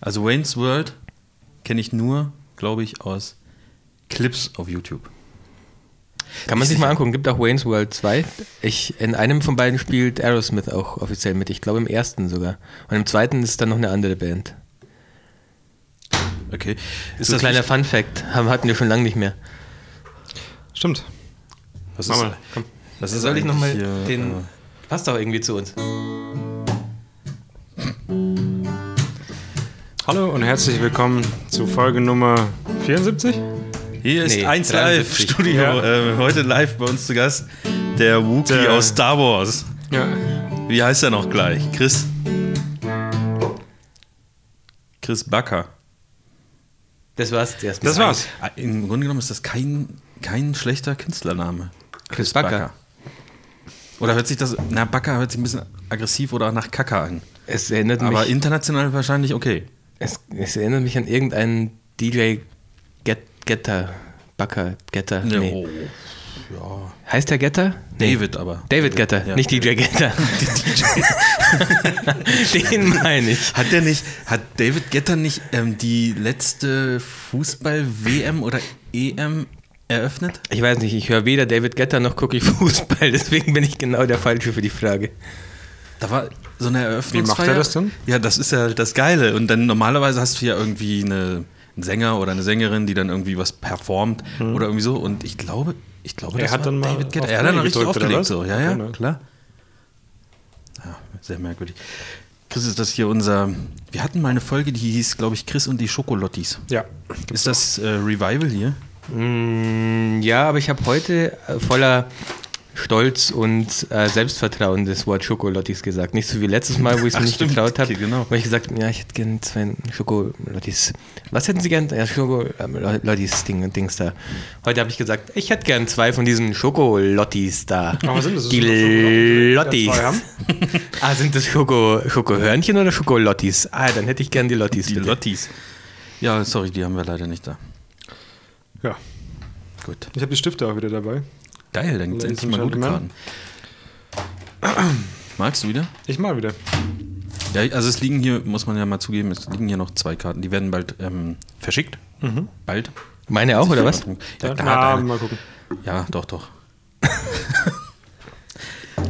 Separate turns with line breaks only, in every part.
Also Wayne's World kenne ich nur, glaube ich, aus Clips auf YouTube.
Kann man sich mal angucken. Gibt auch Wayne's World 2. Ich, in einem von beiden spielt Aerosmith auch offiziell mit. Ich glaube im ersten sogar. Und im zweiten ist dann noch eine andere Band.
Okay.
Ist so ein kleiner Fun Fact. Haben, hatten wir schon lange nicht mehr.
Stimmt.
Was
Mach
ist,
mal.
Komm.
was ist
Soll ich nochmal
eigentlich hier,
den.
äh,
Passt doch irgendwie zu uns.
Hallo und herzlich willkommen zu Folge Nummer 74.
äh, Hier ist
Nee,
1 Live
73.
Studio.
Ja.
Äh, heute live bei uns zu Gast der Wookie
Der-
aus Star Wars.
Ja.
Wie heißt er noch gleich? Chris. Chris Backer.
Das war's erstmal.
Das war's.
Ah, Im Grunde genommen ist das kein, kein schlechter Künstlername.
Chris Backer.
Oder hört sich das. Na, Backer hört sich ein bisschen aggressiv oder nach Kacker an.
Es erinnert
Aber
mich.
international wahrscheinlich okay.
Es, es erinnert mich an irgendeinen DJ Get, Getter. Backer, Getter. Nee.
Oh.
Heißt der Getter?
David aber.
David Getter,
Ja.
nicht DJ Getter. Den meine ich.
Hat der nicht, hat David Getter nicht ähm, die letzte Fußball-WM oder EM eröffnet?
Ich weiß nicht, ich höre weder David Getter noch gucke ich Fußball, deswegen bin ich genau der Falsche für die Frage.
Da war so eine Eröffnungsfeier.
Wie macht er das denn?
Ja, das ist ja halt das Geile. Und dann normalerweise hast du ja irgendwie eine, einen Sänger oder eine Sängerin, die dann irgendwie was performt oder irgendwie so. Und ich glaube, ich glaube,
Hm. Er
das
hat
war
dann mal
David Guetta.
auf
Er hat dann
Play
richtig
gedrückt, oder
aufgelegt.
was?
So. Ja,
Okay,
ja,
ne?
klar. Ja, sehr merkwürdig. Chris, ist das hier unser... Wir hatten mal eine Folge, die hieß, glaube ich, Chris und die Schokolottis.
Ja.
Ist das äh, Revival hier?
Mm, Ja, aber ich habe heute äh, voller Stolz und äh, Selbstvertrauen das Wort Schokolottis gesagt. Nicht so wie letztes Mal, wo ich es
Ach,
mir nicht
stimmt.
getraut habe,
Okay, genau.
wo ich gesagt ja, ich hätte gerne zwei Schokolottis. Was hätten Sie gern? Ja, Schokolottis Ding, Dings da. Heute habe ich gesagt, ich hätte gern zwei von diesen Schokolottis da.
Aber was sind das? Das sind doch
Die
Schokolottis, die wir
Lottis.
zwei haben.
ah, sind das Schoko, Schokohörnchen oder Schokolottis? Ah, dann hätte ich gern die Lottis. bitte.
Lottis. Ja, sorry, die haben wir leider nicht da.
Ja.
Gut.
Ich habe die Stifte auch wieder dabei.
Geil, dann gibt es
Ladies
endlich mal
and
gute Karten.
gentlemen.
Magst du wieder?
Ich mal wieder.
Ja, also es liegen hier, muss man ja mal zugeben, es liegen hier noch zwei Karten. Die werden bald ähm, verschickt.
Mhm.
Bald.
Meine auch, oder was?
Ja,
Na,
klar, deine.
mal gucken.
ja, doch, doch.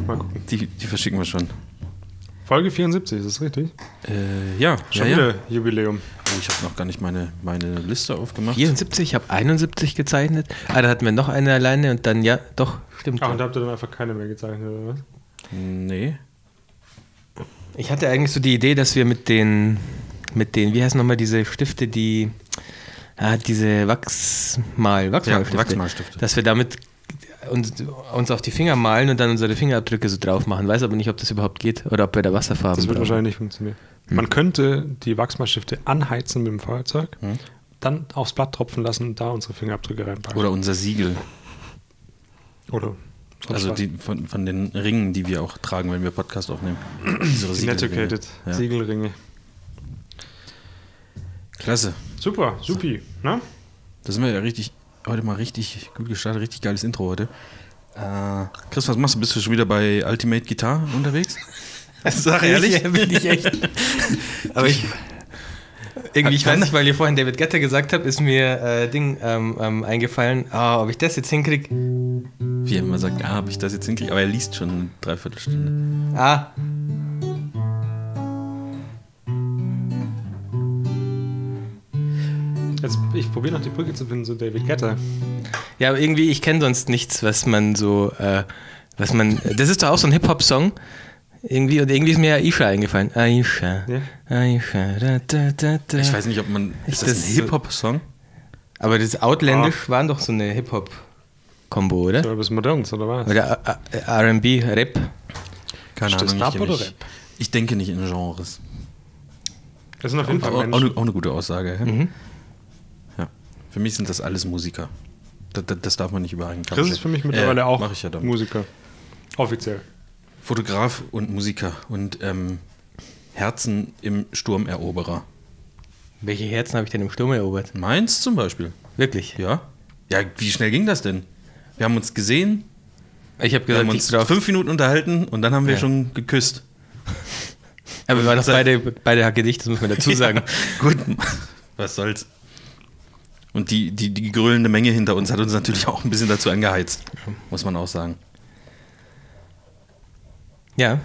Mal gucken.
Die, die verschicken wir schon.
Folge 74, ist das richtig?
Äh, ja,
Schon
ja, ja.
wieder Jubiläum.
Oh, ich habe noch gar nicht meine, meine Liste aufgemacht.
74, ich habe 71 gezeichnet. Ah, da hatten wir noch eine alleine und dann, ja, doch, stimmt.
Ach, Ah, und da habt ihr dann einfach keine mehr gezeichnet, oder was?
Nee.
Ich hatte eigentlich so die Idee, dass wir mit den, mit den, wie heißen nochmal diese Stifte, die, ah, diese Wachsmal, Wachsmalstifte,
Ja, Wachsmalstifte.
dass wir damit uns, uns auf die Finger malen und dann unsere Fingerabdrücke so drauf machen. Weiß aber nicht, ob das überhaupt geht oder ob wir da Wasserfarben
Das wird
brauchen.
wahrscheinlich nicht funktionieren. Man könnte die Wachsmalstifte anheizen mit dem Feuerzeug, dann aufs Blatt tropfen lassen und da unsere Fingerabdrücke reinpacken.
Oder unser Siegel.
Oder sonst
Also
was.
die, von, von den Ringen, die wir auch tragen, wenn wir Podcast aufnehmen. Unsere
die Netocated
Ja.
Siegelringe.
Klasse.
Super, supi. Ne?
Da sind wir ja richtig, heute mal richtig gut gestartet, richtig geiles Intro heute. Äh, Chris, was machst du? Bist du schon wieder bei Ultimate Guitar unterwegs? Sag
Ja, bin ich echt. Aber ich. Irgendwie, ich weiß nicht, weil ihr vorhin David Guetta gesagt habt, ist mir äh, Ding ähm, ähm, eingefallen. Ah, ob ich das jetzt hinkriege?
Wie er immer sagt, ah, ob ich das jetzt hinkriege, aber er liest schon eine Dreiviertelstunde.
Ah.
Jetzt, ich probiere noch die Brücke zu finden zu David Getter.
Ja, aber irgendwie, ich kenne sonst nichts, was man so. Äh, was man. Das ist doch auch so ein Hip-Hop-Song. Irgendwie, und irgendwie ist mir Aisha eingefallen. Aisha.
Ja.
Aisha. Da, da, da, da.
Ich weiß nicht, ob man.
Ich-
Ist das ein
das-
Hip-Hop-Song?
Aber das Outlandish waren doch so eine Hip-Hop-Kombo, oder?
Oder bis moderns, oder was?
Oder äh, äh, RB, Rap.
Keine
Ist das
Ahnung. Ich,
Rap oder
nicht.
Rap?
ich denke nicht in Genres.
Das sind auf jeden
Auch,
Fall
auch,
Menschen.
eine, auch eine gute Aussage. Ja? ja. Für mich sind das alles Musiker. Das, das, das darf man nicht über einen Kamm
Chris ist
stellen.
für mich mittlerweile auch
Mach ich ja damit.
Musiker. Offiziell.
Fotograf und Musiker und ähm, Herzen im Sturmeroberer.
Welche Herzen habe ich denn im Sturm erobert?
Mainz zum Beispiel.
Wirklich?
Ja. Ja, wie schnell ging das denn? Wir haben uns gesehen,
Ich habe
wir haben
gesagt,
uns
ich brauche
fünf Minuten unterhalten und dann haben wir
Ja.
schon geküsst.
Aber wir waren noch beide, beide Gedichte, das muss man dazu sagen.
Gut, was soll's. Und die, die, die grölende Menge hinter uns hat uns natürlich auch ein bisschen dazu angeheizt, muss man auch sagen.
Ja.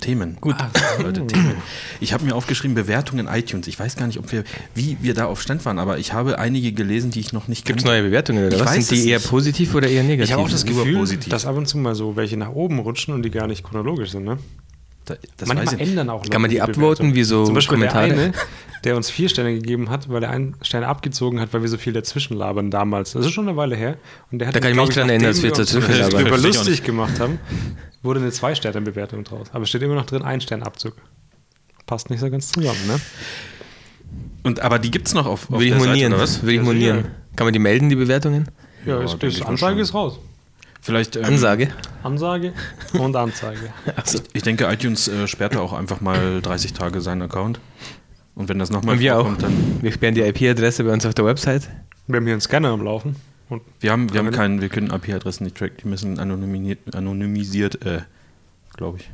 Themen. Gut. Leute, Themen. Ich habe mir aufgeschrieben, Bewertungen in iTunes. Ich weiß gar nicht, ob wir, wie wir da auf Stand waren, aber ich habe einige gelesen, die ich noch nicht
Gibt es neue Bewertungen oder
Ich
was?
weiß
Sind
es
die eher
nicht.
positiv oder eher negativ?
Ich habe auch das
Gefühl.
Gefühl, Überpositiv.
dass ab und zu mal so welche nach oben rutschen und die gar nicht chronologisch sind, ne?
Da, das weiß
Manchmal
ich.
ändern auch Leute
Kann man die
Bewertung.
upvoten wie so
Zum Beispiel
Kommentare?
der eine, der uns vier Sterne gegeben hat, weil er einen Stern abgezogen hat, weil wir so viel dazwischen labern damals. Das ist schon eine Weile her. Und der hat
Da kann ich
glaub
mich dran erinnern, dass wir
nachdem uns
dazwischen labern.
darüber
Verstehe ich auch
lustig
nicht.
gemacht haben, wurde eine Zwei-Sterne-Bewertung draus. Aber steht immer noch drin, ein Sternabzug. Passt nicht so ganz zusammen, ne?
Und, aber die gibt es noch auf, auf
Will ich
der Seite,
monieren.
oder was?
Will ich
Ja, sicher.
monieren. Kann man die melden, die Bewertungen?
Ja, ist,
denke ich
ist,
mal
Anzeige
schon.
ist raus.
Vielleicht, ähm,
Ansage.
Ansage und Anzeige.
Achso.
Ich denke, iTunes äh, sperrte auch einfach mal 30 Tage seinen Account. Und wenn das nochmal
Und wir auch.
vorkommt, dann.
Wir sperren die IP-Adresse bei uns auf der Website.
Wir haben hier einen Scanner am Laufen. Und
Wir haben, wir haben
Aber-
keinen, wir können IP-Adressen nicht tracken, die müssen anonymisiert, anonymisiert äh, glaube ich.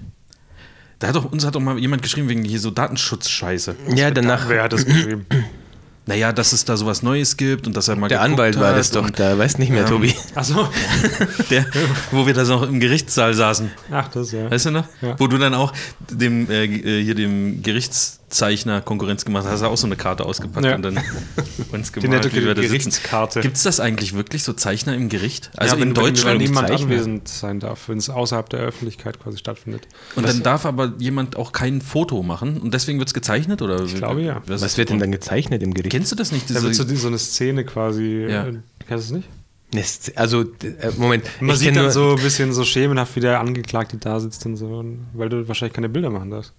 Da hat doch, uns hat doch mal jemand geschrieben wegen hier so Datenschutzscheiße.
Ja, danach.
wer hat das geschrieben?
Naja, dass es da sowas Neues gibt und dass er mal
Der
geguckt
Anwalt war
hat
das doch
und
da, weiß nicht mehr,
Ähm,
Tobi.
Achso.
Der, wo wir da noch im Gerichtssaal saßen.
Ach, das ja.
Weißt du noch?
Ja.
Wo du dann auch dem, äh, äh, hier dem Gerichtszeichner Konkurrenz gemacht hast, hast du auch so eine Karte ausgepackt
Ja.
und dann uns
Die nette
gemalt, wie wir da sitzen.
Gerichtskarte.
Gibt es das eigentlich wirklich, so Zeichner im Gericht? Also
ja, wenn,
in
wenn
Deutschland.
niemand
Zeichner.
anwesend sein darf, wenn es außerhalb der Öffentlichkeit quasi stattfindet.
Und dann darf aber jemand auch kein Foto machen und deswegen wird es gezeichnet? Oder ich
glaube, ja.
Was,
Was wird denn dann gezeichnet im Gericht?
Kennst du das nicht?
Da wird so,
Diese,
die- so eine Szene quasi.
Also Ja.
äh, Kennst du es nicht?
Eine Sz- Also, d- äh, Moment.
Man
ich
sieht
kenn
dann
nur-
so ein bisschen so schemenhaft, wie der Angeklagte da sitzt und so, und- weil du wahrscheinlich keine Bilder machen darfst.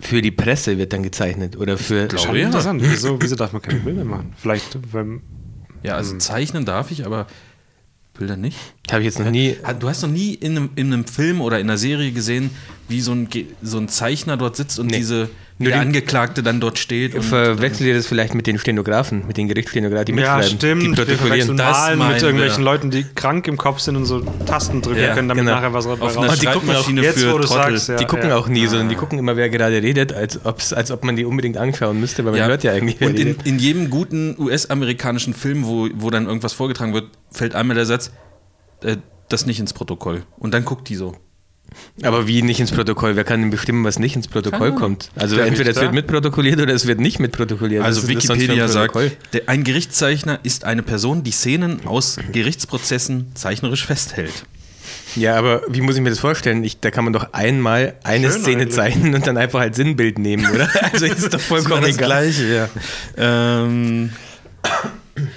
Für die Presse wird dann gezeichnet oder für.
glaub-
Schon
ja.
interessant. Wieso, wieso darf man keine Bilder machen? Vielleicht, wenn.
ja,
Hm.
also zeichnen darf ich, aber Bilder nicht.
Habe ich jetzt noch nie.
Ha- Du hast noch nie in einem, in einem Film oder in einer Serie gesehen, wie so ein, Ge- so ein Zeichner dort sitzt und
Nee.
diese wie
Nur
der
die-
Angeklagte dann dort steht. Und
Verwechselt ihr das vielleicht mit den Stenografen, mit den Gerichtsstenografen, die mitschreiben? Die
Wir verwechseln
protokollieren.
das
Malen
meinen
mit irgendwelchen
wir.
Leuten, die krank im Kopf sind und so Tasten drücken
Ja,
können, damit
genau.
nachher was dabei
auf einer
Und die
rauskommt.
gucken auch-
Schreibmaschine
jetzt, wo
für
du
Trottel.
sagst, ja.
die gucken auch nie,
Ah.
sondern die gucken immer, wer gerade redet, als, ob's, als ob man die unbedingt anschauen müsste, weil man hört ja eigentlich, wer
Und in,
redet.
in jedem guten US-amerikanischen Film, wo, wo dann irgendwas vorgetragen wird, fällt einmal der Satz, äh, das nicht ins Protokoll. Und dann guckt die so.
Aber wie nicht ins Protokoll? Wer kann denn bestimmen, was nicht ins Protokoll kommt? Also
Der
entweder es
Richter?
wird mitprotokolliert oder es wird nicht mitprotokolliert.
Also
Was ist das sonst für ein
Wikipedia sagt,
Protokoll?
der, ein Gerichtszeichner ist eine Person, die Szenen aus Gerichtsprozessen zeichnerisch festhält.
Ja, aber wie muss ich mir das vorstellen? Ich, da kann man doch einmal eine
Schön
Szene
eigentlich.
zeichnen und dann einfach halt Sinnbild nehmen, oder? Also ist doch vollkommen
Das
egal.
Gleiche, ja. ähm,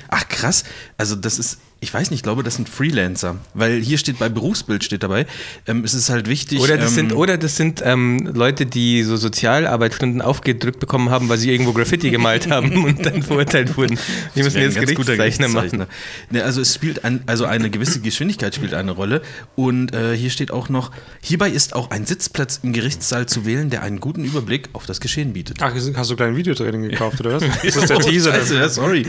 ach krass, also das ist, ich weiß nicht, ich glaube, das sind Freelancer, weil hier steht bei Berufsbild steht dabei, ähm, es ist halt wichtig.
Oder das
ähm,
sind, oder das sind ähm, Leute, die so Sozialarbeitsstunden aufgedrückt bekommen haben, weil sie irgendwo Graffiti gemalt haben und dann verurteilt wurden. Die müssen
wäre ein
jetzt
ganz guter
Gerichtszeichner machen.
Gerichtszeichner. Ne, also es spielt ein, also eine gewisse Geschwindigkeit spielt eine Rolle. Und äh, hier steht auch noch: Hierbei ist auch ein Sitzplatz im Gerichtssaal zu wählen, der einen guten Überblick auf das Geschehen bietet. Oh,
Ach, hast du ein kleines Videotraining gekauft, oder was? Ah, Das ist der Teaser.
Scheiße, ja, sorry.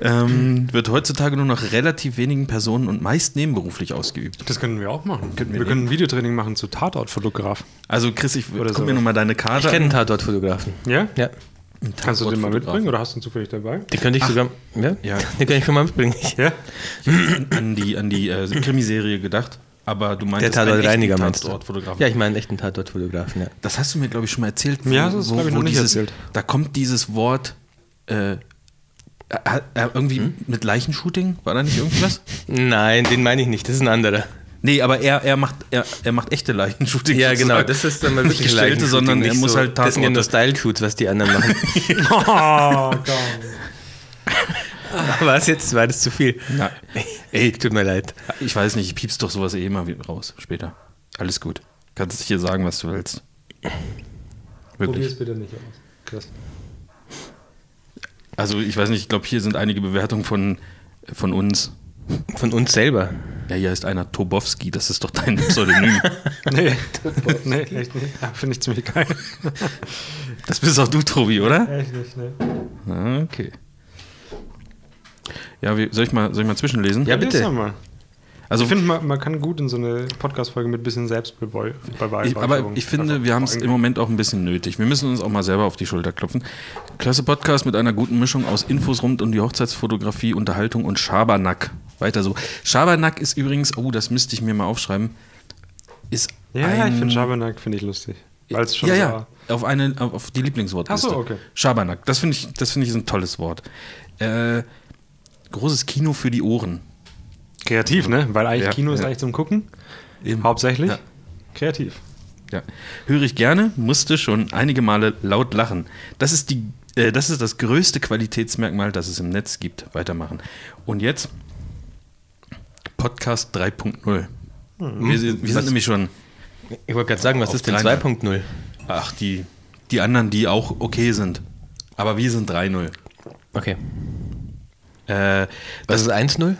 Ähm, wird heutzutage nur noch relativ wenigen Personen und meist nebenberuflich ausgeübt.
Das können wir auch machen.
wir
wir können ein Videotraining machen zu Tatortfotograf.
Also Chris, ich guck
so.
mir nochmal deine
Ich
Karte
kenne einen Tatortfotografen.
Ja?
Ja.
Kannst du den mal
Tatortfotografen.
mitbringen oder hast du ihn zufällig dabei?
Den könnte ich sogar. Ja?
Ja.
Den kann ich schon mal mitbringen.
Ja.
an, an die, an die äh, Krimiserie gedacht. Aber du meinst
Der Tatortreiniger meinst du?
Tatortfotografen.
Ja, ich meine einen echten Tatortfotografen, ja.
Das hast du mir, glaube ich, schon mal erzählt.
Mir hast du es, glaub ich, noch nicht
dieses,
erzählt.
Da kommt dieses Wort äh, äh, äh, irgendwie mit Leichenshooting, war da nicht irgendwas?
Nein, den meine ich nicht. Das ist ein anderer.
nee, aber er, er, macht, er, er macht echte Leichenshooting.
Ja, genau.
sozusagen.
Das ist dann mal
Nicht
wirklich
gestellte,
Leichenshooting,
sondern er
nicht
muss
so,
halt
Das sind ja nur
Tatorte.
Style-Shoots, was die anderen machen.
Oh,
War es jetzt, war das zu viel?
Ja.
Ey, tut mir leid.
Ich weiß nicht, ich piepst doch sowas eh immer wieder raus später. Alles gut. Kannst hier sagen, was du willst. Wirklich.
bitte nicht aus.
Also ich weiß nicht, ich glaube, hier sind einige Bewertungen von, von uns.
Von uns selber.
Ja, hier heißt einer Tobowski, das ist doch dein Pseudonym.
Nee, nee, echt nicht. Ja, Finde ich ziemlich geil.
Das bist auch du, Tobi, oder?
Echt nicht, ne?
Ah, Okay. Ja, wie, soll, ich mal, soll ich mal zwischenlesen?
Ja,
Ja, bitte.
bitte.
mal.
Also
ich finde, man, man kann gut in so eine Podcast-Folge mit ein bisschen Selbstbewei-
Ich, aber ich finde, wir haben es im Moment auch ein bisschen nötig. Wir müssen uns auch mal selber auf die Schulter klopfen. Klasse Podcast mit einer guten Mischung aus Infos rund um die Hochzeitsfotografie, Unterhaltung und Schabernack. Weiter so. Schabernack ist übrigens, oh, das müsste ich mir mal aufschreiben, ist
Ja,
ein,
ich finde Schabernack finde ich lustig. Weil es schon
ja,
so
ja,
war.
auf, eine, auf auf die Lieblingswortliste.
Ach so, okay.
Schabernack, das finde ich, das finde ich ist ein tolles Wort. Äh, großes Kino für die Ohren.
kreativ, ne? Weil eigentlich
Ja,
Kino ist
ja.
eigentlich zum Gucken.
Eben.
Hauptsächlich
Ja.
kreativ.
Ja. Höre ich gerne, musste schon einige Male laut lachen. Das ist, die, äh, das ist das größte Qualitätsmerkmal, das es im Netz gibt. Weitermachen. Und jetzt Podcast 3.0. Wir, sind- wir sind
Was?
nämlich schon,
Ich wollte gerade sagen, was
Auf
ist denn
drei.
2.0?
ach, die, die anderen, die auch okay sind. Aber wir sind 3.0.
Okay.
Äh,
Was ist 1.0?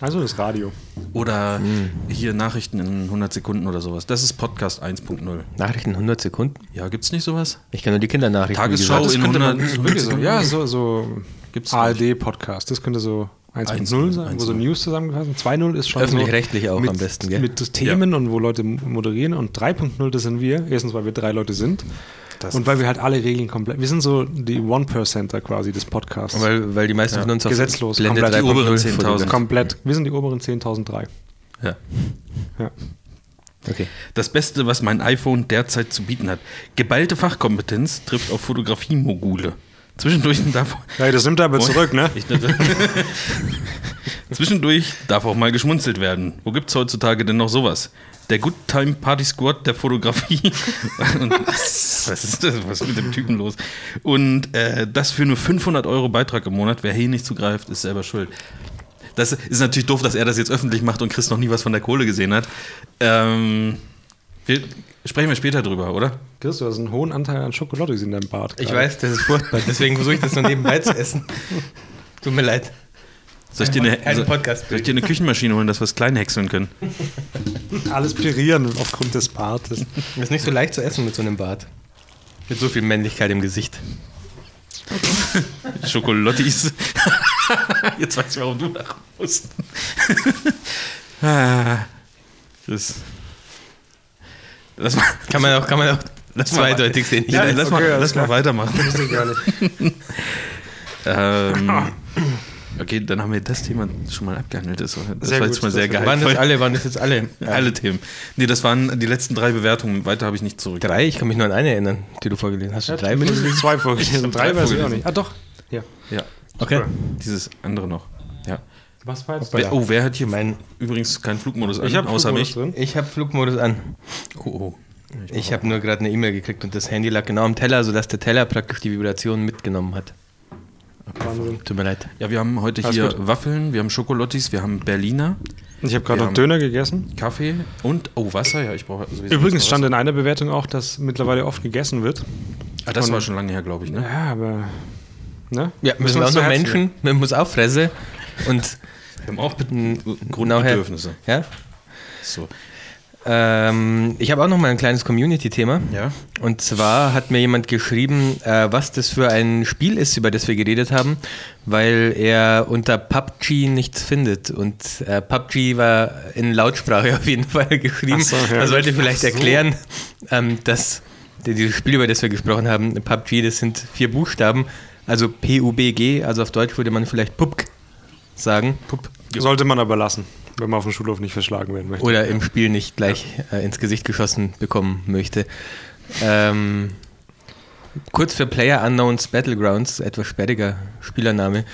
Also das Radio.
oder hier Nachrichten in 100 Sekunden oder sowas. Das ist Podcast 1.0.
Nachrichten in 100 Sekunden?
Ja, gibt's nicht sowas?
Ich kann nur die Kindernachrichten. wie
Tagesschau
gesagt.
in 100
Wirklich so.
Sekunden.
Ja, so, so
Gibt's
ARD-Podcast. Das könnte so 1.0 sein, wo so
1.0.
News zusammengefasst sind. 2.0 ist schon
Öffentlich-rechtlich
so
auch
mit,
am besten, gell?
Mit Themen und wo Leute moderieren. Und 3.0, das sind wir. Erstens, weil wir drei Leute sind. und weil wir halt alle Regeln komplett... Wir sind so die One-Percenter quasi des Podcasts.
Weil, weil die meisten von uns auf
Gesetzlos,
Blende
komplett die
3.0
oberen
Fotos-
10.000.
komplett. Wir sind die oberen 10.003.
Ja.
Ja.
Okay.
Das Beste, was mein iPhone derzeit zu bieten hat. Geballte Fachkompetenz trifft auf Fotografie-Mogule. Zwischendurch darf,
Hey, das nimmt er aber zurück, ne?
ich, zwischendurch darf auch mal geschmunzelt werden. Wo gibt's heutzutage denn noch sowas? Der Good Time Party Squad der Fotografie. Und, was ist das? Was ist mit dem Typen los? Und äh, das für nur 500 Euro Beitrag im Monat. Wer hier nicht zugreift, ist selber schuld. Das ist natürlich doof, dass er das jetzt öffentlich macht und Chris noch nie was von der Kohle gesehen hat. Ähm, wir sprechen wir später drüber, oder?
Chris, du hast einen hohen Anteil an Schokolade in deinem Bart.
Ich
gerade.
weiß, das ist furchtbar. Deswegen versuche ich das nur nebenbei zu essen. Tut mir leid.
Soll ich dir eine,
Kein
soll,
Podcast.
soll ich dir eine Küchenmaschine holen, dass wir es klein häckseln können?
Alles pirieren aufgrund des Bartes.
Ist nicht so leicht zu essen mit so einem Bart. Mit so viel Männlichkeit im Gesicht.
Schokolottis. Jetzt weiß ich, warum du lachen musst. Ah, das, lass mal,
Kann man auch, kann man auch
lass mal,
zweideutig sehen. Ich
Ja,
weiß.
lass
okay,
mal,
alles
lass mal
klar.
weitermachen.
Wusste ich gar nicht.
Ähm, okay, dann haben wir das Thema schon mal abgehandelt. Das, war- das
Sehr
war
gut,
jetzt mal
das
sehr
war-
geil.
Waren das alle? Waren das jetzt alle?
Alle Themen. Nee, das waren die letzten drei Bewertungen. Weiter habe ich nicht zurück.
Drei? Ich kann mich nur an eine erinnern, die du vorgelesen hast. Hast du drei
mindestens zwei vorgelesen. Drei weiß ich auch
vorgelesen.
nicht. Ah, doch. Ja.
Ja,
Okay.
dieses andere noch. Ja.
Was war jetzt?
Wer, oh, wer hat hier
Mein-
übrigens keinen Flugmodus an,
Ich habe
außer mich?
drin.
Ich habe Flugmodus an.
Oh, oh.
Ich habe nur gerade eine E-Mail gekriegt und das Handy lag genau am Teller, sodass der Teller praktisch die Vibration mitgenommen hat.
Wahnsinn.
Tut mir leid.
Ja, wir haben heute
Alles
hier
gut.
Waffeln, wir haben Schokolottis, wir haben Berliner,
Ich habe gerade
Wir
noch
haben-
Döner gegessen.
Kaffee und oh, Wasser, ja, ich brauche sowieso
Übrigens
erstmal
stand in einer Bewertung auch, dass mittlerweile oft gegessen wird.
Wasser. Ah, das war schon lange her, glaube ich, ne?
Ja, aber. Ne?
Ja, wir sind
uns
auch
also
nur
zu Herzen
Menschen, man muss auch Fresse und
Wir haben auch Be- Grundbedürfnisse.
Grundbedürfnisse. Ja?
Hm, So.
Ähm, ich habe auch noch mal ein kleines Community-Thema.
Ja.
Und zwar hat mir jemand geschrieben, äh, was das für ein Spiel ist, über das wir geredet haben, weil er unter PUBG nichts findet. Und äh, PUBG war in Lautsprache auf jeden Fall geschrieben.
Ach so, ja.
Man sollte vielleicht
Ach so.
erklären, ähm, dass die- dieses Spiel, über das wir gesprochen haben, PUBG, das sind vier Buchstaben, also P-U-B-G, also auf Deutsch würde man vielleicht PUBG sagen.
hat. Sollte man aber lassen, wenn man auf dem Schulhof nicht verschlagen werden
Oh,
möchte.
Oder im Spiel nicht gleich äh, ins Gesicht geschossen bekommen möchte. Ähm, kurz für Player Unknowns Battlegrounds, etwas sperriger Spielername.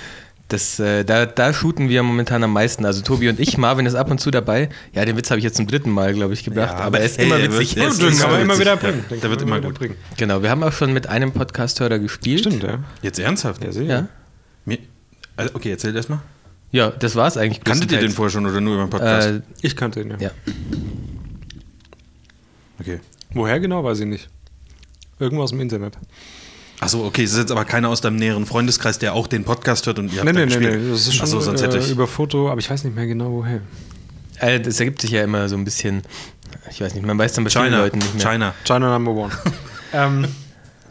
Das, äh, da, da shooten wir momentan am meisten. Also Tobi und ich, Marvin ist ab und zu dabei. Ja, den Witz habe ich jetzt zum dritten Mal, glaube ich, gebracht.
Ja,
aber er ist
hey,
immer
er wird-
witzig.
er ist-
Den
Das
kann man
witzig.
immer wieder
Ja,
bringen. Den
der
kann
wird
man
immer gut.
bringen.
Genau, wir haben auch schon mit einem Podcast-Hörer gespielt.
Stimmt, ja.
Jetzt ernsthaft?
Ja, sicher.
Ja.
Mir- also, okay, erzähl erst mal.
ja, das war es eigentlich.
Kanntet
halt-
ihr den
größtenteils.
vorher schon oder nur über den Podcast?
Äh,
Ich kannte ihn ja.
ja.
okay.
Woher genau, weiß ich nicht. Irgendwo aus dem Internet.
Achso, okay, es ist jetzt aber keiner aus deinem näheren Freundeskreis, der auch den Podcast hört und ihr
Nee,
da
nee, nee,
gespielt.
nee. Das ist schon
Achso, sonst hätte
äh,
ich.
über Foto, aber ich weiß nicht mehr genau woher.
Äh, das ergibt sich ja immer so ein bisschen. Ich weiß nicht, man weiß dann bei vielen
China,
Leuten nicht mehr.
China.
China Number One. ähm,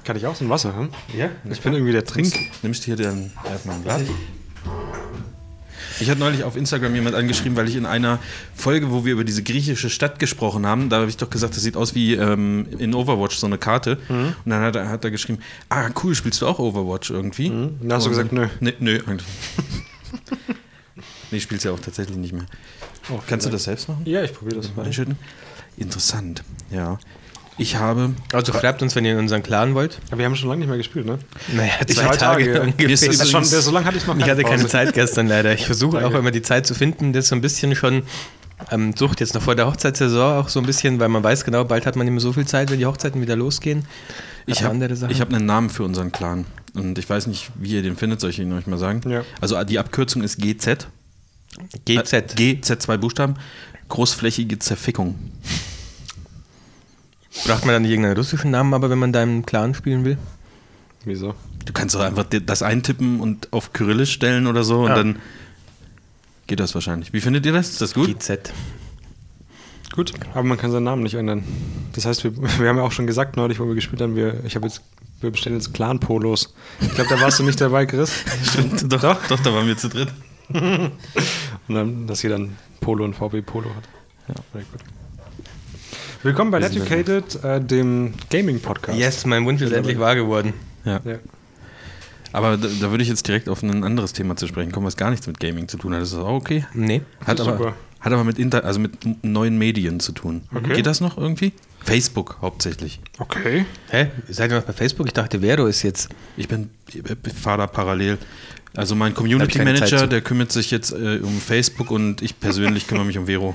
kann ich auch so ein Wasser hm? haben? Ja. Ich bin irgendwie der Trink.
Nimmst du hier den erstmal ein Glas? Ich hatte neulich auf Instagram jemand angeschrieben, weil ich in einer Folge, wo wir über diese griechische Stadt gesprochen haben, da habe ich doch gesagt, das sieht aus wie ähm, in Overwatch so eine Karte.
Mhm.
Und dann hat er, hat er geschrieben, ah cool, spielst du auch Overwatch irgendwie?
Mhm. Dann hast du gesagt, nö.
Nee, nö, eigentlich. nee, spielst ja auch tatsächlich nicht mehr. Kannst du das selbst machen?
Ja, ich probiere das mal.
Einschütten? Interessant, ja. Ich habe
Also schreibt uns, wenn ihr in unseren Clan wollt.
Aber wir haben schon lange nicht mehr gespielt, ne?
Naja,
Ich hatte- ja.
Mir ist
Das
das
ungefähr.
ist schon, so lange hatte ich noch
Ich
keine
hatte keine
Pause.
Zeit gestern leider. Ich versuche auch
Danke.
immer die Zeit zu finden. Das ist so ein bisschen schon ähm, Sucht jetzt noch vor der Hochzeitssaison auch so ein bisschen, weil man weiß genau, bald hat man nicht mehr so viel Zeit, wenn die Hochzeiten wieder losgehen.
Ich
Aber
habe
andere Sachen.
hab einen Namen für unseren Clan. Und ich weiß nicht, wie ihr den findet, soll ich ihn euch mal sagen?
Ja.
Also die Abkürzung ist GZ.
GZ.
Äh, GZ, zwei Buchstaben. Großflächige Zerfickung.
Braucht man dann nicht irgendeinen russischen Namen, aber wenn man da im Clan spielen will?
Wieso?
Du kannst doch einfach dir das eintippen und auf Kyrillisch stellen oder so und
Ja.
dann geht das wahrscheinlich. Wie findet ihr das? Ist das gut?
GZ.
Gut, aber man kann seinen Namen nicht ändern. Das heißt, wir, wir haben ja auch schon gesagt neulich, wo wir gespielt haben, wir, ich habe jetzt, wir bestellen jetzt Clan-Polos. Ich glaube, da warst du nicht dabei, Chris.
Stimmt, doch, doch. da waren wir zu dritt.
Und dann, dass jeder ein Polo und VW Polo hat. Ja, sehr gut. Willkommen bei Educated, äh, dem Gaming-Podcast.
Yes, mein Wunsch ist endlich wahr geworden.
Ja.
Ja.
Aber da, da würde ich jetzt direkt auf ein anderes Thema zu sprechen kommen, was gar nichts mit Gaming zu tun hat. Ist das auch okay?
Nee.
Hat
Ist
aber,
super.
hat aber mit, Inter also mit n- neuen Medien zu tun. Geht das noch irgendwie? Facebook hauptsächlich.
Okay.
Hä? Seid ihr noch bei Facebook? Ich dachte, Vero ist jetzt.
Ich bin fahre da parallel. Also mein
Hab
Community
keine Zeit
Manager,
zu.
der kümmert sich jetzt äh, um Facebook und ich persönlich kümmere mich um Vero.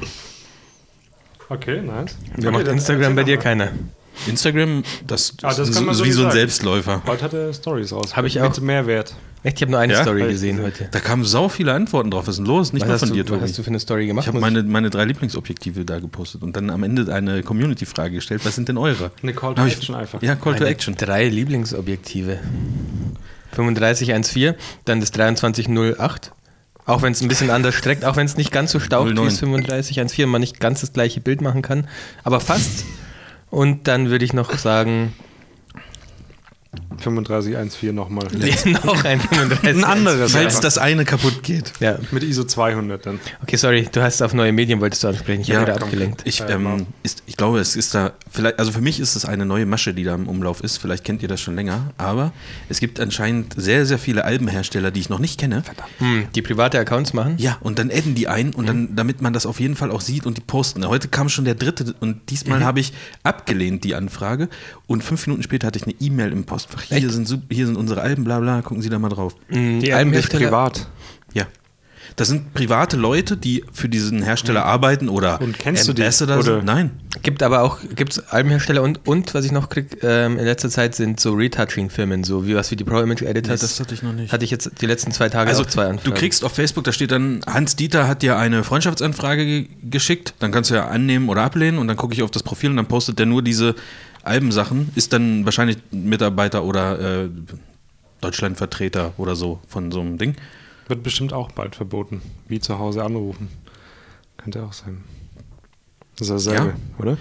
Okay, nice.
Wer macht Instagram bei dir? Keiner.
Instagram, das,
Ah, das
ist
kann
ein-
man so
wie
nicht
so ein
sagen.
Selbstläufer.
Heute hat er Stories raus.
Hab ich auch.
Mit Mehrwert.
Echt, ich habe nur eine
Ja?
Story
Weil-
gesehen heute.
Da kamen sau viele Antworten drauf. Was ist denn los? Nicht nur
hast
von
du,
dir,
was
Tobi.
hast du für eine Story gemacht?
Ich habe
Muss
meine, meine drei Lieblingsobjektive da gepostet und dann am Ende eine Community-Frage gestellt. Was sind denn eure?
Eine Call to
Hab ich-
Action einfach.
Ja, Call to
Meine
Action.
Drei Lieblingsobjektive. 3514, dann das 2308. Auch wenn es ein bisschen anders streckt, auch wenn es nicht ganz so staucht wie
09.
das 3514, man nicht ganz das gleiche Bild machen kann, aber fast. Und dann würde ich noch sagen,
35314 nochmal.
noch ein 35.
Ein anderes.
Falls das eine kaputt geht.
Ja,
Mit ISO 200 dann.
okay, sorry, du hast auf neue Medien wolltest du ansprechen, ich
Ja,
habe wieder
komm.
abgelenkt.
Ich,
Ja,
ähm,
genau.
ist, ich glaube, es ist da, vielleicht, also für mich ist es eine neue Masche, die da im Umlauf ist. Vielleicht kennt ihr das schon länger, aber es gibt anscheinend sehr, sehr viele Albenhersteller, die ich noch nicht kenne.
Hm, die private Accounts machen?
Ja, und dann adden die ein und
Mhm.
dann, damit man das auf jeden Fall auch sieht und die posten. Ne, Heute kam schon der dritte und diesmal
Mhm.
habe ich abgelehnt die Anfrage und fünf Minuten später hatte ich eine E-Mail im Postfach. Hier sind, sup- hier sind unsere Alben, bla bla, gucken Sie da mal drauf.
Hm,
Die Alben nicht
Albenhersteller-
privat.
Ja. Das sind private Leute, die für diesen Hersteller arbeiten oder
Mhm. Und kennst du die?
Ambassador sind.
Oder-
Nein.
Gibt aber auch, gibt's Albenhersteller und, und was ich noch krieg, ähm, in letzter Zeit sind so Retouching-Firmen, so wie was wie die Pro Image Editors.
Nee, das hatte ich noch nicht.
Hatte ich jetzt die letzten zwei Tage
Also
auch zwei Anfragen.
du kriegst auf Facebook, da steht dann, Hans Dieter hat dir eine Freundschaftsanfrage ge geschickt, dann kannst du ja annehmen oder ablehnen und dann gucke ich auf das Profil und dann postet der nur diese Albensachen, ist dann wahrscheinlich ein Mitarbeiter oder äh, Deutschlandvertreter oder so von so einem Ding.
Wird bestimmt auch bald verboten. Wie zu Hause anrufen. Könnte auch sein. Das ist dasselbe, oder?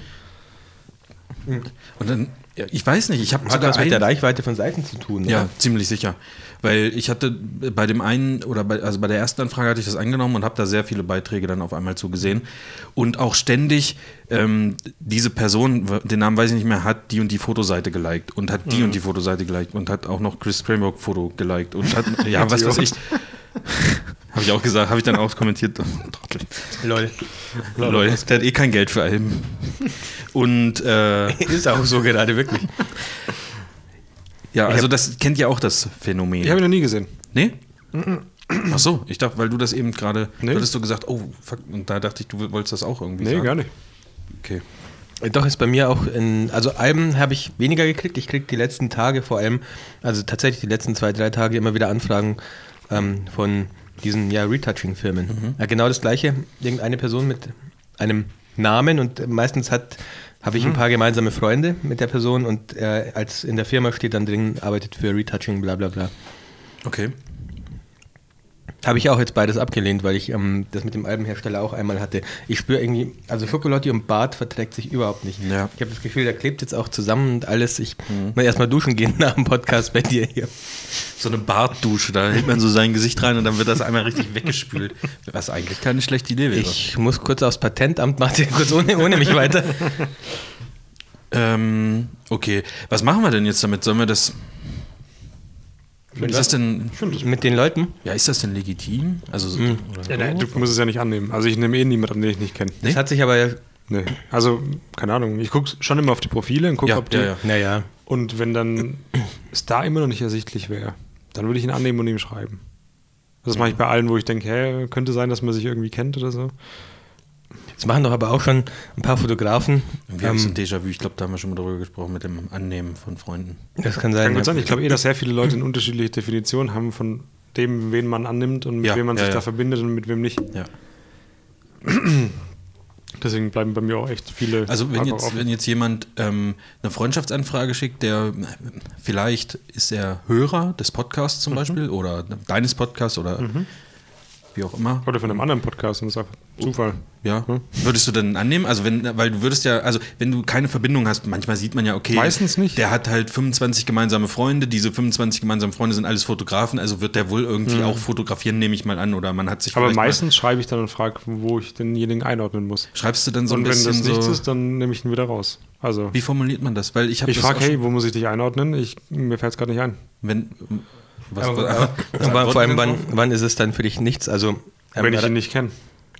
Und dann, ja, ich weiß nicht, ich habe
Hat was mit der
einen-
Reichweite von Seiten zu tun.
Ja,
oder?
ziemlich sicher. Weil ich hatte bei dem einen oder bei, also bei der ersten Anfrage hatte ich das angenommen und habe da sehr viele Beiträge dann auf einmal zugesehen. Und auch ständig ähm, diese Person, w- den Namen weiß ich nicht mehr, hat die und die Fotoseite geliked und hat die und die Fotoseite geliked und hat auch noch Chris Cranbrook Foto geliked und hat, ja, was weiß ich. habe ich auch gesagt, habe ich dann auch kommentiert. Trottel.
Lol.
Lol, der hat eh kein Geld für Alben. Und äh,
Ist auch so gerade, wirklich.
ja, also das kennt ihr auch das Phänomen.
Ich habe ihn noch nie gesehen.
Nee? Ach so, ich dachte, weil du das eben gerade,
Nee.
hattest du gesagt, oh, fuck, und da dachte ich, du wolltest das auch irgendwie
Nee,
sagen.
gar nicht.
Okay.
Doch, ist bei mir auch in, also Alben habe ich weniger gekriegt. Ich kriege die letzten Tage vor allem, also tatsächlich die letzten zwei, drei Tage immer wieder Anfragen ähm, von diesen ja, Retouching-Firmen. Ja, genau das gleiche, irgendeine Person mit einem Namen und meistens hat habe ich ein paar gemeinsame Freunde mit der Person und äh, als in der Firma steht dann drin, arbeitet für Retouching, bla bla bla.
Okay.
Habe ich auch jetzt beides abgelehnt, weil ich ähm, das mit dem Albenhersteller auch einmal hatte. Ich spüre irgendwie, also Schokolotti und Bart verträgt sich überhaupt nicht.
Ja.
Ich habe das Gefühl, da klebt jetzt auch zusammen und alles. Ich
Mhm.
muss erstmal duschen gehen nach dem Podcast bei dir hier.
So eine Bartdusche, da hält man so sein Gesicht rein und dann wird das einmal richtig weggespült. Was eigentlich keine schlechte Idee wäre.
Ich muss kurz aufs Patentamt, macht ihr kurz ohne, ohne mich weiter.
Ähm, okay, was machen wir denn jetzt damit? Sollen wir das. Ist das denn.
Mit den Leuten?
Ja, ist das denn legitim? Also, so-
Mhm.
oder?
du musst es ja nicht annehmen. Also ich nehme eh niemanden, den ich nicht kenne.
Das hat sich aber,
Nee. Also, keine Ahnung. Ich gucke schon immer auf die Profile und gucke,
Ja,
ob die.
ja, ja.
naja,
Und wenn dann es da immer noch nicht ersichtlich wäre, dann würde ich ihn annehmen und ihm schreiben. Das mache ich bei allen, wo ich denke, hä, könnte sein, dass man sich irgendwie kennt oder so.
das machen doch aber auch schon ein paar Fotografen.
Irgendwie habe ich so
Ähm,
ein Déjà-vu. Ich glaube, da haben wir schon mal drüber gesprochen mit dem Annehmen von Freunden.
das kann
Kann
sein.
gut
ja.
sein. Ich glaube eh, dass sehr viele Leute eine unterschiedliche Definition haben von dem, wen man annimmt und mit
Ja,
wem man
ja,
sich
ja.
da verbindet und mit wem nicht.
Ja.
Deswegen bleiben bei mir auch echt viele.
Also wenn
einfach
jetzt,
offen.
wenn jetzt jemand ähm, eine Freundschaftsanfrage schickt, der vielleicht ist er Hörer des Podcasts
Mhm.
zum Beispiel oder deines Podcasts oder wie auch immer.
oder Mhm. von einem anderen Podcast und das ist einfach Zufall.
Ja. Würdest du denn annehmen? Also wenn, weil du würdest ja, also wenn du keine Verbindung hast, manchmal sieht man ja, okay,
Meistens nicht.
Der hat halt 25 gemeinsame Freunde, diese 25 gemeinsamen Freunde sind alles Fotografen, also wird der wohl irgendwie auch fotografieren, nehme ich mal an, oder man hat sich
Mhm. Aber
vielleicht mal-
meistens schreibe ich dann und frage, wo ich denjenigen einordnen muss.
schreibst du dann so ein
und wenn
bisschen
das nichts
so,
ist, dann nehme ich ihn wieder raus. Also
wie formuliert man das? Weil ich habe
ich
das
frage,
auch schon-
hey, wo muss ich dich einordnen? Ich, mir fällt es gerade nicht ein.
wenn was,
Aber,
was-
aber,
was
aber vor
antworten
allem,
wir
wann,
drauf?
wann ist es dann für dich nichts? Also, ähm,
wenn ich ihn nicht kenne.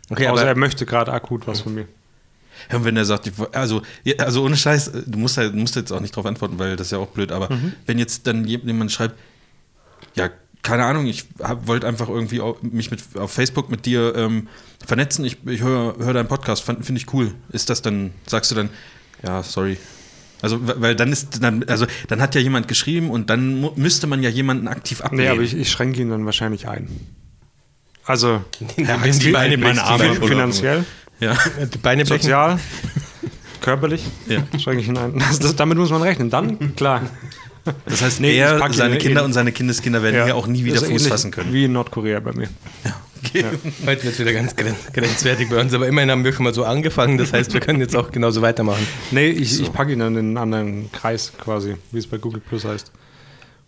okay,
Außer er
aber,
möchte gerade akut was von mir.
Ja, und wenn er sagt, ich wo- also, ja, also ohne Scheiß, du musst, halt, musst jetzt auch nicht drauf antworten, weil das ist ja auch blöd, aber wenn jetzt dann je- jemand schreibt, ja, keine Ahnung, ich hab- wollte einfach irgendwie au- mich mit, auf Facebook mit dir ähm, vernetzen, ich, ich höre hör deinen Podcast, finde ich cool. Ist das dann, sagst du dann, ja, sorry. Also, wa- weil dann ist, dann, also, dann hat ja jemand geschrieben und dann mu- müsste man ja jemanden aktiv
Nee,
ablehnen.
aber ich, ich schränke ihn dann wahrscheinlich ein. Also
ja,
die
die Beine
Beine
meine Arme.
fin- finanziell,
Ja,
die Beine brechen.
sozial, körperlich
ja.
schränke ich ihn ein. Das, das, damit muss man rechnen. Dann, klar.
Das heißt,
Nee, ich
er,
pack ihn ne?
seine
in-
Kinder und seine Kindeskinder werden hier auch nie wieder
Ist
Fuß
ähnlich
fassen können.
Wie in Nordkorea bei mir.
Heute wird es wieder ganz gren- grenzwertig bei uns, aber immerhin haben wir schon mal so angefangen, das heißt, wir können jetzt auch genauso weitermachen.
Nee, ich, ich packe ihn dann in einen anderen Kreis quasi, wie es bei Google Plus heißt.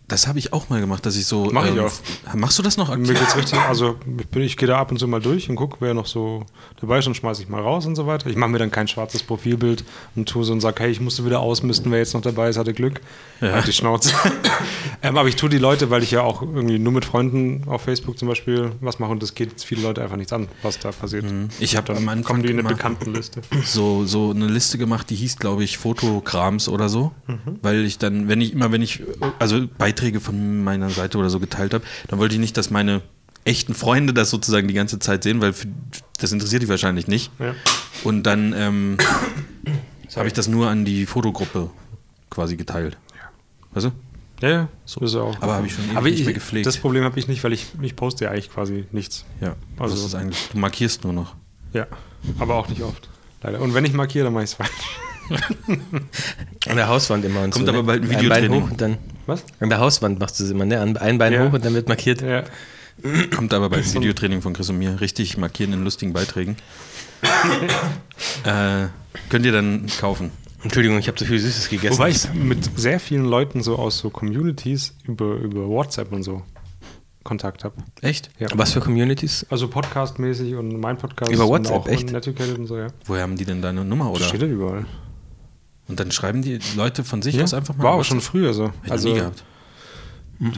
Das habe ich auch mal gemacht, dass ich so. ähm,
Mach ich auch.
Machst du das noch
Mir
aktiv?
geht's richtig, also ich, bin- ich gehe da ab und zu mal durch und gucke, wer noch so dabei ist und schmeiße ich mal raus und so weiter. Ich mache mir dann kein schwarzes Profilbild und tue so und sage, hey, ich musste wieder ausmisten, wer jetzt noch dabei ist, hatte Glück. Halt die Schnauze. ähm, aber ich tue die Leute, weil ich ja auch irgendwie nur mit Freunden auf Facebook zum Beispiel was mache und das geht viele Leute einfach nichts an, was da passiert.
Ich habe Mhm. am
Kommen
Anfang
die in eine
immer
Bekanntenliste.
so, so eine Liste gemacht, die hieß, glaube ich, Fotokrams oder so.
Mhm.
Weil ich dann, wenn ich immer, wenn ich also Beiträge von meiner Seite oder so geteilt habe, dann wollte ich nicht, dass meine echten Freunde das sozusagen die ganze Zeit sehen, weil für, das interessiert die wahrscheinlich nicht.
Ja.
Und dann ähm, habe ich das nur an die Fotogruppe quasi geteilt. Weißt du?
Ja, ja, so ist ja auch.
Aber habe ich schon ewig
Aber
nicht
ich,
mehr gepflegt.
Das Problem habe ich nicht, weil ich, ich poste ja eigentlich quasi nichts.
Ja. Also
Also-
das ist eigentlich, du markierst nur noch.
Ja, aber auch nicht oft. Leider. Und wenn ich markiere, dann mache ich es falsch.
An der Hauswand immer und
Kommt
so. ne?
aber bald ein
Ein Bein
Videotraining.
hoch und dann.
Was?
An der Hauswand machst du es immer, ne? An- Ein Bein
Ja.
hoch und dann wird markiert.
Ja.
Kommt aber beim Videotraining von Chris und mir richtig markieren in lustigen Beiträgen. äh, könnt ihr dann kaufen.
Entschuldigung, ich habe zu viel Süßes gegessen.
Wobei ich mit sehr vielen Leuten so aus so Communities über, über WhatsApp und so Kontakt habe.
Echt?
Ja.
Was für Communities?
Also podcastmäßig und mein Podcast
Über WhatsApp,
und auch
echt?
Netiquette und so, ja.
Woher haben die denn deine Nummer?
Das
Oder?
steht ja überall.
Und dann schreiben die Leute von sich
Ja,
aus einfach mal.
war auch
was?
schon früher so.
Hab ich also,
Also
nie gehabt.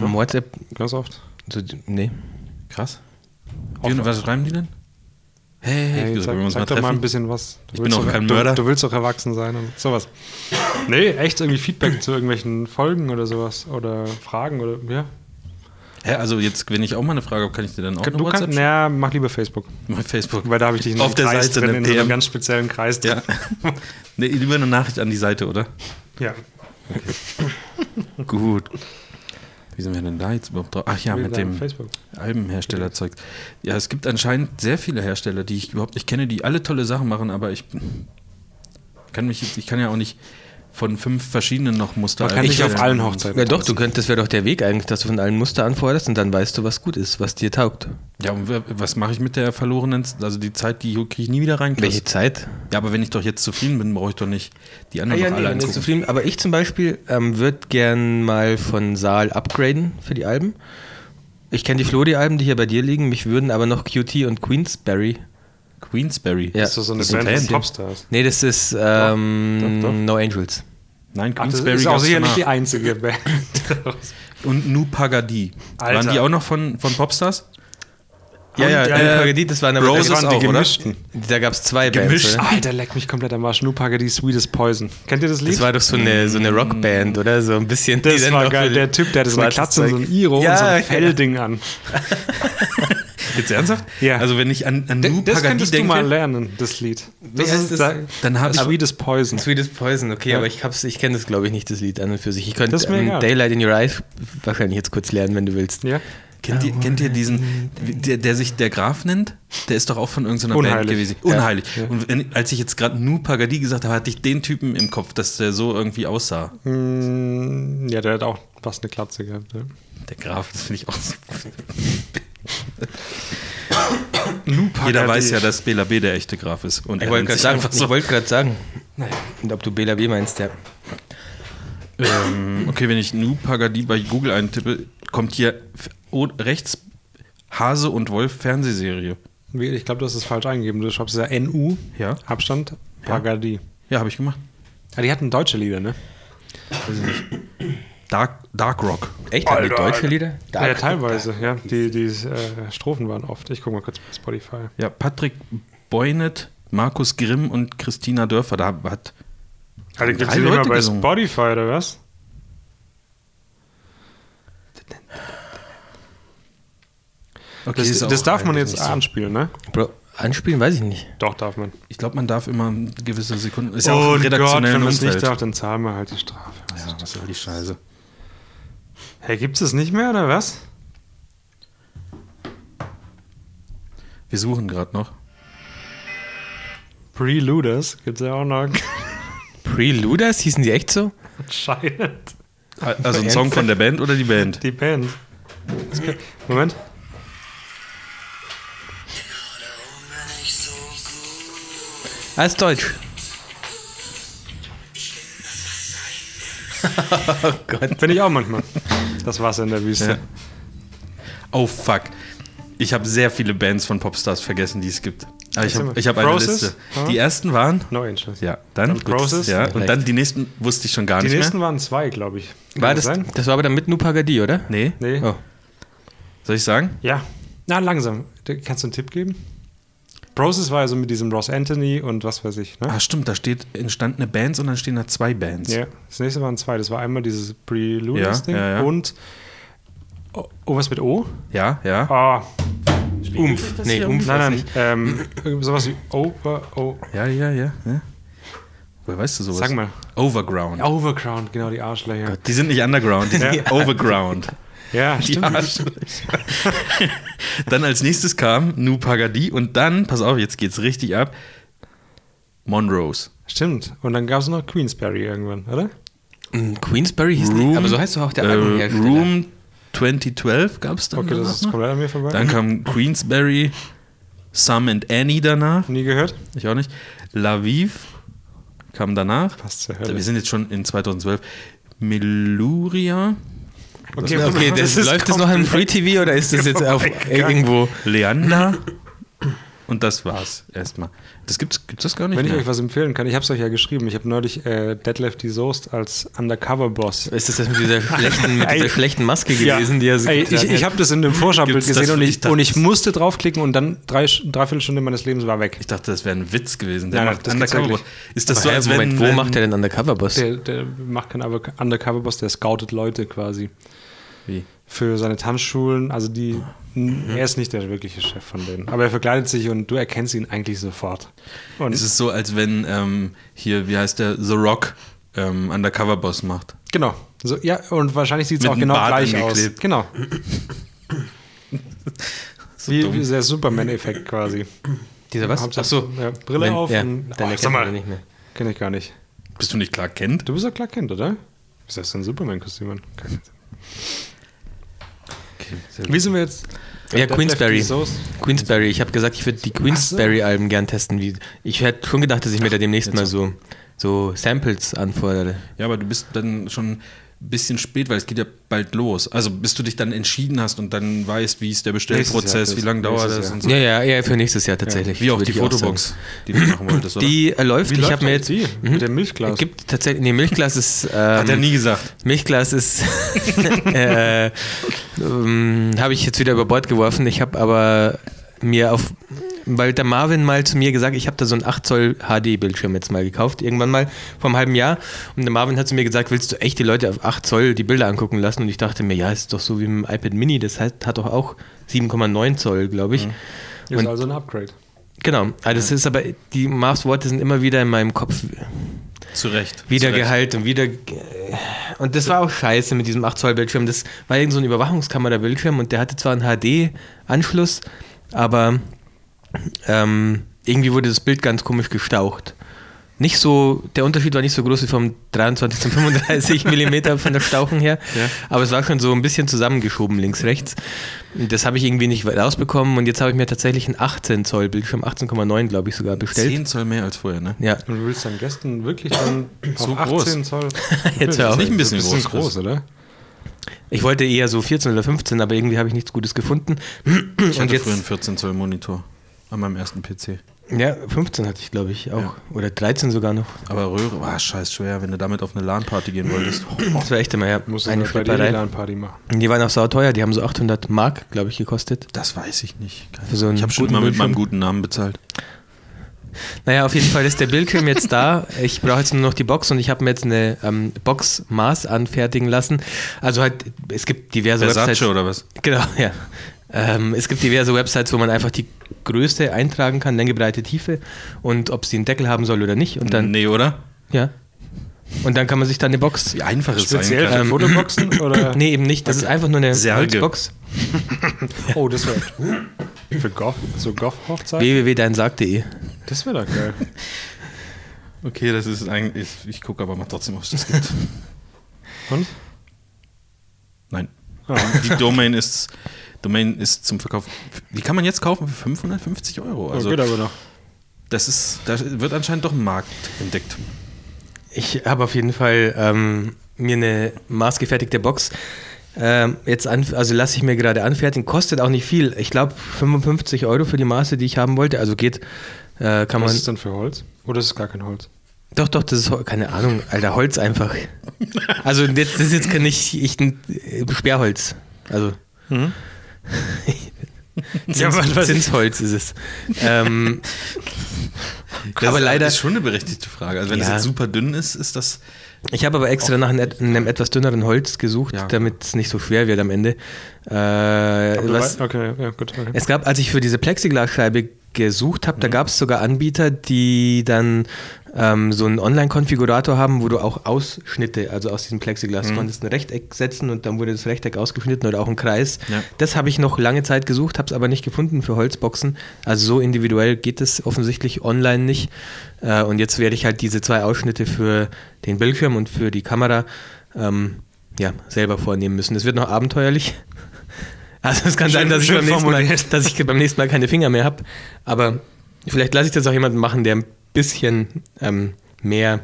Am WhatsApp?
ganz oft.
So, nee.
Krass. Wie, was schreiben die denn? Hey, also hey,
Hey,
hey
sag, sag doch mal ein bisschen was.
Ich
Du
bin
willst
doch kein
du,
Mörder.
Du willst doch erwachsen sein und sowas. Nee, echt irgendwie Feedback zu irgendwelchen Folgen oder sowas oder Fragen oder ja.
Hä, also jetzt, wenn ich auch mal eine Frage habe, kann ich dir dann auch eine
Du kannst,
WhatsApp
naja, mach lieber Facebook.
schicken? Mein Facebook.
Weil da habe ich dich in
Auf
einem
der
Kreis
Seite
drin,
eine
in so einem
PM.
ganz speziellen Kreis drin.
Ja. nee, lieber eine Nachricht an die Seite, oder?
Ja.
Gut. Wie sind wir denn da jetzt überhaupt drauf? Ach ja,
Wie
mit
gesagt,
dem.
Facebook.
Albenherstellerzeug. Ja, es gibt anscheinend sehr viele Hersteller, die ich überhaupt nicht kenne, die alle tolle Sachen machen, aber ich kann mich jetzt, ich kann ja auch nicht von fünf verschiedenen noch Muster.
Man kann nicht auf allen Hochzeiten
Ja, doch, du könntest, das wäre doch der Weg eigentlich, dass du von allen Muster anforderst und dann weißt du, was gut ist, was dir taugt.
Ja, und wer- was mache ich mit der verlorenen, also die Zeit, die kriege ich nie wieder rein. Chris?
Welche Zeit?
Ja, aber wenn ich doch jetzt zufrieden bin, brauche ich doch nicht die
Ja,
anderen
Ah
Ah
ja,
noch
nee,
alle
wenn du
angucken.
zufrieden. Aber ich zum Beispiel ähm, würde gern mal von Saal upgraden für die Alben. Ich kenne die Flori-Alben, die hier bei dir liegen. Mich würden aber noch QT und Queensberry.
Queensberry.
Ja.
Ist das so eine
das
Band
ist
von
ein
Popstars?
Nee, das ist ähm,
Doch, Ah, doch, doch.
No Angels.
Nein,
Ach, das
Queensberry
ist auch
gab's
sicher nicht die
danach.
einzige Band.
Und Nu Pagadi.
Alter.
Waren die auch noch von, von Popstars?
Ja, ja,
äh,
äh, das waren aber
Roses
da, gab's
auch, oder?
da gab es zwei
Gemischt.
Bands. Oder?
Alter, leck mich komplett am Arsch. Nupagger, die Sweetest Poison. Kennt ihr das Lied?
Das war doch so eine, so eine Rockband, oder? So ein bisschen. die
Das
dann
war
noch
geil.
so
Der Typ, der hatte so eine
schwarzes
Klatze und so ein
Zeug-
Iro
ja,
und so ein
ja.
Fellding an.
Jetzt ernsthaft?
Ja.
Also wenn ich an, an Nu
das
Pagadi
könntest du mal
denke,
lernen, das Lied. Das
heißt das?
dann habe ich...
Sweetest Poison.
Sweetest Poison, okay,
Ja.
aber ich, hab's- ich kenne das, glaube ich, nicht, das Lied an und für sich. Ich könnte
Das ist mir
ähm,
egal.
Daylight in Your Eyes wahrscheinlich jetzt kurz lernen, wenn du willst.
Ja.
Kennt ihr, kennt ihr diesen, der, der sich der Graf nennt? Der ist doch auch von irgendeiner Band
Unheilig.
gewesen.
Ja.
Unheilig. Und wenn, als ich jetzt gerade Nu Pagadi gesagt habe, hatte ich den Typen im Kopf, dass der so irgendwie aussah.
Mm, ja, der hat auch fast eine Klatze gehabt. Ja.
Der Graf, das finde ich auch so.
Nupagadi.
Jeder weiß ja, dass Bela B. der echte Graf ist. Und
Ich
er
wollte
nennt
gerade
sich
sagen,
einfach
ich
so.
wollte gerade sagen. Und ob du Bela B meinst, ja.
Ähm, okay, wenn ich Nu Pagadi bei Google eintippe, kommt hier f- o- rechts Hase und Wolf Fernsehserie.
Wie- Ich glaube, du hast es falsch eingegeben. Du schreibst ja NU,
Ja.
Abstand, Pagadi.
Ja, habe ich gemacht.
Ja, Ah, die hatten deutsche Lieder, ne?
Dark, Dark Rock.
Echt? Haben die deutsche Lieder?
Ja, teilweise, ja. Die, die äh, Strophen waren oft. Ich guck mal kurz bei Spotify.
Ja, Patrick Beunet, Markus Grimm und Christina Dörfer. Da hat
Also
Drei
gibt's die nicht mal
Leute
bei
gesungen.
Spotify oder was?
Okay,
Das,
ist auch
das darf man
eigentlich
jetzt
nicht so.
anspielen, ne?
Bro, anspielen weiß ich nicht.
Doch, darf man.
Ich glaube, man darf immer gewisse Sekunden. Ist ja
Oh
auch im redaktionellen
wenn man es
Umfeld.
nicht darf, dann zahlen wir halt die Strafe.
ja, was soll die Scheiße?
Hey, gibt's das nicht mehr oder was?
Wir suchen gerade noch.
Preluders gibt's ja auch noch.
Preluders hießen die echt so?
Anscheinend.
Also ein Song von der Band oder die Band?
Die Band. Das kann- Moment.
Ah, ist deutsch. oh Gott.
Bin ich auch manchmal. Das Wasser in der Wüste.
Oh fuck. Ich habe sehr viele Bands von Popstars vergessen, die es gibt. Aber ich
Erzähl
habe
mal.
ich hab eine
Process?
Liste.
Ja.
Die ersten waren.
No Angels.
Ja, dann.
Dann Process.
Ja, und
Vielleicht.
dann die nächsten wusste ich schon gar
Die
nicht
nächsten
mehr.
waren zwei, glaube ich. Kann
War das,
sein?
das war aber dann mit Nupagadi, oder?
Nee.
Nee.
Oh.
Soll ich sagen?
Ja. Na, langsam. Da- Kannst du einen Tipp geben? Process war also mit diesem Ross Anthony und was weiß ich, ne?
Ah, stimmt, da steht entstandene Bands und dann stehen da zwei Bands.
Ja. Das nächste waren zwei. Das war einmal dieses Preluders-Ding
Ja, ja, ja.
und. Oh, oh, was mit O?
Ja, ja.
Ah,
Umf. Nee, Umf. weiß
nein, nein.
nicht.
Ähm, irgend sowas wie Over. Oh,
Ja, ja, ja. ja. Woher weißt du sowas?
Sag mal.
Overground.
Overground, genau, die Arschlöcher.
Die sind nicht underground, die sind
Ja.
overground.
Ja,
Die
stimmt.
Arschlöcher. dann als nächstes kam Nu Pagadi und dann, pass auf, jetzt geht's richtig ab. Monroes.
Stimmt. Und dann gab es noch Queensberry irgendwann, oder?
Mm, Queensberry hieß
Room,
die, aber so heißt doch auch der
äh,
Albenhersteller.
Room 2012 gab es dann.
Okay,
danach
das ist
noch.
komplett an mir vorbei.
Dann kam Queensberry, Sam and Annie danach.
Nie gehört.
Ich auch nicht. Laviv kam danach.
Passt zur Hölle.
Wir sind jetzt schon in 2012. Meluria,
Okay,
Okay, das, läuft das noch im Free TV oder ist das jetzt auf irgendwo?
Leander. Und das war's erstmal. Das gibt's, gibt's das gar nicht
Wenn ich
mehr.
euch was empfehlen kann, ich habe es euch ja geschrieben, ich habe neulich äh, Deadlift die Soest als äh, Undercover-Boss.
Ist das das mit dieser schlechten, mit dieser
Ey.
schlechten Maske gewesen, die er so
Ey,
getragen
ich ich
hat?
habe das in dem Vorschaubild
Gibt's das
gesehen und
für
ich,
dich?
und ich musste draufklicken und dann drei, dreiviertel Stunde meines Lebens war weg.
Ich dachte, das wäre ein Witz gewesen. Der
Nein,
macht
das gibt's
Undercover.
wirklich.
Ist das
Aber
so,
hä,
als
Moment,
wenn.
wo
wenn,
macht er denn Undercover-Boss?
Der, der macht keinen Aber- Undercover-Boss, der scoutet Leute quasi
Wie? Mhm.
für seine Tanzschulen. Also die, er ist nicht der wirkliche Chef von denen. Aber er verkleidet sich und du erkennst ihn eigentlich sofort. Und
Ist es so, als wenn ähm, hier, wie heißt der, The Rock ähm, Undercover-Boss macht?
Genau. So, ja, und wahrscheinlich sieht es
Mit
auch
einem
genau
Bart
gleich aus.
angeklebt.
Genau. wie,
dumm.
wie der Superman-Effekt quasi.
Dieser was?
Hauptsache,
Achso.
Ja, halt Brille auf.
Ja, dann
und, oh, sag
erkennt man ihn
mal,
nicht mehr.
kenne ich gar nicht.
Bist du nicht klar kennt?
Du bist ja Clark Kent, oder? Ist das denn Superman-Kostüm? an? Keine Ahnung. Wie sind wir jetzt?
Ja,
Dead
Queensberry.
Lefty Soos.
Queensberry. Ich habe gesagt, ich würde die Queensberry-Alben gern testen. Wie, ich hätte schon gedacht, dass ich mir da demnächst mal so, so Samples anfordere.
Ja, aber du bist dann schon ein bisschen spät, weil es geht ja bald los. Also bis du dich dann entschieden hast und dann weißt, wie ist der
Nächstes
Bestellprozess,
Jahr
wie lange dauert
nächstes
das
Jahr.
und so.
Ja, ja, ja, für nächstes Jahr tatsächlich.
Wie auch
Würde
die
ich
Fotobox, die du machen wolltest,
sagen.
oder?
Die äh, läuft.
Wie
ich
läuft
habe mir
denn
jetzt.
die?
Mhm.
Mit dem Milchglas?
Gibt tatsächlich. Nee, Milchglas ist.
Hat er
Ähm,
nie gesagt.
Milchglas ist. äh, ähm, habe ich jetzt wieder über Bord geworfen. Ich habe aber mir auf. Weil der Marvin mal zu mir gesagt, ich habe da so einen 8 Zoll HD-Bildschirm jetzt mal gekauft, irgendwann mal vor einem halben Jahr. Und der Marvin hat zu mir gesagt, willst du echt die Leute auf 8 Zoll die Bilder angucken lassen? Und ich dachte mir, ja, ist doch so wie mit dem iPad Mini, das heißt, hat doch auch 7,9 Zoll, glaube ich.
Ist also ein Upgrade.
Genau, Ah, das ist aber, die Marvs Worte sind immer wieder in meinem Kopf
Zu Recht.
wieder
Zu Recht.
Gehalt und wieder. Und das war auch scheiße mit diesem 8 Zoll Bildschirm. Das war irgend so ein Überwachungskamera-Bildschirm und der hatte zwar einen HD-Anschluss, aber ähm, irgendwie wurde das Bild ganz komisch gestaucht. Nicht so, der Unterschied war nicht so groß wie vom 23 zum 35 Millimeter von der Stauchung her, aber es war schon so ein bisschen zusammengeschoben links, rechts. Und Das habe ich irgendwie nicht rausbekommen und jetzt habe ich mir tatsächlich einen 18 Zoll Bildschirm, 18,9 glaube ich sogar bestellt.
10 Zoll mehr als vorher, ne?
Ja,
Und du willst deinen Gästen wirklich dann
So
auf
groß.
18 Zoll.
Jetzt hör auf.
Nicht ein bisschen
bisschen
groß, Chris.
groß, oder?
Ich wollte eher so 14 oder 15, aber irgendwie habe ich nichts Gutes gefunden.
Ich hatte früher einen 14 Zoll Monitor an meinem ersten PC.
ja, 15 hatte ich, glaube ich, auch.
Ja.
Oder 13 sogar noch.
Aber Röhre war scheiß schwer, wenn du damit auf eine LAN-Party gehen wolltest. Oh,
Das war echt immer, ja.
Musst du
Eine
eine bei der
Schlepperei.
LAN-Party machen.
Die waren auch sauteuer, die haben so 800 Mark, glaube ich, gekostet.
Das weiß ich nicht. Keine
Für so einen
ich habe schon
guten
immer mit
Bildschirm.
meinem guten Namen bezahlt.
Naja, auf jeden Fall ist der Bildschirm jetzt da. Ich brauche jetzt nur noch die Box und ich habe mir jetzt eine ähm, Boxmaß anfertigen lassen. Also halt, es gibt diverse Websites.
Versace oder was?
Genau, ja. Ähm, es gibt diverse Websites, wo man einfach die Größe eintragen kann, Länge, Breite, Tiefe und ob sie einen Deckel haben soll oder nicht. Und dann
nee, oder?
Ja. Und dann kann man sich dann eine Box.
Wie einfach es sein
Speziell
kann.
für
Ähm,
Fotoboxen? Oder?
Nee, eben nicht. Das ist einfach nur eine
Särge.
Holzbox.
Oh, das wäre. Für Goff, so Goff-Hochzeit?
www.deinsarg.de.
Das wäre doch geil.
Okay, das ist eigentlich. Ich gucke aber mal trotzdem, ob es das gibt.
Und?
Nein.
Ah.
Die Domain ist, Domain ist zum Verkauf. Die kann man jetzt kaufen für 550 Euro. Also
Also, geht aber noch.
das ist, da wird anscheinend doch ein Markt entdeckt.
Ich habe auf jeden Fall ähm, mir eine maßgefertigte Box. Ähm, jetzt an, also lasse ich mir gerade anfertigen. Kostet auch nicht viel. Ich glaube 55 Euro für die Maße, die ich haben wollte. Also geht, äh, kann
Was
man.
ist denn für Holz? Oder ist es gar kein Holz?
Doch, doch, das ist Hol- keine Ahnung, alter Holz einfach. Also jetzt, das ist jetzt kann ich, ich äh, Sperrholz. Also Zins, Zinsholz ist es. ähm,
Das
aber leider,
ist schon eine berechtigte Frage. Also wenn
Ja.
das jetzt super dünn ist, ist das.
ich habe aber extra nach einem, einem etwas dünneren Holz gesucht,
Ja.
damit es nicht so schwer wird am Ende. Äh, was,
Okay, ja, gut. Okay.
es gab, als ich für diese Plexiglasscheibe gesucht habe, da gab es sogar Anbieter, die dann ähm, so einen Online-Konfigurator haben, wo du auch Ausschnitte, also aus diesem Plexiglas, du konntest ein Rechteck setzen und dann wurde das Rechteck ausgeschnitten oder auch ein Kreis.
Ja.
Das habe ich noch lange Zeit gesucht, habe es aber nicht gefunden für Holzboxen. Also so individuell geht es offensichtlich online nicht. Äh, und jetzt werde ich halt diese zwei Ausschnitte für den Bildschirm und für die Kamera ähm, ja, selber vornehmen müssen. Es wird noch abenteuerlich. Also es kann sein,
Schön-
dass ich,
schön
beim nächsten Mal,
formuliert.
dass ich beim nächsten Mal keine Finger mehr habe. Aber vielleicht lasse ich das auch jemanden machen, der ein bisschen ähm, mehr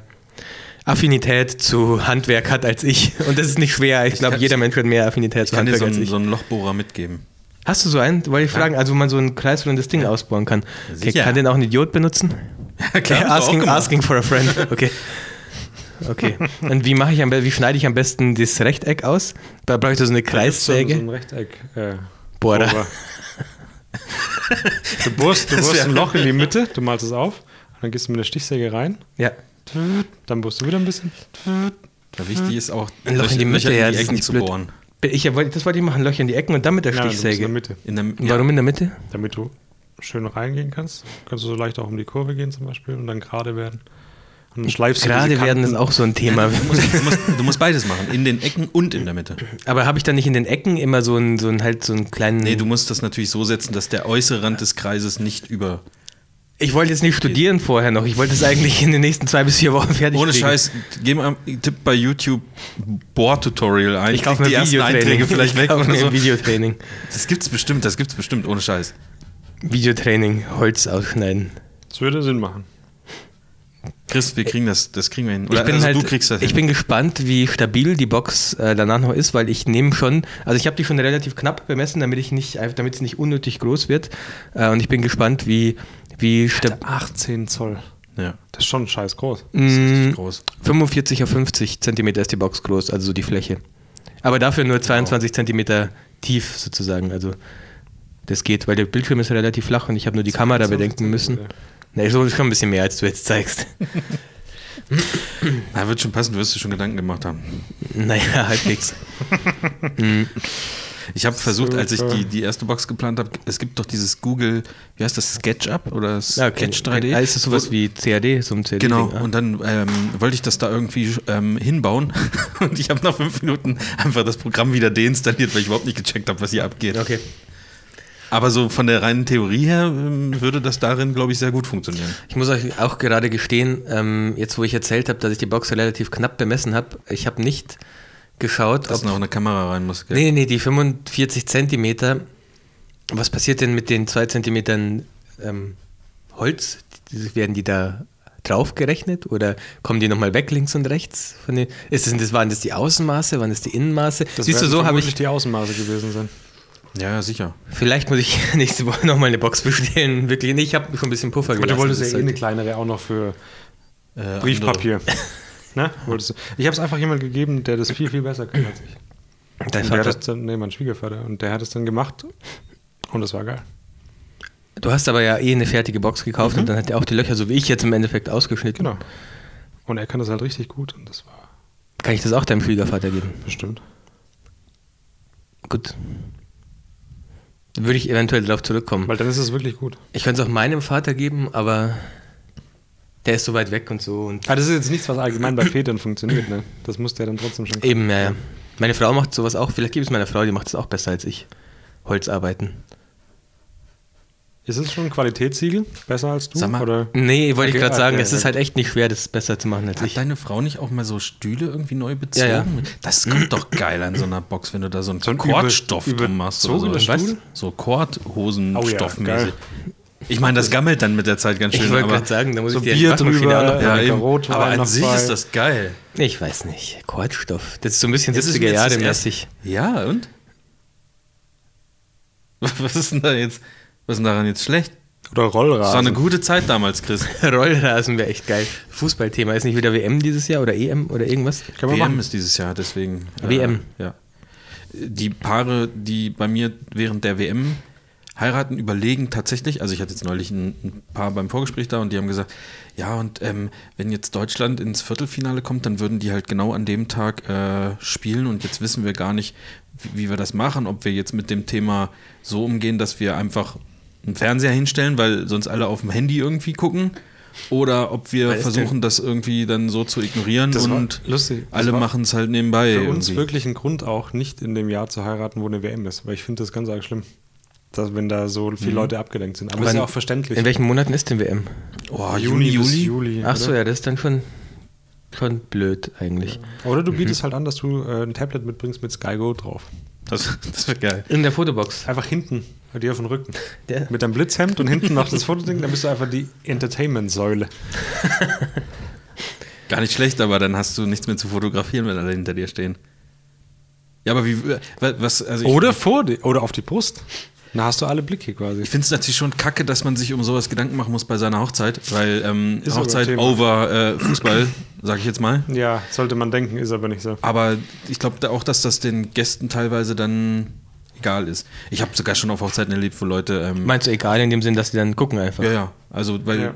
Affinität zu Handwerk hat als ich. Und das ist nicht schwer. Ich, glaube,
kann-
jeder Mensch hat mehr Affinität
Ich
zu
kann dir
Handwerk
so
als
einen,
ich.
so einen Lochbohrer mitgeben.
Hast du so einen? Wollte ich fragen, also wo man so einen kreisrundes Ding ausbauen kann. Okay,
sicher.
kann den auch ein Idiot benutzen?
Ja,
Okay,
hast du auch
asking,
gemacht.
asking for a friend. Okay. Okay. Und wie mache ich am besten, wie schneide ich am besten das Rechteck aus? Da brauche ich so eine
So, so
Kreissäge.
ein Rechteck. Äh,
Bohrer.
Bohrer. du bohrst, du bohrst
wär-
ein Loch in die Mitte, du malst es auf, und dann gehst du mit der Stichsäge rein,
Ja.
dann bohrst du wieder ein bisschen.
Ja, Wichtig ist auch,
Ein Loch in die Mitte,
Löcher
ja,
in die
das ist
Ecken
nicht
zu
blöd.
bohren.
Ich, wollte- das wollte ich machen, Löcher in die Ecken und dann mit der
Nein, du bist in der
Stichsäge.
Mitte,
In der, ja,
Warum in der Mitte?
damit du schön reingehen kannst. Kannst du so leicht auch um die Kurve gehen zum Beispiel und dann gerade werden. Und dann schleifst du
Gerade
diese
werden ist
Kanten.
auch so ein Thema.
Du musst, du, musst, du musst beides machen, in den Ecken und in der Mitte.
Aber habe ich dann nicht in den Ecken immer so einen, so einen halt so einen kleinen.
Nee, du musst das natürlich so setzen, dass der äußere Rand des Kreises nicht über
Ich wollte jetzt nicht studieren vorher noch. Ich wollte es eigentlich in den nächsten zwei bis vier Wochen fertig
Ohne
kriegen.
Scheiß, geh mal, tipp bei YouTube Bohrtutorial ein.
Ich kaufe
Krieg
mir
die
ein
ersten Einträge
Videotraining.
vielleicht
ich
weg
kaufe
oder
mir
so.
ein Videotraining.
Das gibt's bestimmt, das gibt's bestimmt, ohne Scheiß.
Videotraining, Holz ausschneiden.
Das würde Sinn machen.
Chris, wir kriegen das, das kriegen wir hin.
ich bin
also
halt,
du kriegst das
ich
hin.
bin gespannt, wie stabil die Box äh, danach noch ist, weil ich nehme schon, also ich habe die schon relativ knapp bemessen, damit ich nicht, einfach- damit sie nicht unnötig groß wird. Äh, und ich bin gespannt, wie, wie stabil.
18 Zoll.
Ja,
Das ist schon scheiß groß.
Mhm.
das ist richtig groß.
45 auf 50 Zentimeter ist die Box groß, also so die Fläche. Aber dafür nur 22 Zentimeter tief sozusagen. Also das geht, weil der Bildschirm ist relativ flach und ich habe nur die Kamera bedenken müssen. Ne, so ist schon ein bisschen mehr, als du jetzt zeigst.
Na, wird schon passen, wirst du schon Gedanken gemacht haben.
Naja, halbwegs.
Ich habe versucht,
So,
als ich
äh,
die, die erste Box geplant habe, es gibt doch dieses Google, wie heißt das, SketchUp oder
Ja,
Sketch 3D?
Also sowas wie CAD, so ein CAD.
Genau,
Ding, ah.
und dann ähm, wollte ich das da irgendwie ähm, hinbauen und ich habe nach fünf Minuten einfach das Programm wieder deinstalliert, weil ich überhaupt nicht gecheckt habe, was hier abgeht.
Okay.
Aber so von der reinen Theorie her ähm, würde das darin, glaube ich, sehr gut funktionieren.
Ich muss euch auch gerade gestehen, ähm, jetzt wo ich erzählt habe, dass ich die Box relativ knapp bemessen habe, ich habe nicht geschaut,
Dass
ob
noch eine Kamera rein muss. gell?
Nee, nee, nee, die 45 Zentimeter. Was passiert denn mit den 2 Zentimetern ähm, Holz? Die- Werden die da drauf gerechnet oder kommen die nochmal weg links und rechts? Von den, ist das, das, waren das die Außenmaße, waren das die Innenmaße? Siehst du, so habe ich,
die Außenmaße gewesen sein.
Ja, ja, sicher.
vielleicht muss ich nächste Woche nochmal eine Box bestellen. Wirklich, nee, ich habe schon ein bisschen Puffer
Aber du wolltest ja eh
das halt
eine
sollte-
kleinere auch noch für
Äh,
Briefpapier. Ne? Wolltest du. Ich habe es einfach jemand gegeben, der das viel, viel besser kann als ich.
Dein
Und der hat
Vater,
das dann, nee, mein Schwiegervater. Und der hat es dann gemacht und das war geil.
du hast aber ja eh eine fertige Box gekauft und dann hat er auch die Löcher, so wie ich jetzt im Endeffekt, ausgeschnitten.
Mhm. Genau. Und er kann das halt richtig gut und das war
Kann ich das auch deinem Schwiegervater geben?
bestimmt.
Gut. Dann Würde ich eventuell darauf zurückkommen.
Weil dann ist es wirklich gut.
Ich könnte es auch meinem Vater geben, aber der ist so weit weg und so und
Ah, das ist jetzt nichts, was allgemein bei Vätern funktioniert, ne? Das muss der dann trotzdem schon
eben, ja, ja. Meine Frau macht sowas auch, vielleicht gebe ich es meiner Frau, die macht es auch besser als ich. Holzarbeiten.
Ist es schon ein Qualitätssiegel? Besser als du?
Sag mal,
Oder?
Nee, wollte
Okay,
ich gerade
ah,
sagen,
ja,
es
ja,
ist halt echt nicht schwer, das besser zu machen als
Hat
ich.
deine Frau nicht auch mal so Stühle irgendwie neu bezogen?
Ja, ja.
Das kommt doch geil an so einer Box, wenn du da so einen
So ein
Kordstoff
über-
drum machst. Oder so.
überzogener Stuhl?
so
Oh ja,
Kordhosenstoffmäßig.
geil.
ich meine, das gammelt dann mit der Zeit ganz schön.
Ich wollte
aber-
gerade sagen, da muss
so
ich die
Bier
Waschmaschine
drüber,
auch noch-
ja.
eben.
Rotwein
aber an
noch
sich
bei.
ist das geil.
Ich weiß nicht, Kordstoff. Das ist so ein bisschen
Das ist
70er
mir jetzt das
Jahre
erste-
mäßig.
Ja, und? Was ist denn da jetzt? Was ist denn daran jetzt schlecht?
Oder
Das war eine
Rollrasen.
gute Zeit damals, Chris.
Rollrasen wäre echt geil. Fußballthema ist nicht wieder WM dieses Jahr oder EM oder irgendwas?
Kann man
WM
machen.
ist dieses Jahr, deswegen.
WM.
Äh, ja. Die Paare, die bei mir während der WM heiraten, überlegen tatsächlich, also ich hatte jetzt neulich ein, ein Paar beim Vorgespräch da und die haben gesagt, ja und ähm, wenn jetzt Deutschland ins Viertelfinale kommt, dann würden die halt genau an dem Tag äh, spielen und jetzt wissen wir gar nicht, wie, wie wir das machen, ob wir jetzt mit dem Thema so umgehen, dass wir einfach einen Fernseher hinstellen, weil sonst alle auf dem Handy irgendwie gucken. Oder ob wir
Was ist denn-
versuchen, das irgendwie dann so zu ignorieren
Das war
und
lustig. Das
alle
war
machen es halt nebenbei.
Für uns
irgendwie.
wirklich ein Grund auch, nicht in dem Jahr zu heiraten, wo eine WM ist. Weil ich finde das ganz arg schlimm, dass, wenn da so viele Leute abgelenkt sind. Mhm. Aber das ist ja auch verständlich.
In welchen Monaten ist denn WM?
oh, Juni,
bis
Juli.
Juli
Ach so,
oder?
ja, das ist dann schon, schon blöd eigentlich.
Oder du bietest halt an, dass du äh, ein Tablet mitbringst mit SkyGo drauf.
Das, das wäre geil.
In der Fotobox.
Einfach hinten, bei dir auf dem Rücken.
Der-
Mit deinem Blitzhemd und hinten noch das Fotoding, dann bist du einfach die Entertainment-Säule.
Gar nicht schlecht, aber dann hast du nichts mehr zu fotografieren, wenn alle hinter dir stehen. Ja, aber wie. Was, also ich,
Oder vor dir, oder auf die Brust. Dann hast du alle Blicke quasi.
Ich finde es natürlich schon kacke, dass man sich um sowas Gedanken machen muss bei seiner Hochzeit, weil ähm,
Ist aber
Hochzeit
Thema.
over äh, Fußball, sag ich jetzt mal.
Ja, sollte man denken, ist aber nicht so.
Aber ich glaube da auch, dass das den Gästen teilweise dann egal ist. Ich habe sogar schon auf Hochzeiten erlebt, wo Leute. Ähm,
Meinst du egal in dem Sinn, dass die dann gucken einfach?
Ja, ja. Also, weil
Ja.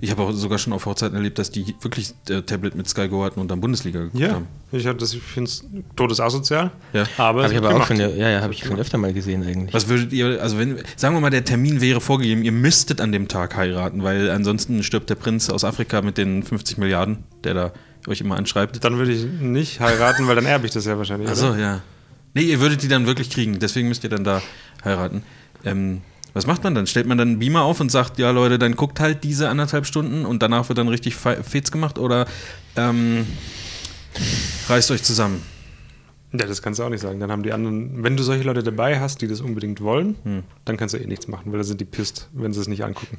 ich habe auch sogar schon auf Hochzeiten erlebt, dass die wirklich äh, Tablet mit Sky Go hatten und dann Bundesliga geguckt
Ja,
haben.
ich, hab das- ich finde es todesasozial.
Ja.
Aber
Habe
es
ich
wird
aber auch
gemacht.
schon, ja, ja, habe ich schon öfter mal gesehen eigentlich.
Was würdet ihr, also wenn, sagen wir mal, der Termin wäre vorgegeben, ihr müsstet an dem Tag heiraten, weil ansonsten stirbt der Prinz aus Afrika mit den 50 Milliarden, der da euch immer anschreibt.
Dann würde ich nicht heiraten, weil dann erbe ich das ja wahrscheinlich.
Achso,
oder?
ja. Nee, ihr würdet die dann wirklich kriegen, deswegen müsst ihr dann da heiraten. Ähm, Was macht man dann? Stellt man dann einen Beamer auf und sagt, ja Leute, dann guckt halt diese anderthalb Stunden und danach wird dann richtig fe- Fetz gemacht oder ähm, reißt euch zusammen?
Ja, das kannst du auch nicht sagen. Dann haben die anderen, wenn du solche Leute dabei hast, die das unbedingt wollen,
Hm.
dann kannst du eh nichts machen, weil da sind die pisst, wenn sie es nicht angucken.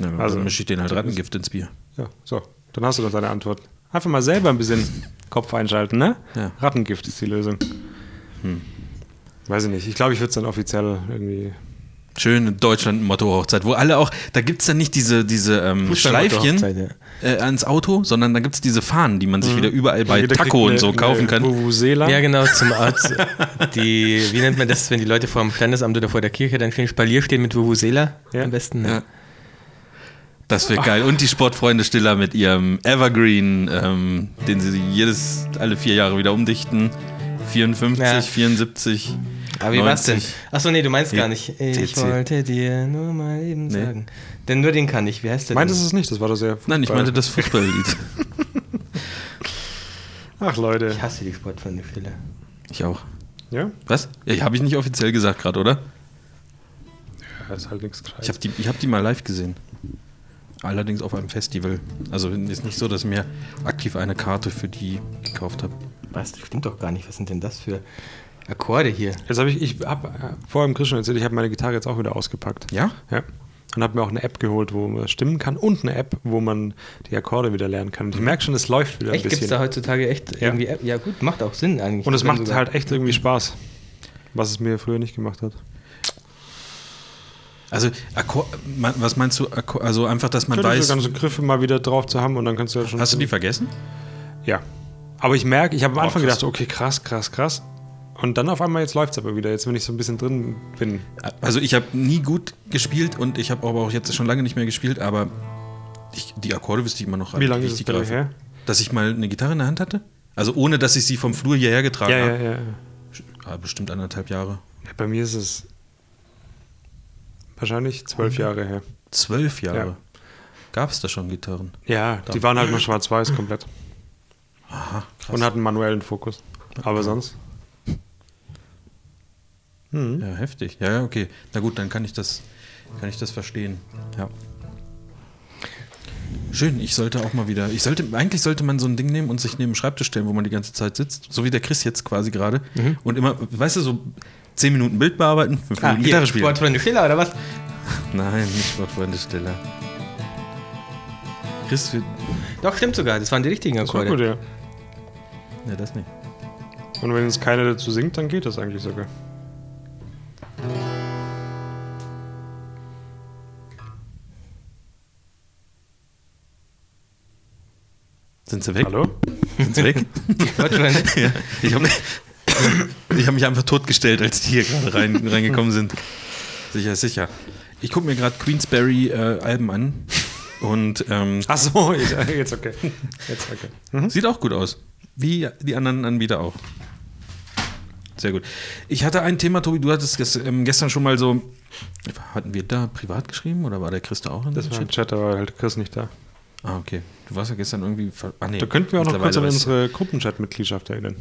Ja, also
Also-
dann mische ich denen halt Rattengift ins Bier.
Ja, so. Dann hast du doch deine Antwort. Einfach mal selber ein bisschen Kopf einschalten, ne?
Ja. Hm.
Rattengift ist die Lösung. Weiß ich nicht. Ich glaube, ich würde es dann offiziell irgendwie.
Schön in Deutschland Motto-Hochzeit, wo alle auch, da gibt es dann nicht diese, diese ähm, Schleifchen
Hochzeit, ja.
äh, ans Auto, sondern da gibt es diese Fahnen, die man sich wieder überall bei
Mhm. Jeder kriegt
Taco
eine-
und so kaufen
eine
kann.
Vuvuzela.
Ja, genau, zum Arzt. Die, wie nennt man das, wenn die Leute vor dem Standesamt oder vor der Kirche dann für den Spalier stehen mit Vuvuzela
Ja.
am besten? ne?
Ja. Das wäre geil. Und die Sportfreunde Stiller mit ihrem Evergreen, ähm, den sie jedes, alle vier Jahre wieder umdichten. 54,
Ja.
74.
Aber wie war's denn?
90.
Achso, nee, du meinst gar
Nee,
nicht. Ich
TC.
wollte dir nur mal eben
Nee.
sagen. Denn nur den kann ich. Wie heißt der
Meintest
denn?
du es nicht? Das war doch sehr.
genau. Nein, ich
Fußball.
meinte das Fußballlied.
Ach, Leute.
Ich hasse die Sportfreunde Stille.
Ich auch.
Ja?
Was? Ja, Habe ich nicht offiziell gesagt gerade, oder?
Das ist halt nichts Gescheites.
Ich habe die, ich hab die mal live gesehen. Allerdings auf einem Festival. Also ist nicht so, dass ich mir aktiv eine Karte für die gekauft habe.
Was? Das stimmt doch gar nicht. Was sind denn das für Akkorde hier?
Jetzt habe ich, ich habe äh, vor dem Christian erzählt, ich habe meine Gitarre jetzt auch wieder ausgepackt.
Ja?
Ja. Und habe mir auch eine App geholt, wo man stimmen kann und eine App, wo man die Akkorde wieder lernen kann. Und ich merke schon, es läuft wieder
Mhm. Echt?
ein
Gibt's da
bisschen.
heutzutage echt
Ja.
irgendwie App? Ja gut, macht auch Sinn eigentlich.
Und es
Wenn
macht
sogar-
halt echt irgendwie Spaß, was es mir früher nicht gemacht hat.
Also, Akkor me- was meinst du? Akkor also einfach, dass man
Schön, diese
weiß.
ganzen Griffe mal wieder drauf zu haben und dann kannst du ja schon.
Hast du die vergessen?
Ja. Aber ich merke, ich habe am
Oh,
Anfang
krass.
gedacht, okay, krass, krass, krass. Und dann auf einmal, jetzt läuft es aber wieder. Jetzt, wenn ich so ein bisschen drin bin.
Also ich habe nie gut gespielt und ich habe aber auch jetzt schon lange nicht mehr gespielt, aber ich, die Akkorde wüsste ich immer noch.
Wie lange
ich
ist es
die
bei dir
greife.
her?
Dass ich mal eine Gitarre in der Hand hatte? Also ohne, dass ich sie vom Flur hierher getragen
Ja, ja,
habe.
ja. ja.
Ah, Bestimmt anderthalb Jahre.
Ja, Bei mir ist es wahrscheinlich zwölf
Mhm.
Jahre her.
Zwölf Jahre.
Ja.
Gab es da schon Gitarren?
Ja, die waren halt mal schwarz-weiß komplett
Aha, krass.
und hatten manuellen Fokus. Aber sonst.
Hm?
ja, heftig. Ja, ja, okay. Na gut, dann kann ich das, kann ich das verstehen. Ja. Schön, ich sollte auch mal wieder. Ich sollte, eigentlich sollte man so ein Ding nehmen und sich neben den Schreibtisch stellen, wo man die ganze Zeit sitzt. So wie der Chris jetzt quasi gerade. Und immer, weißt du, so zehn Minuten Bild bearbeiten, fünf
Mhm. Ah,
Minuten
hier,
Gitarre spielen.
Sportfreunde Stille oder was?
Nein, nicht Sportfreunde Stiller. Chris, wir,
Doch, stimmt sogar. Das waren die richtigen
Das war
Akkorde.
gut, ja.
ja, das nicht.
Und wenn jetzt keiner dazu singt, dann geht das eigentlich sogar.
Sind sie weg?
Hallo?
Sind sie weg?
Sportfreunde.
Ja, ich habe ich hab mich einfach totgestellt, als die hier gerade rein, reingekommen sind. Sicher, sicher. Ich gucke mir gerade Queensberry-Alben an und ähm,
Ach so, jetzt, jetzt okay. Jetzt okay.
sieht auch gut aus. Wie die anderen Anbieter auch. Sehr gut. Ich hatte ein Thema, Tobi, du hattest ges- ähm, gestern schon mal so. Hatten wir da privat geschrieben oder war der Chris da auch in
Das
dem
war im
Chat?
Chat, da war halt Chris nicht da.
Ah, okay. Du warst ja gestern irgendwie. ver- Ah, nee.
Da könnten wir auch noch kurz an
mittlerweile warst-
unsere Gruppenchat-Mitgliedschaft erinnern.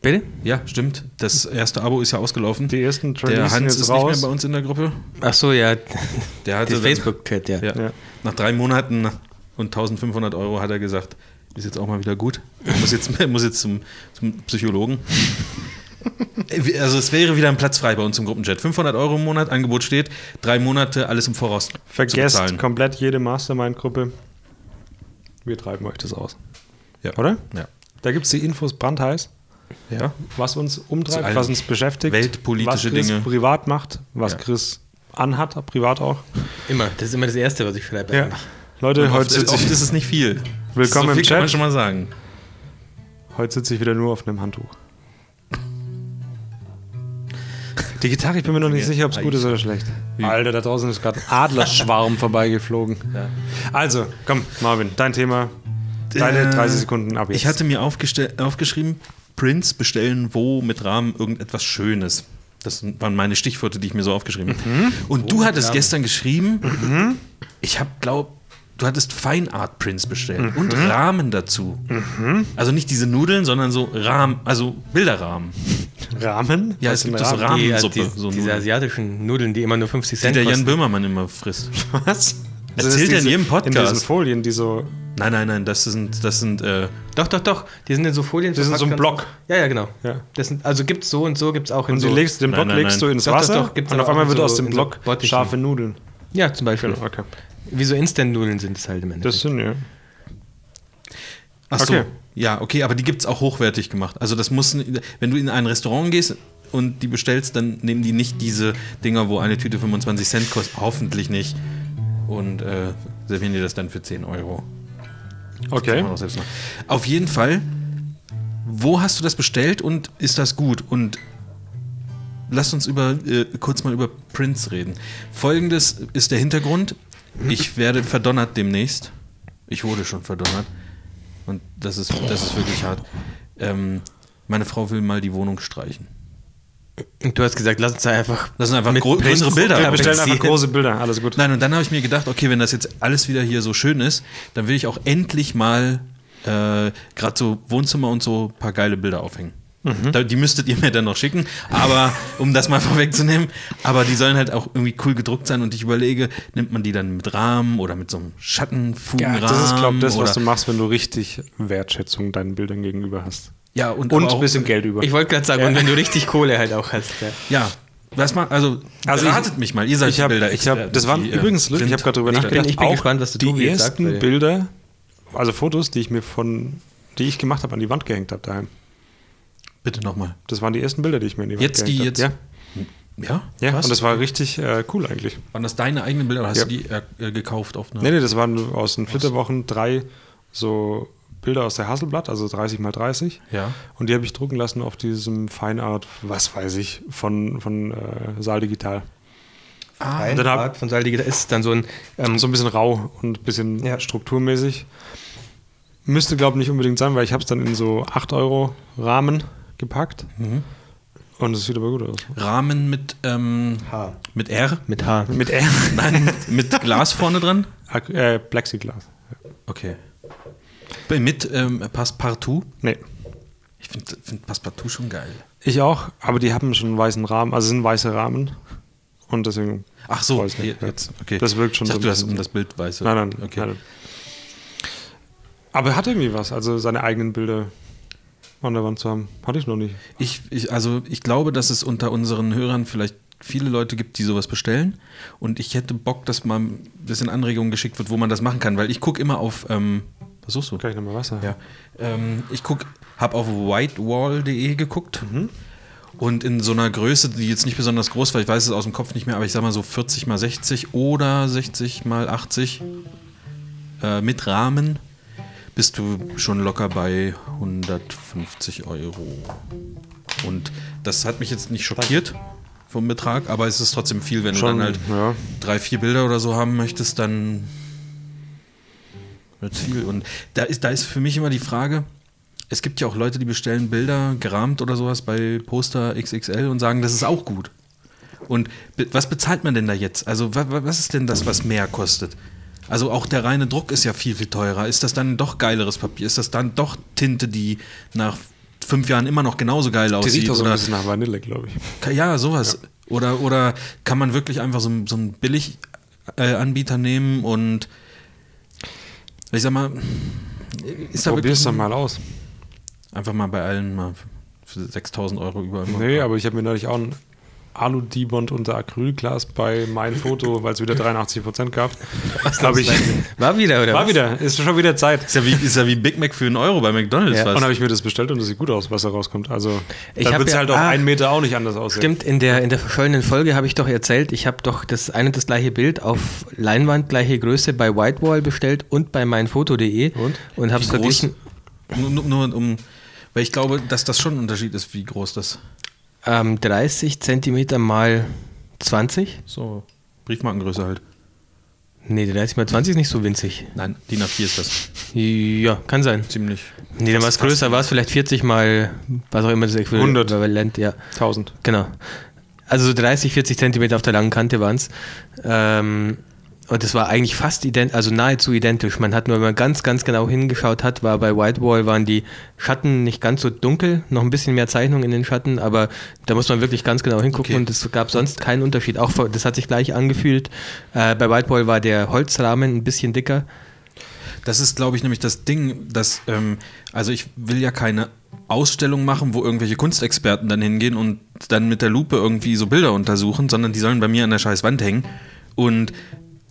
Bitte?
Ja, stimmt. Das erste Abo ist ja ausgelaufen.
Die ersten
der
Trainees sind
Hans
jetzt
ist nicht
raus.
mehr bei uns in der Gruppe.
Ach so, ja.
Der hatte
Also Das
dann-
Facebook-Chat, ja.
Ja.
Ja.
Nach drei Monaten und 1500 Euro hat er gesagt, ist jetzt auch mal wieder gut. Muss jetzt, muss jetzt zum, zum Psychologen. Also es wäre wieder ein Platz frei bei uns im Gruppenchat. 500 Euro im Monat, Angebot steht, drei Monate, alles im Voraus zu
Vergesst
bezahlen.
komplett jede Mastermind-Gruppe. Wir treiben euch das aus.
Ja.
Oder?
Ja.
Da gibt es die Infos brandheiß,
ja.
was uns
Zu
umtreibt,
allen
was uns beschäftigt.
weltpolitische
was Chris
Dinge.
privat macht, was
Ja.
Chris anhat, privat auch.
Immer. Das ist immer das Erste, was ich schreibe. äh,
Ja. Leute,
Oft,
heute sitze
oft
ich,
ist es nicht viel.
Willkommen
so viel
im
kann
Chat.
man schon mal sagen.
heute sitz ich wieder nur auf einem Handtuch. Die Gitarre, ich bin mir noch nicht sicher, ob es gut ist oder schlecht. Alter, da draußen ist gerade ein Adlerschwarm vorbeigeflogen. Also, komm, Marvin, dein Thema, deine
Äh,
30 Sekunden ab jetzt.
Ich hatte mir aufgestell- aufgeschrieben, Prints bestellen wo mit Rahmen irgendetwas Schönes. Das waren meine Stichworte, die ich mir so aufgeschrieben habe.
Mhm.
Und
Oh,
du hattest gestern geschrieben, ich habe glaube, du hattest Fine Art Prints
Mhm.
bestellt und Rahmen dazu. Also nicht diese Nudeln, sondern so Rahmen, also Bilderrahmen.
Rahmen?
Ja, es
Was
gibt
denn
doch so
Ramen?
Die,
Rahmensuppe.
die,
so
diese
Nudeln.
asiatischen Nudeln, die immer nur 50
die
Cent
der Jan
kosten.
Böhmermann immer frisst.
Was?
Erzählt
das
er in
diese-
jedem Podcast.
In diesen Folien, die so.
Nein, nein, nein, das sind, das sind, äh,
Doch, doch, doch. Die sind in so Folien.
Das ist in so ein
verpackt und-
Block.
Ja, ja, genau.
Ja.
Das sind, also gibt's so und so, gibt's auch in
Und
so.
die legst, den
Nein,
Block
nein,
legst
nein.
du ins
Doch, doch,
Wasser
doch, gibt's
und
auch
auf einmal
in
wird
so-
aus dem
in so
Block
Bottichen.
scharfe Nudeln.
Ja, zum Beispiel.
Genau, okay.
Wie so Instant-Nudeln sind es halt im Endeffekt.
Das sind ja.
Ach so.
Okay.
Ja, okay, aber die gibt es auch hochwertig gemacht. Also das muss, wenn du in ein Restaurant gehst und die bestellst, dann nehmen die nicht diese Dinger, wo eine Tüte 25 Cent kostet. Hoffentlich nicht. Und äh, servieren dir das dann für 10 Euro.
Okay.
Kann man auch selbst machen. Auf jeden Fall, wo hast du das bestellt und ist das gut? Und lass uns über, äh, kurz mal über Prince reden. Folgendes ist der Hintergrund. Ich werde verdonnert demnächst. Ich wurde schon verdonnert. Und das ist, das ist wirklich hart. Ähm, meine Frau will mal die Wohnung streichen.
Und du hast gesagt, lass uns da einfach.
Lass uns einfach
mit
gro
Prinz-
größere Bilder
Ja,
Wir bestellen
Benzin.
einfach große Bilder, alles gut.
Nein, und dann habe ich mir gedacht, okay, wenn das jetzt alles wieder hier so schön ist, dann will ich auch endlich mal äh, gerade so Wohnzimmer und so ein paar geile Bilder aufhängen.
Mhm.
Da, die müsstet ihr mir dann noch schicken, aber um das mal vorwegzunehmen, aber die sollen halt auch irgendwie cool gedruckt sein und ich überlege, nimmt man die dann mit Rahmen oder mit so einem Schattenfugenrahmen?
Das ist, glaube ich, das, was
oder,
du machst, wenn du richtig Wertschätzung deinen Bildern gegenüber hast.
Ja, und,
Und
aber
ein
auch,
bisschen Geld über.
Ich wollte gerade sagen, und wenn du richtig Kohle halt auch hast. Ja.
Ja, was man, also,
Also
also
ich-
ratet mich mal, ihr seid
Ich habe,
Bilder.
ich hab, das waren
die, äh,
übrigens, Lück, ich habe gerade drüber
Ich bin-
nachgedacht.
ich bin
auch
gespannt, was der Tobi
Die
jetzt sagt,
ersten
weil-
Bilder, also Fotos, die ich mir von, die ich gemacht habe, an die Wand gehängt habe daheim.
Bitte nochmal.
Das waren die ersten Bilder, die ich mir an die Wand
Jetzt die,
gehängt
jetzt.
habe.
Ja?
Ja, ja
Krass.
und das war richtig äh, cool eigentlich.
Waren das deine eigenen Bilder oder hast
Ja.
du die äh, gekauft auf einer?
Nee, nee, das waren aus den Flitterwochen drei so Bilder aus der Hasselblatt, also 30 mal 30.
Ja.
Und die habe ich drucken lassen auf diesem Feinart, was weiß ich, von, von äh, Saal Digital.
Ein
dann hab-
Art von Saldi da ist dann so ein. Ähm,
So ein bisschen rau und ein bisschen
Ja.
strukturmäßig. Müsste, glaube ich, nicht unbedingt sein, weil ich habe es dann in so 8-Euro-Rahmen gepackt.
Mhm.
Und es sieht aber gut aus.
Rahmen mit, ähm,
H.
mit R?
Mit H.
Mit R.
Nein, mit, mit Glas vorne dran?
Ak- äh, Plexiglas.
Okay. Bei- Mit ähm, Passepartout?
Nee.
Ich finde find Passepartout schon geil.
Ich auch, aber die haben schon einen weißen Rahmen, also es sind weiße Rahmen. Und deswegen.
Ach so,
Weiß nicht,
je-
ja.
jetzt, okay.
Das wirkt schon
ich
so
dachte, du
ein
hast
bisschen
um das Bild weiße.
Nein, nein,
Okay.
nein. Aber er hat irgendwie was, also seine eigenen Bilder an der Wand zu haben. Hatte ich noch nicht.
Ich, ich, also ich glaube, dass es unter unseren Hörern vielleicht viele Leute gibt, die sowas bestellen. Und ich hätte Bock, dass mal ein bisschen Anregungen geschickt wird, wo man das machen kann. Weil ich gucke immer auf, ähm, was suchst du?
Kann ich nochmal Wasser?
Ja. Ähm, ich guck, habe auf whitewall.de geguckt. Und in so einer Größe, die jetzt nicht besonders groß war, ich weiß es aus dem Kopf nicht mehr, aber ich sag mal so 40 mal 60 oder 60 mal 80 äh, mit Rahmen, bist du schon locker bei 150 Euro. Und das hat mich jetzt nicht schockiert vom Betrag, aber es ist trotzdem viel, wenn
Schon,
du dann halt
ja.
drei, vier Bilder oder so haben möchtest, dann wird viel. Und da ist, da ist für mich immer die Frage, es gibt ja auch Leute, die bestellen Bilder gerahmt oder sowas bei Poster XXL und sagen, das ist auch gut. Und be was bezahlt man denn da jetzt? Also wa wa was ist denn das, was mehr kostet? Also auch der reine Druck ist ja viel, viel teurer. Ist das dann doch geileres Papier? Ist das dann doch Tinte, die nach fünf Jahren immer noch genauso geil
Die
aussieht?
sieht doch so ein
oder
bisschen nach Vanille, glaube ich.
Ka- Ja, sowas. Oder, oder kann man wirklich einfach so, einen- so einen Billiganbieter nehmen und ich sag mal, ist da wirklich
Probier's doch mal aus.
einfach mal bei allen mal für 6000 Euro über immer.
Nee, aber ich habe mir neulich auch einen Alu-Dibond unter Acrylglas bei mein Foto, weil es wieder 83% gab. Das glaube ich.
War wieder, oder?
War
was?
wieder, ist schon wieder Zeit.
Ist ja, wie, ist ja wie Big Mac für einen Euro bei McDonalds.
Ja,
fast.
Und dann habe ich mir das bestellt und das sieht gut aus, was da rauskommt. Also,
Ich
da
hab
wird es
ja-
halt auf
ah,
einen Meter auch nicht anders aussehen.
Stimmt, in der, in der verschollenen Folge habe ich doch erzählt, ich habe doch das eine und das gleiche Bild auf Leinwand gleiche Größe bei Whitewall bestellt und bei meinfoto.de
Und?
und habe
Wie groß?
es verglichen.
Nur, nur, nur um, weil ich glaube, dass das schon ein Unterschied ist, wie groß das
Ähm, 30 cm mal 20?
so Briefmarkengröße halt.
Nee, 30 mal 20 ist nicht so winzig.
Nein, DIN A4 ist das.
Ja, kann sein.
Ziemlich.
Nee, dann war es größer, war es vielleicht 40 mal, was auch immer das
100.
Äquivalent, ja.
1000.
Genau. Also so 30, 40 Zentimeter auf der langen Kante waren es. Ähm, Und das war eigentlich fast ident, also nahezu identisch. Man hat nur, wenn man ganz, ganz genau hingeschaut hat, war bei Whitewall waren die Schatten nicht ganz so dunkel, noch ein bisschen mehr Zeichnung in den Schatten, aber da muss man wirklich ganz genau hingucken
Okay.
und es gab sonst keinen Unterschied. Auch vor- das hat sich gleich angefühlt. Äh, bei Whitewall war der Holzrahmen ein bisschen dicker.
Das ist, glaube ich, nämlich das Ding, dass, ähm, also ich will ja keine Ausstellung machen, wo irgendwelche Kunstexperten dann hingehen und dann mit der Lupe irgendwie so Bilder untersuchen, sondern die sollen bei mir an der scheiß Wand hängen. Und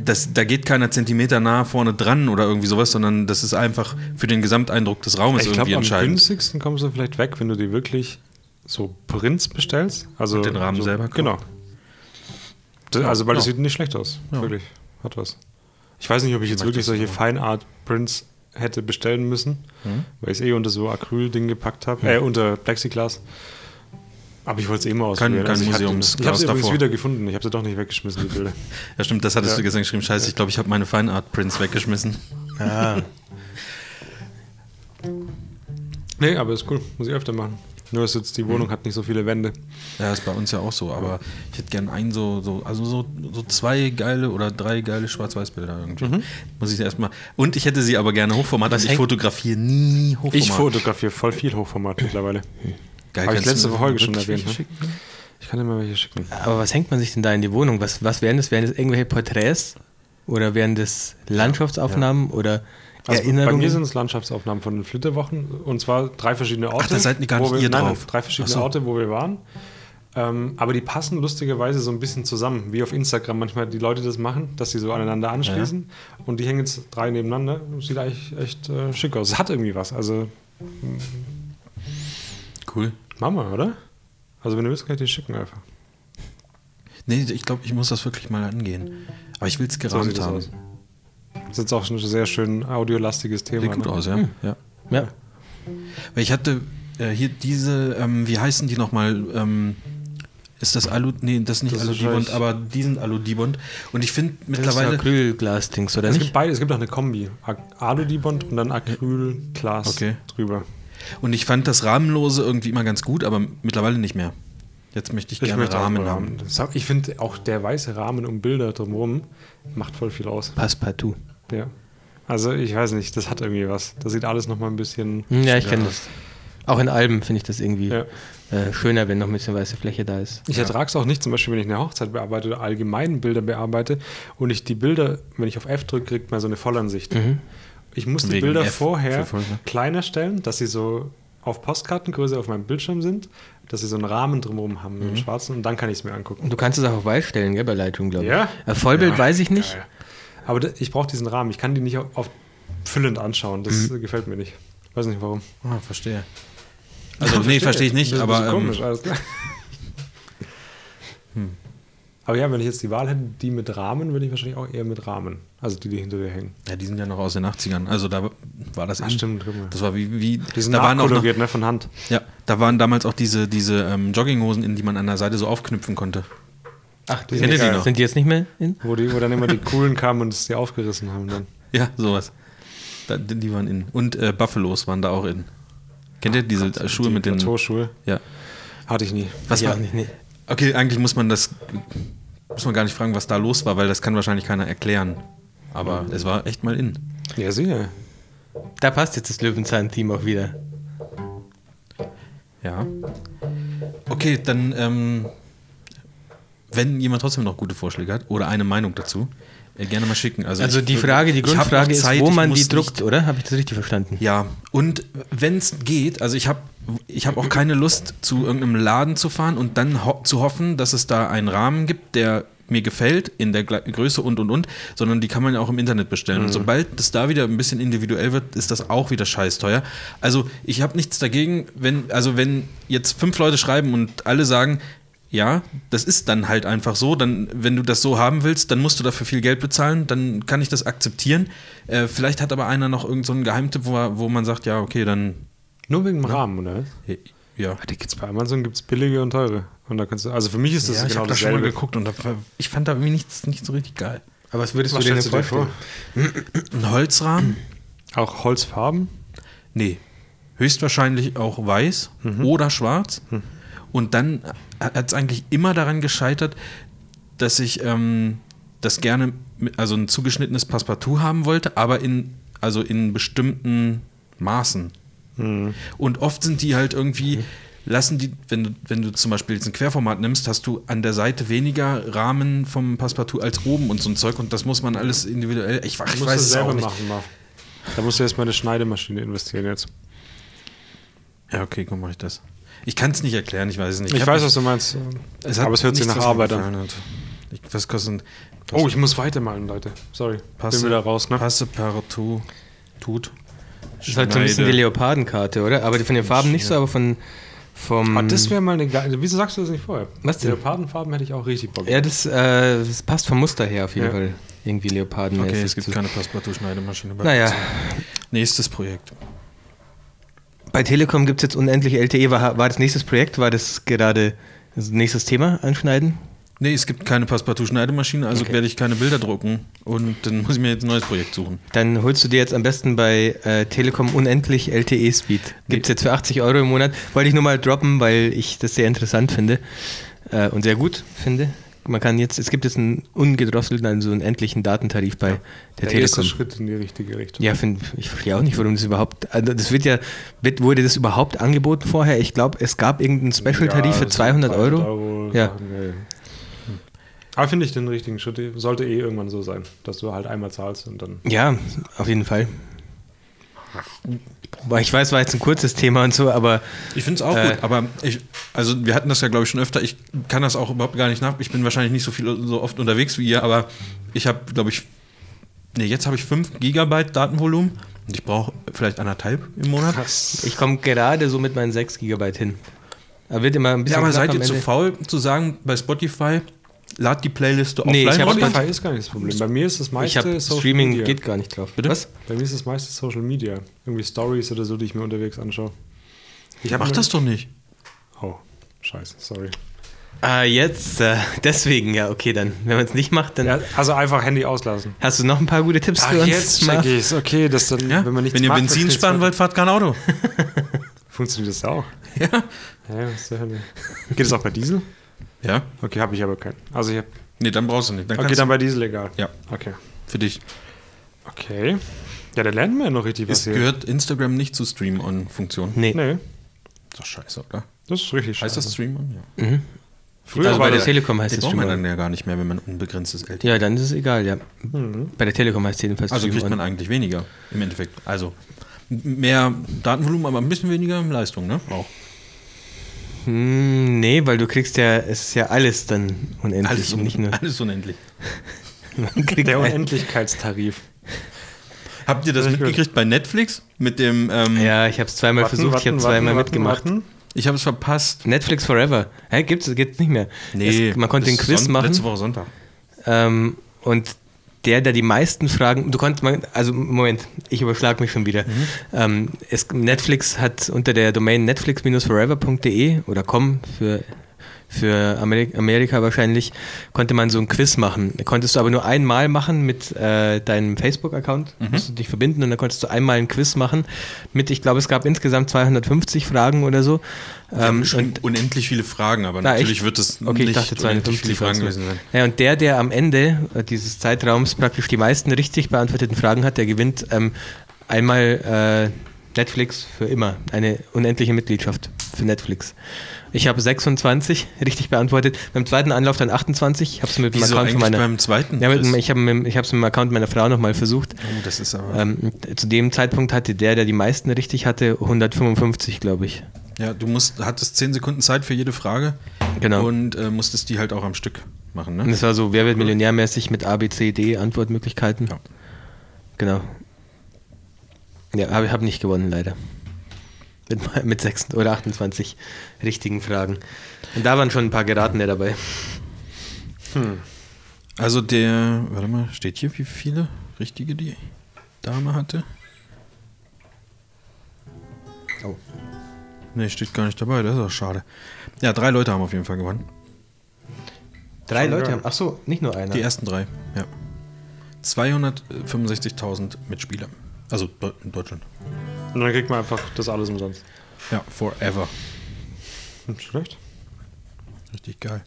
das, da geht keiner Zentimeter nah vorne dran oder irgendwie sowas, sondern das ist einfach für den Gesamteindruck des Raumes
Ich
irgendwie
glaube, am
entscheidend.
günstigsten kommst du vielleicht weg, wenn du dir wirklich so Prints bestellst. Also
Und den Rahmen
so,
selber
Genau. D- Also, weil das
Ja.
sieht nicht schlecht aus. Wirklich. Hat was. Ich weiß nicht, ob ich jetzt wirklich solche Fine Art Prints hätte bestellen müssen,
Hm?
weil ich es eh unter so Acryl-Ding gepackt habe. Äh, unter Plexiglas. Aber ich wollte es eh mal
Kein-
ausprobieren.
kein
ich hatte-
Museumsglas
Ich habe es übrigens
davor.
wieder gefunden. Ich habe sie doch nicht weggeschmissen, die Bilder.
Ja, stimmt, das hattest
Ja.
du gestern geschrieben. Scheiße, ich glaube, ich habe meine Fine Art Prints weggeschmissen.
nee, aber ist cool. Muss ich öfter machen. Nur ist
Mhm.
jetzt die Wohnung hat nicht so viele Wände.
Ja, ist bei uns ja auch so, aber ich hätte gern einen so, so also so, so zwei geile oder drei geile Schwarz-Weiß-Bilder irgendwie. Muss ich erstmal. Und ich hätte sie aber gerne Hochformat, also ich
hängt-
fotografiere nie Hochformat.
Ich fotografiere voll viel Hochformat mittlerweile.
Geil,
Habe ich
kannst
letzte
du-
Folge schon
wirklich
erwähnt.
welche
Ne? Ich kann dir mal welche schicken.
Aber was hängt man sich denn da in die Wohnung? Was, was wären das? Wären das irgendwelche Porträts? Oder wären das Landschaftsaufnahmen oder
Also bei
Erinnerungen?
mir sind es Landschaftsaufnahmen von den Flitterwochen und zwar drei verschiedene Orte.
da seid ihr gar
wo
nicht
wir,
ihr
nein,
drauf.
Drei verschiedene
Ach so.
Orte, wo wir waren. Ähm, aber die passen lustigerweise so ein bisschen zusammen, wie auf Instagram manchmal die Leute das machen, dass sie so aneinander anschließen und die hängen jetzt drei nebeneinander. Sieht eigentlich echt äh, schick aus. Hat irgendwie was. Also
Cool.
Mama, oder? Also wenn du willst, kann ich dir schicken einfach.
Nee, ich glaube, ich muss das wirklich mal angehen. Aber ich will es
So
gerahmt
sieht das
haben.
aus. Das ist jetzt auch schon ein sehr schön audiolastiges Thema.
Sieht gut
ne?
aus, ja. ja.
ja.
Weil ich hatte äh, hier diese, ähm, wie heißen die nochmal? Ähm, ist das Alu? Nee, das ist nicht
Das ist
Alu-Dibond,
wahrscheinlich-
aber die sind Alu-Dibond. Und ich finde
Das sind
mittlerweile.
Acrylglas-Dings, oder
Es
nicht?
gibt beide, es gibt auch eine Kombi. Ac- Alu-Dibond und dann Acrylglas
Okay.
drüber.
Und ich fand das Rahmenlose irgendwie immer ganz gut, aber mittlerweile nicht mehr. Jetzt möchte ich
Ich
gerne
möchte auch
Rahmen
mal
haben.
Das hab- Ich finde auch der weiße Rahmen um Bilder drumherum macht voll viel aus.
Passepartout.
Ja. Also ich weiß nicht, das hat irgendwie was. Das sieht alles nochmal ein bisschen.
Hm, Ja, ich kenne das. Auch in Alben finde ich das irgendwie
Ja.
äh, schöner, wenn noch ein bisschen weiße Fläche da ist.
Ich ertrage es auch nicht, zum Beispiel, wenn ich eine Hochzeit bearbeite oder allgemein Bilder bearbeite und ich die Bilder, wenn ich auf F drücke, kriegt man so eine Vollansicht. Ich muss die
Mhm. Wegen
Bilder
F
vorher
für voll, ne?
kleiner stellen, dass sie so auf Postkartengröße auf meinem Bildschirm sind, dass sie so einen Rahmen drumherum haben,
Mhm.
einen schwarzen, und dann kann ich es mir angucken.
Du kannst es auch auf weiß stellen, gell, bei Lightroom, glaube ich.
Ja.
Äh, Vollbild weiß ich nicht.
Geil. Aber da- ich brauche diesen Rahmen. Ich kann die nicht auf, auf füllend anschauen. Das
Mhm.
äh, gefällt mir nicht. Weiß nicht warum.
Ah, verstehe. Also, nee, verstehe ich nicht,
Das ist ein
aber.
bisschen komisch,
ähm,
alles klar.
Hm.
Aber ja, wenn ich jetzt die Wahl hätte, die mit Rahmen, würde ich wahrscheinlich auch eher mit Rahmen. Also die, die hinter dir hängen.
ja, die sind ja noch aus den 80ern. Also, da war das
Ah,
in.
stimmt, guck mal.
Das war wie. wie
Die sind
da, waren auch noch,
nachkoloriert, ne, von Hand.
ja, da waren damals auch diese, diese ähm, Jogginghosen, in die man an der Seite so aufknüpfen konnte.
Ach, die
sind
sind,
die noch?
sind die jetzt nicht mehr in?
Wo, die, wo dann immer die Coolen kamen und es dir aufgerissen haben dann.
Ja, sowas. Da, die die waren in. Und äh, Buffalos waren da auch in. Kennt ihr diese äh, Schuhe
die
mit den.
Plateauschuhe
Ja.
hatte ich nie.
Was
Ja,
war,
nee, nee.
Okay, eigentlich muss man das muss man gar nicht fragen, was da los war, weil das kann wahrscheinlich keiner erklären. Aber
Mhm.
es war echt mal in.
Ja, sicher.
Da passt jetzt das Löwenzahn-Team auch wieder.
Ja. Okay, dann ähm, wenn jemand trotzdem noch gute Vorschläge hat oder eine Meinung dazu, äh, gerne mal schicken. Also,
Also
ich
die
würde-
Frage, die
ich hab noch
Grundfrage ist,
Zeit,
wo
ich
man
muss
die
nicht-
druckt, oder? Habe ich das richtig verstanden?
Ja, und wenn es geht, also ich habe ich hab auch keine Lust, zu irgendeinem Laden zu fahren und dann ho zu hoffen, dass es da einen Rahmen gibt, der mir gefällt, in der gle- Größe und und und, sondern die kann man ja auch im Internet bestellen. Und sobald das da wieder ein bisschen individuell wird, ist das auch wieder scheißteuer. Also ich habe nichts dagegen, wenn, also wenn jetzt fünf Leute schreiben und alle sagen, ja, das ist dann halt einfach so. Dann, wenn du das so haben willst, dann musst du dafür viel Geld bezahlen, dann kann ich das akzeptieren. Äh, vielleicht hat aber einer noch irgendeinen so einen Geheimtipp, wo, er- wo man sagt, ja, okay, dann
Nur wegen dem Rahmen, oder was?
ja.
Die gibt's bei Amazon gibt's billige und teure. Und da kannst du, also für mich ist das
ja, ich
genau
habe da schon mal
dasselbe.
geguckt und da, ich fand da irgendwie nichts nicht so richtig geil.
Aber was würdest
Was
du dir
stellst du dir
denn
vor?
vorstellen?
Ein Holzrahmen?
Auch Holzfarben?
Nee. Höchstwahrscheinlich auch weiß
Mhm.
oder schwarz.
Hm.
Und dann hat es eigentlich immer daran gescheitert, dass ich ähm, das gerne, mit- also ein zugeschnittenes Passepartout haben wollte, aber in, also in bestimmten Maßen.
Hm.
Und oft sind die halt irgendwie, lassen die, wenn du, wenn du zum Beispiel jetzt ein Querformat nimmst, hast du an der Seite weniger Rahmen vom Passepartout als oben und so ein Zeug und das muss man alles individuell, ich, ich
Musst
weiß
du
es auch
selber
nicht.
machen, Marv. Da musst du erstmal eine Schneidemaschine investieren jetzt.
Ja, okay, komm, mach ich das. Ich kann es nicht erklären, ich weiß es nicht.
Ich,
hab
weiß,
nicht-
was du meinst.
hat
aber es hört sich
nichts,
nach
was mir
Arbeit
gefallen
an.
hat. Ich, was kostet
Oh, ich muss weitermalen, Leute. Sorry. Bin wieder raus, ne?
Passe partout. Tut.
Das ist halt so ein bisschen die Leopardenkarte, oder? Aber die von den Farben nicht so, aber von vom.
Ah, das wäre mal eine geile. Wieso sagst du das nicht vorher?
Was denn?
Leopardenfarben hätte ich auch richtig Bock.
ja, das, äh, das passt vom Muster her auf jeden
Ja.
Fall. Irgendwie leopardenmäßig.
Okay, es gibt
zu-
keine Passepartout-Schneidemaschine. bei
Naja,
Pizza. Nächstes Projekt.
bei Telekom gibt es jetzt unendlich LTE. War, war das nächstes Projekt? War das gerade das nächstes Thema anschneiden?
Nee, es gibt keine Passepartout-Schneidemaschine, also
Okay.
werde ich keine Bilder drucken. Und dann muss ich mir jetzt ein neues Projekt suchen.
Dann holst du dir jetzt am besten bei äh, Telekom unendlich LTE-Speed. Gibt es jetzt für 80 Euro im Monat. Wollte ich nur mal droppen, weil ich das sehr interessant finde äh, und sehr gut finde. Man kann jetzt, es gibt jetzt einen ungedrosselten, also unendlichen Datentarif bei der,
der erste
Telekom.
Schritt in die richtige Richtung.
Ja, find, ich verstehe auch nicht, warum das überhaupt. Also das wird ja, wird, wurde das überhaupt angeboten vorher? Ich glaube, es gab irgendeinen Special-Tarif für
so
200 Euro. Ja.
Sachen, also ja. ja. Aber finde ich den richtigen Schritt. Sollte eh irgendwann so sein, dass du halt einmal zahlst und dann.
Ja, auf jeden Fall. Boah, Ich weiß, war jetzt ein kurzes Thema und so, aber
Ich finde es auch
Äh.
gut, aber ich, also wir hatten das ja, glaube ich, schon öfter. Ich kann das auch überhaupt gar nicht nach. Ich bin wahrscheinlich nicht so viel so oft unterwegs wie ihr, aber ich habe, glaube ich, nee, jetzt habe ich 5 Gigabyte Datenvolumen und ich brauche vielleicht anderthalb im Monat.
ich komme gerade so mit meinen 6 GB hin. Da wird immer ein bisschen.
Ja, aber
knapp
seid
am
ihr zu
Ende.
faul zu sagen, bei Spotify, lad die Playliste offline
Nee, ich hab
runter?
Spotify-
Spotify ist gar nicht das Problem. Bei mir ist das
Ich
meiste
habe
Social
Streaming
Media.
geht gar nicht drauf.
Bitte?
Was?
Bei mir ist das meiste Social Media. Irgendwie Stories oder so, die ich mir unterwegs anschaue. Ich hab
Mach
mir-
das doch nicht.
Oh, scheiße, sorry.
Ah, jetzt. Äh, deswegen, ja, okay, dann. Wenn man es nicht macht, dann.
Ja, also einfach Handy auslassen.
Hast du noch ein paar gute Tipps für uns? Marv?
ich's. Okay, das dann,
Ja? Wenn, ihr
mag,
Benzin
versteht's
sparen
nicht.
wollt, fahrt kein Auto.
Funktioniert das auch?
ja.
Ja, was zur Hölle. Geht das auch bei Diesel?
ja?
Okay, habe ich aber keinen. Also ich hab,
Nee, dann brauchst du nicht. Dann
Okay,
kannst
dann bei Diesel egal.
Ja.
Okay.
du für dich.
Okay. Ja, da lernen wir ja noch richtig was
Ist,
hier.
gehört Instagram nicht zu Stream-On-Funktion?
Nee.
Nee,
Ist doch scheiße, oder?
das ist richtig
Heißt das Stream-On? Ja.
Früher
Also
war
bei der
das-
Telekom heißt
Den
es
braucht man
Streamer.
dann ja gar nicht mehr, wenn man unbegrenztes LTE
Ja, dann ist es egal, ja.
Mhm.
Bei der Telekom heißt es jedenfalls
Also kriegt
Stream
man
On.
eigentlich weniger im Endeffekt. Also m- mehr Datenvolumen, aber ein bisschen weniger Leistung, ne? Auch.
Hm, nee, weil du kriegst ja, es ist ja alles dann unendlich.
Alles, um- un
nicht ne? nur.
alles unendlich.
Man kriegt
Der
ein-
Unendlichkeitstarif.
Habt ihr das
Sehr gut.
mitgekriegt bei Netflix mit dem? Ähm,
ja, ich habe es zweimal versucht, ich habe zweimal mitgemacht.
warten.
Ich habe es verpasst.
Netflix Forever. Hä, gibt's, gibt's nicht mehr. es, man konnte
bis
den Quiz
Son- Letzte
machen
Woche Sonntag.
ähm, und der, der die meisten Fragen, du konntest, man, also Moment, ich überschlag mich schon wieder. Ähm, es, Netflix hat unter der Domain netflix-forever.de oder com für für Amerika, Amerika wahrscheinlich, konnte man so ein Quiz machen. Konntest du aber nur einmal machen mit äh, deinem Facebook-Account, musst du dich verbinden und dann konntest du einmal ein Quiz machen mit, ich glaube, es gab insgesamt 250 Fragen oder so. Ähm, und
Und unendlich viele Fragen, aber
Na,
natürlich
echt?
wird es
Okay, ich
nicht
dachte,
unendlich viele
52
Fragen
waren's
gewesen sein.
ja, und der, der am Ende äh, dieses Zeitraums praktisch die meisten richtig beantworteten Fragen hat, der gewinnt ähm, einmal äh, Netflix für immer. Eine unendliche Mitgliedschaft für Netflix. Ich habe 26 richtig beantwortet. Beim zweiten Anlauf dann 28. Ich habe es mit dem
Wieso
Account
eigentlich
von meiner.
beim zweiten?
Ja, mit,
Quiz?
dem- ich habe mit, ich habe es mit dem Account meiner Frau nochmal versucht.
oh, das ist aber.
Ähm, und zu dem Zeitpunkt hatte der, der die meisten richtig hatte, 155, glaube ich.
ja, du musst, hattest 10 Sekunden Zeit für jede Frage
Genau. Und
und äh, musstest die halt auch am Stück machen, ne?
das war so, wer wird millionärmäßig mit A, B, C, D Antwortmöglichkeiten.
Ja.
Genau. Ja, aber ich habe nicht gewonnen, leider. Mit, me- mit 6 oder 28 richtigen Fragen. Und da waren schon ein paar Geratene dabei.
Also der, warte mal, steht hier, wie viele richtige die Dame hatte?
Oh.
Ne, steht gar nicht dabei, das ist auch schade. Ja, drei Leute haben auf jeden Fall gewonnen.
Drei
Schon
Leute
geil.
haben. Ach so, nicht nur einer.
Die ersten drei, ja. 265.000 Mitspieler. Also Deu- in Deutschland.
Und dann kriegt man einfach das alles umsonst.
Ja, forever.
Nicht schlecht.
Richtig geil.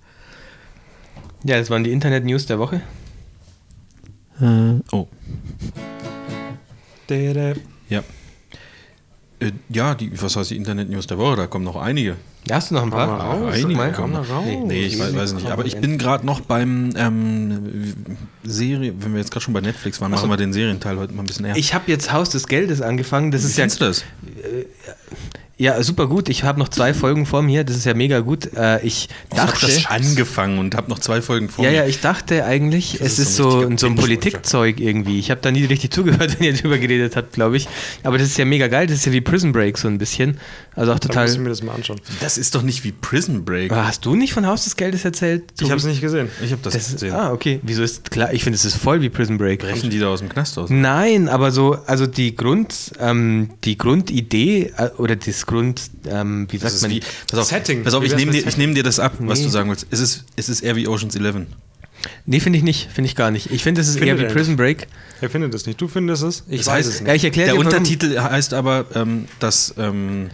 Ja, das waren die Internet-News der Woche. Mhm.
Äh,
Oh,
Dede.
ja. Äh, ja, die, was heißt die Internet-News der Woche? Da kommen noch einige.
Da hast du noch ein paar.
Komm mal raus,
einige
Mal.
kommen
noch raus.
Oh,
Nee, ich weiß, weiß nicht. Aber ich bin gerade noch beim ähm, Serie, wenn wir jetzt gerade schon bei Netflix waren, machen wir den Serienteil heute mal ein bisschen näher.
Ich habe jetzt Haus des Geldes angefangen. Das
Wie
ist ja,
findest du das?
ja super gut. Ich habe noch zwei Folgen vor mir. Das ist ja mega gut. Äh, ich
hab
dachte.
das angefangen und habe noch zwei Folgen vor
ja,
mir.
ja, ich dachte eigentlich, es
ist
ist
so ein richtiger
so, so ein
Binge-Watcher.
Politikzeug irgendwie. Ich habe da nie richtig zugehört, wenn ihr drüber geredet habt, glaube ich. Aber das ist ja mega geil. Das ist ja wie Prison Break so ein bisschen. Also auch
Da
total.
muss ich mir das mal anschauen.
Das ist doch nicht wie Prison Break.
Aber hast du nicht von Haus des Geldes erzählt?
Ich habe es
Tobi?
nicht gesehen.
Ich habe das,
Das,
gesehen.
ah, okay. Wieso ist klar? Ich finde, es ist voll wie Prison Break.
Brechen die da aus dem Knast
Hm,
aus?
Nein, aber so, also die Grund, ähm, die Grundidee äh, oder das Grund, ähm, wie sagt
ist
man,
wie, pass auf,
Setting.
Pass auf,
Wie
ich
wär's
nehme
mit
dir, ich nehm dir das ab, was
Nee.
du sagen willst. Es ist, es ist eher wie Ocean's 11.
nee, finde ich nicht, finde ich gar nicht. Ich finde, das ist
Finde
eher wie
der
Prison Break.
Er findet es nicht. Du findest es? Ich
Das
weiß
heißt-
es
Ja,
nicht.
ich erkläre
Der
dir warum.
Untertitel heißt aber, ähm, dass. Ähm,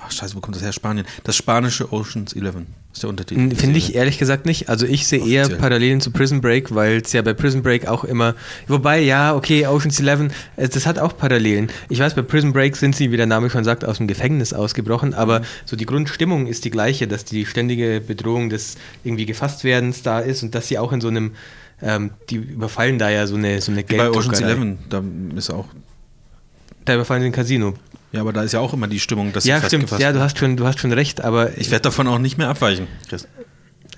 ach, scheiße, wo kommt das her? Spanien. Das spanische Ocean's 11 ist der Untertitel.
Finde ich ehrlich gesagt nicht. Also ich sehe eher
Offiziell.
Parallelen zu Prison Break, weil es ja bei Prison Break auch immer, wobei ja, okay, Ocean's Eleven, äh, das hat auch Parallelen. Ich weiß, bei Prison Break sind sie, wie der Name schon sagt, aus dem Gefängnis ausgebrochen,
Mhm.
aber so die Grundstimmung ist die gleiche, dass die ständige Bedrohung des irgendwie gefasst werdens da ist und dass sie auch in so einem, ähm, die überfallen da ja so eine, so eine
Wie bei Ocean's
Gelddruckerei.
11, da ist auch.
Da überfallen sie ein Casino.
Ja, aber da ist ja auch immer die Stimmung, dass sie
ja,
fast
stimmt.
gefasst
Ja, du
werden.
hast schon, du hast schon recht, aber
Ich werde davon auch nicht mehr abweichen, Chris.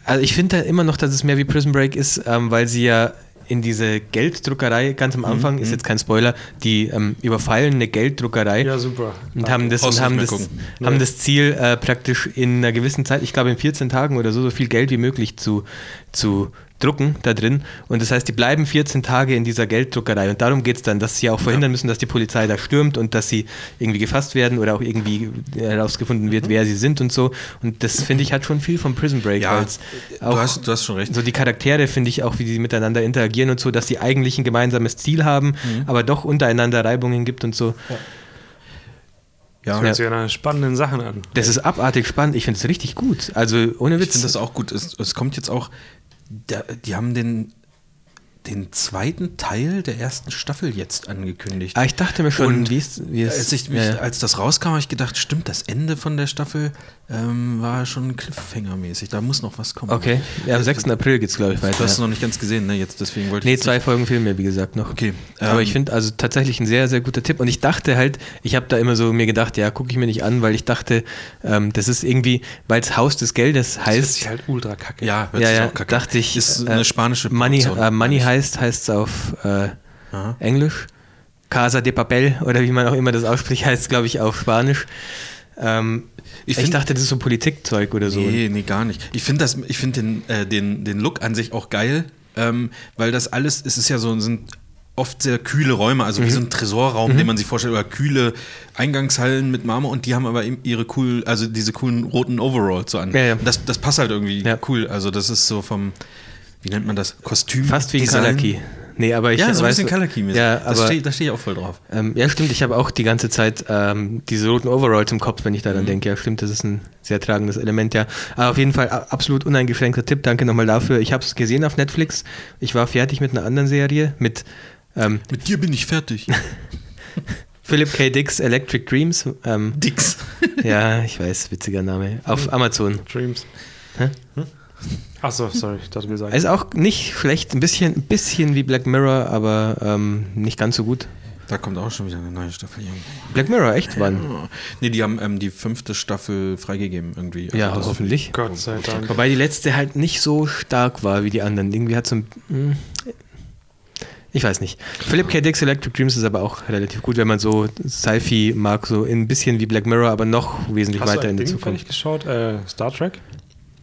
Also ich finde da immer noch, dass es mehr wie Prison Break ist, ähm, weil sie ja in diese Gelddruckerei, ganz am Anfang, ist jetzt kein Spoiler, die ähm, überfallene Gelddruckerei
Ja, super.
und haben das, und
Brauchst
haben
nicht
das,
mehr
haben das Ziel, äh, praktisch in einer gewissen Zeit, ich glaube in 14 Tagen oder so, so viel Geld wie möglich zu, zu drucken da drin. Und das heißt, die bleiben 14 Tage in dieser Gelddruckerei. Und darum geht es dann, dass sie auch verhindern müssen, dass die Polizei da stürmt und dass sie irgendwie gefasst werden oder auch irgendwie herausgefunden
Mhm.
wird, wer sie sind und so. Und das finde ich hat schon viel von Prison Break.
Ja,
weil's auch-
du, hast, du hast schon recht.
so die Charaktere finde ich auch, wie die miteinander interagieren und so, dass die eigentlich ein gemeinsames Ziel haben,
Mhm.
aber doch untereinander Reibungen gibt und so.
Ja,
Ja.
Hört sich an spannenden Sachen an.
Das ist abartig spannend. Ich finde es richtig gut. Also ohne
Ich
Witz.
finde das auch gut. Es, es kommt jetzt auch, da, die haben den, den zweiten Teil der ersten Staffel jetzt angekündigt.
ah, ich dachte mir schon,
Und
wie ist, wie
als,
ist
ich mich,
ja, ja.
als das rauskam, habe ich gedacht, stimmt, das Ende von der Staffel ähm, war schon Cliffhanger-mäßig. Da muss noch was kommen. Äh,
Okay, ja, am 6. April geht es, glaube ich,
Du
weiter.
hast es
Ja.
Also, noch nicht ganz gesehen, ne? Jetzt deswegen wollte ich.
Nee,
jetzt
zwei
nicht-
Folgen fehlen mir, wie gesagt, noch.
Okay,
Aber
ähm,
ich finde, also tatsächlich ein sehr, sehr guter Tipp. Und ich dachte halt, ich habe da immer so mir gedacht, ja, gucke ich mir nicht an, weil ich dachte, ähm, das ist irgendwie, weil es Haus des Geldes
Das
heißt.
ist halt ultra kacke.
Ja, hört
ja,
sich
ja,
auch kacke. an.
dachte ich.
Ist eine
äh,
spanische
Money,
Produktion.
äh, Money heißt, heißt es auf äh,
Aha.
Englisch. Casa de Papel oder wie man auch immer das ausspricht, heißt glaube ich auf Spanisch. Ähm,
Ich
ich,
find-
dachte, das ist so Politikzeug oder so.
Nee, nee, gar nicht. Ich finde find den, äh, den, den Look an sich auch geil, ähm, weil das alles, es ist ja so, sind oft sehr kühle Räume, also
Mhm.
wie so ein Tresorraum, den man sich vorstellt, oder kühle Eingangshallen mit Marmor und die haben aber eben ihre cool, also diese coolen roten Overalls so an.
Ja, ja.
Und Das, das passt halt irgendwie
Ja.
cool. Also das ist so vom, wie nennt man das? Kostüm.
Fast wie ein
Design?
Kalaki. Nee, aber ich
Ja, so ein
weiß-
bisschen Kalaki-mäßig.
Ja,
da
aber,
stehe da steh ich auch voll drauf.
ähm, ja, stimmt. Ich habe auch die ganze Zeit ähm, diese roten Overalls im Kopf, wenn ich
Mhm.
daran denke. Ja, stimmt. Das ist ein sehr tragendes Element, ja. Aber auf jeden Fall a- absolut uneingeschränkter Tipp. Danke nochmal dafür. Ich habe es gesehen auf Netflix. Ich war fertig mit einer anderen Serie, mit ähm,
Mit dir bin ich fertig.
Philip K. Dick's Electric Dreams. Ähm,
Dix.
Ja, ich weiß, witziger Name. Auf Amazon.
Dreams.
Hä?
Hm? Achso, sorry, ich dachte gesagt.
Ist auch nicht schlecht, ein bisschen, ein bisschen wie Black Mirror, aber ähm, nicht ganz so gut.
Da kommt auch schon wieder eine neue Staffel. Junge.
Black Mirror, echt? Wann?
Nee, die haben ähm, die fünfte Staffel freigegeben irgendwie. Also
Ja,
das-
hoffentlich.
Gott sei Dank.
Wobei die letzte halt nicht so stark war wie die anderen. Irgendwie hat so ein. hm, Ich weiß nicht. Philip K. Dick's Electric Dreams ist aber auch relativ gut, wenn man so Sci-Fi mag, so ein bisschen wie Black Mirror, aber noch wesentlich
Hast du
weiter in
ein
die
Ding fertig
Zukunft.
geschaut? Äh, Star Trek?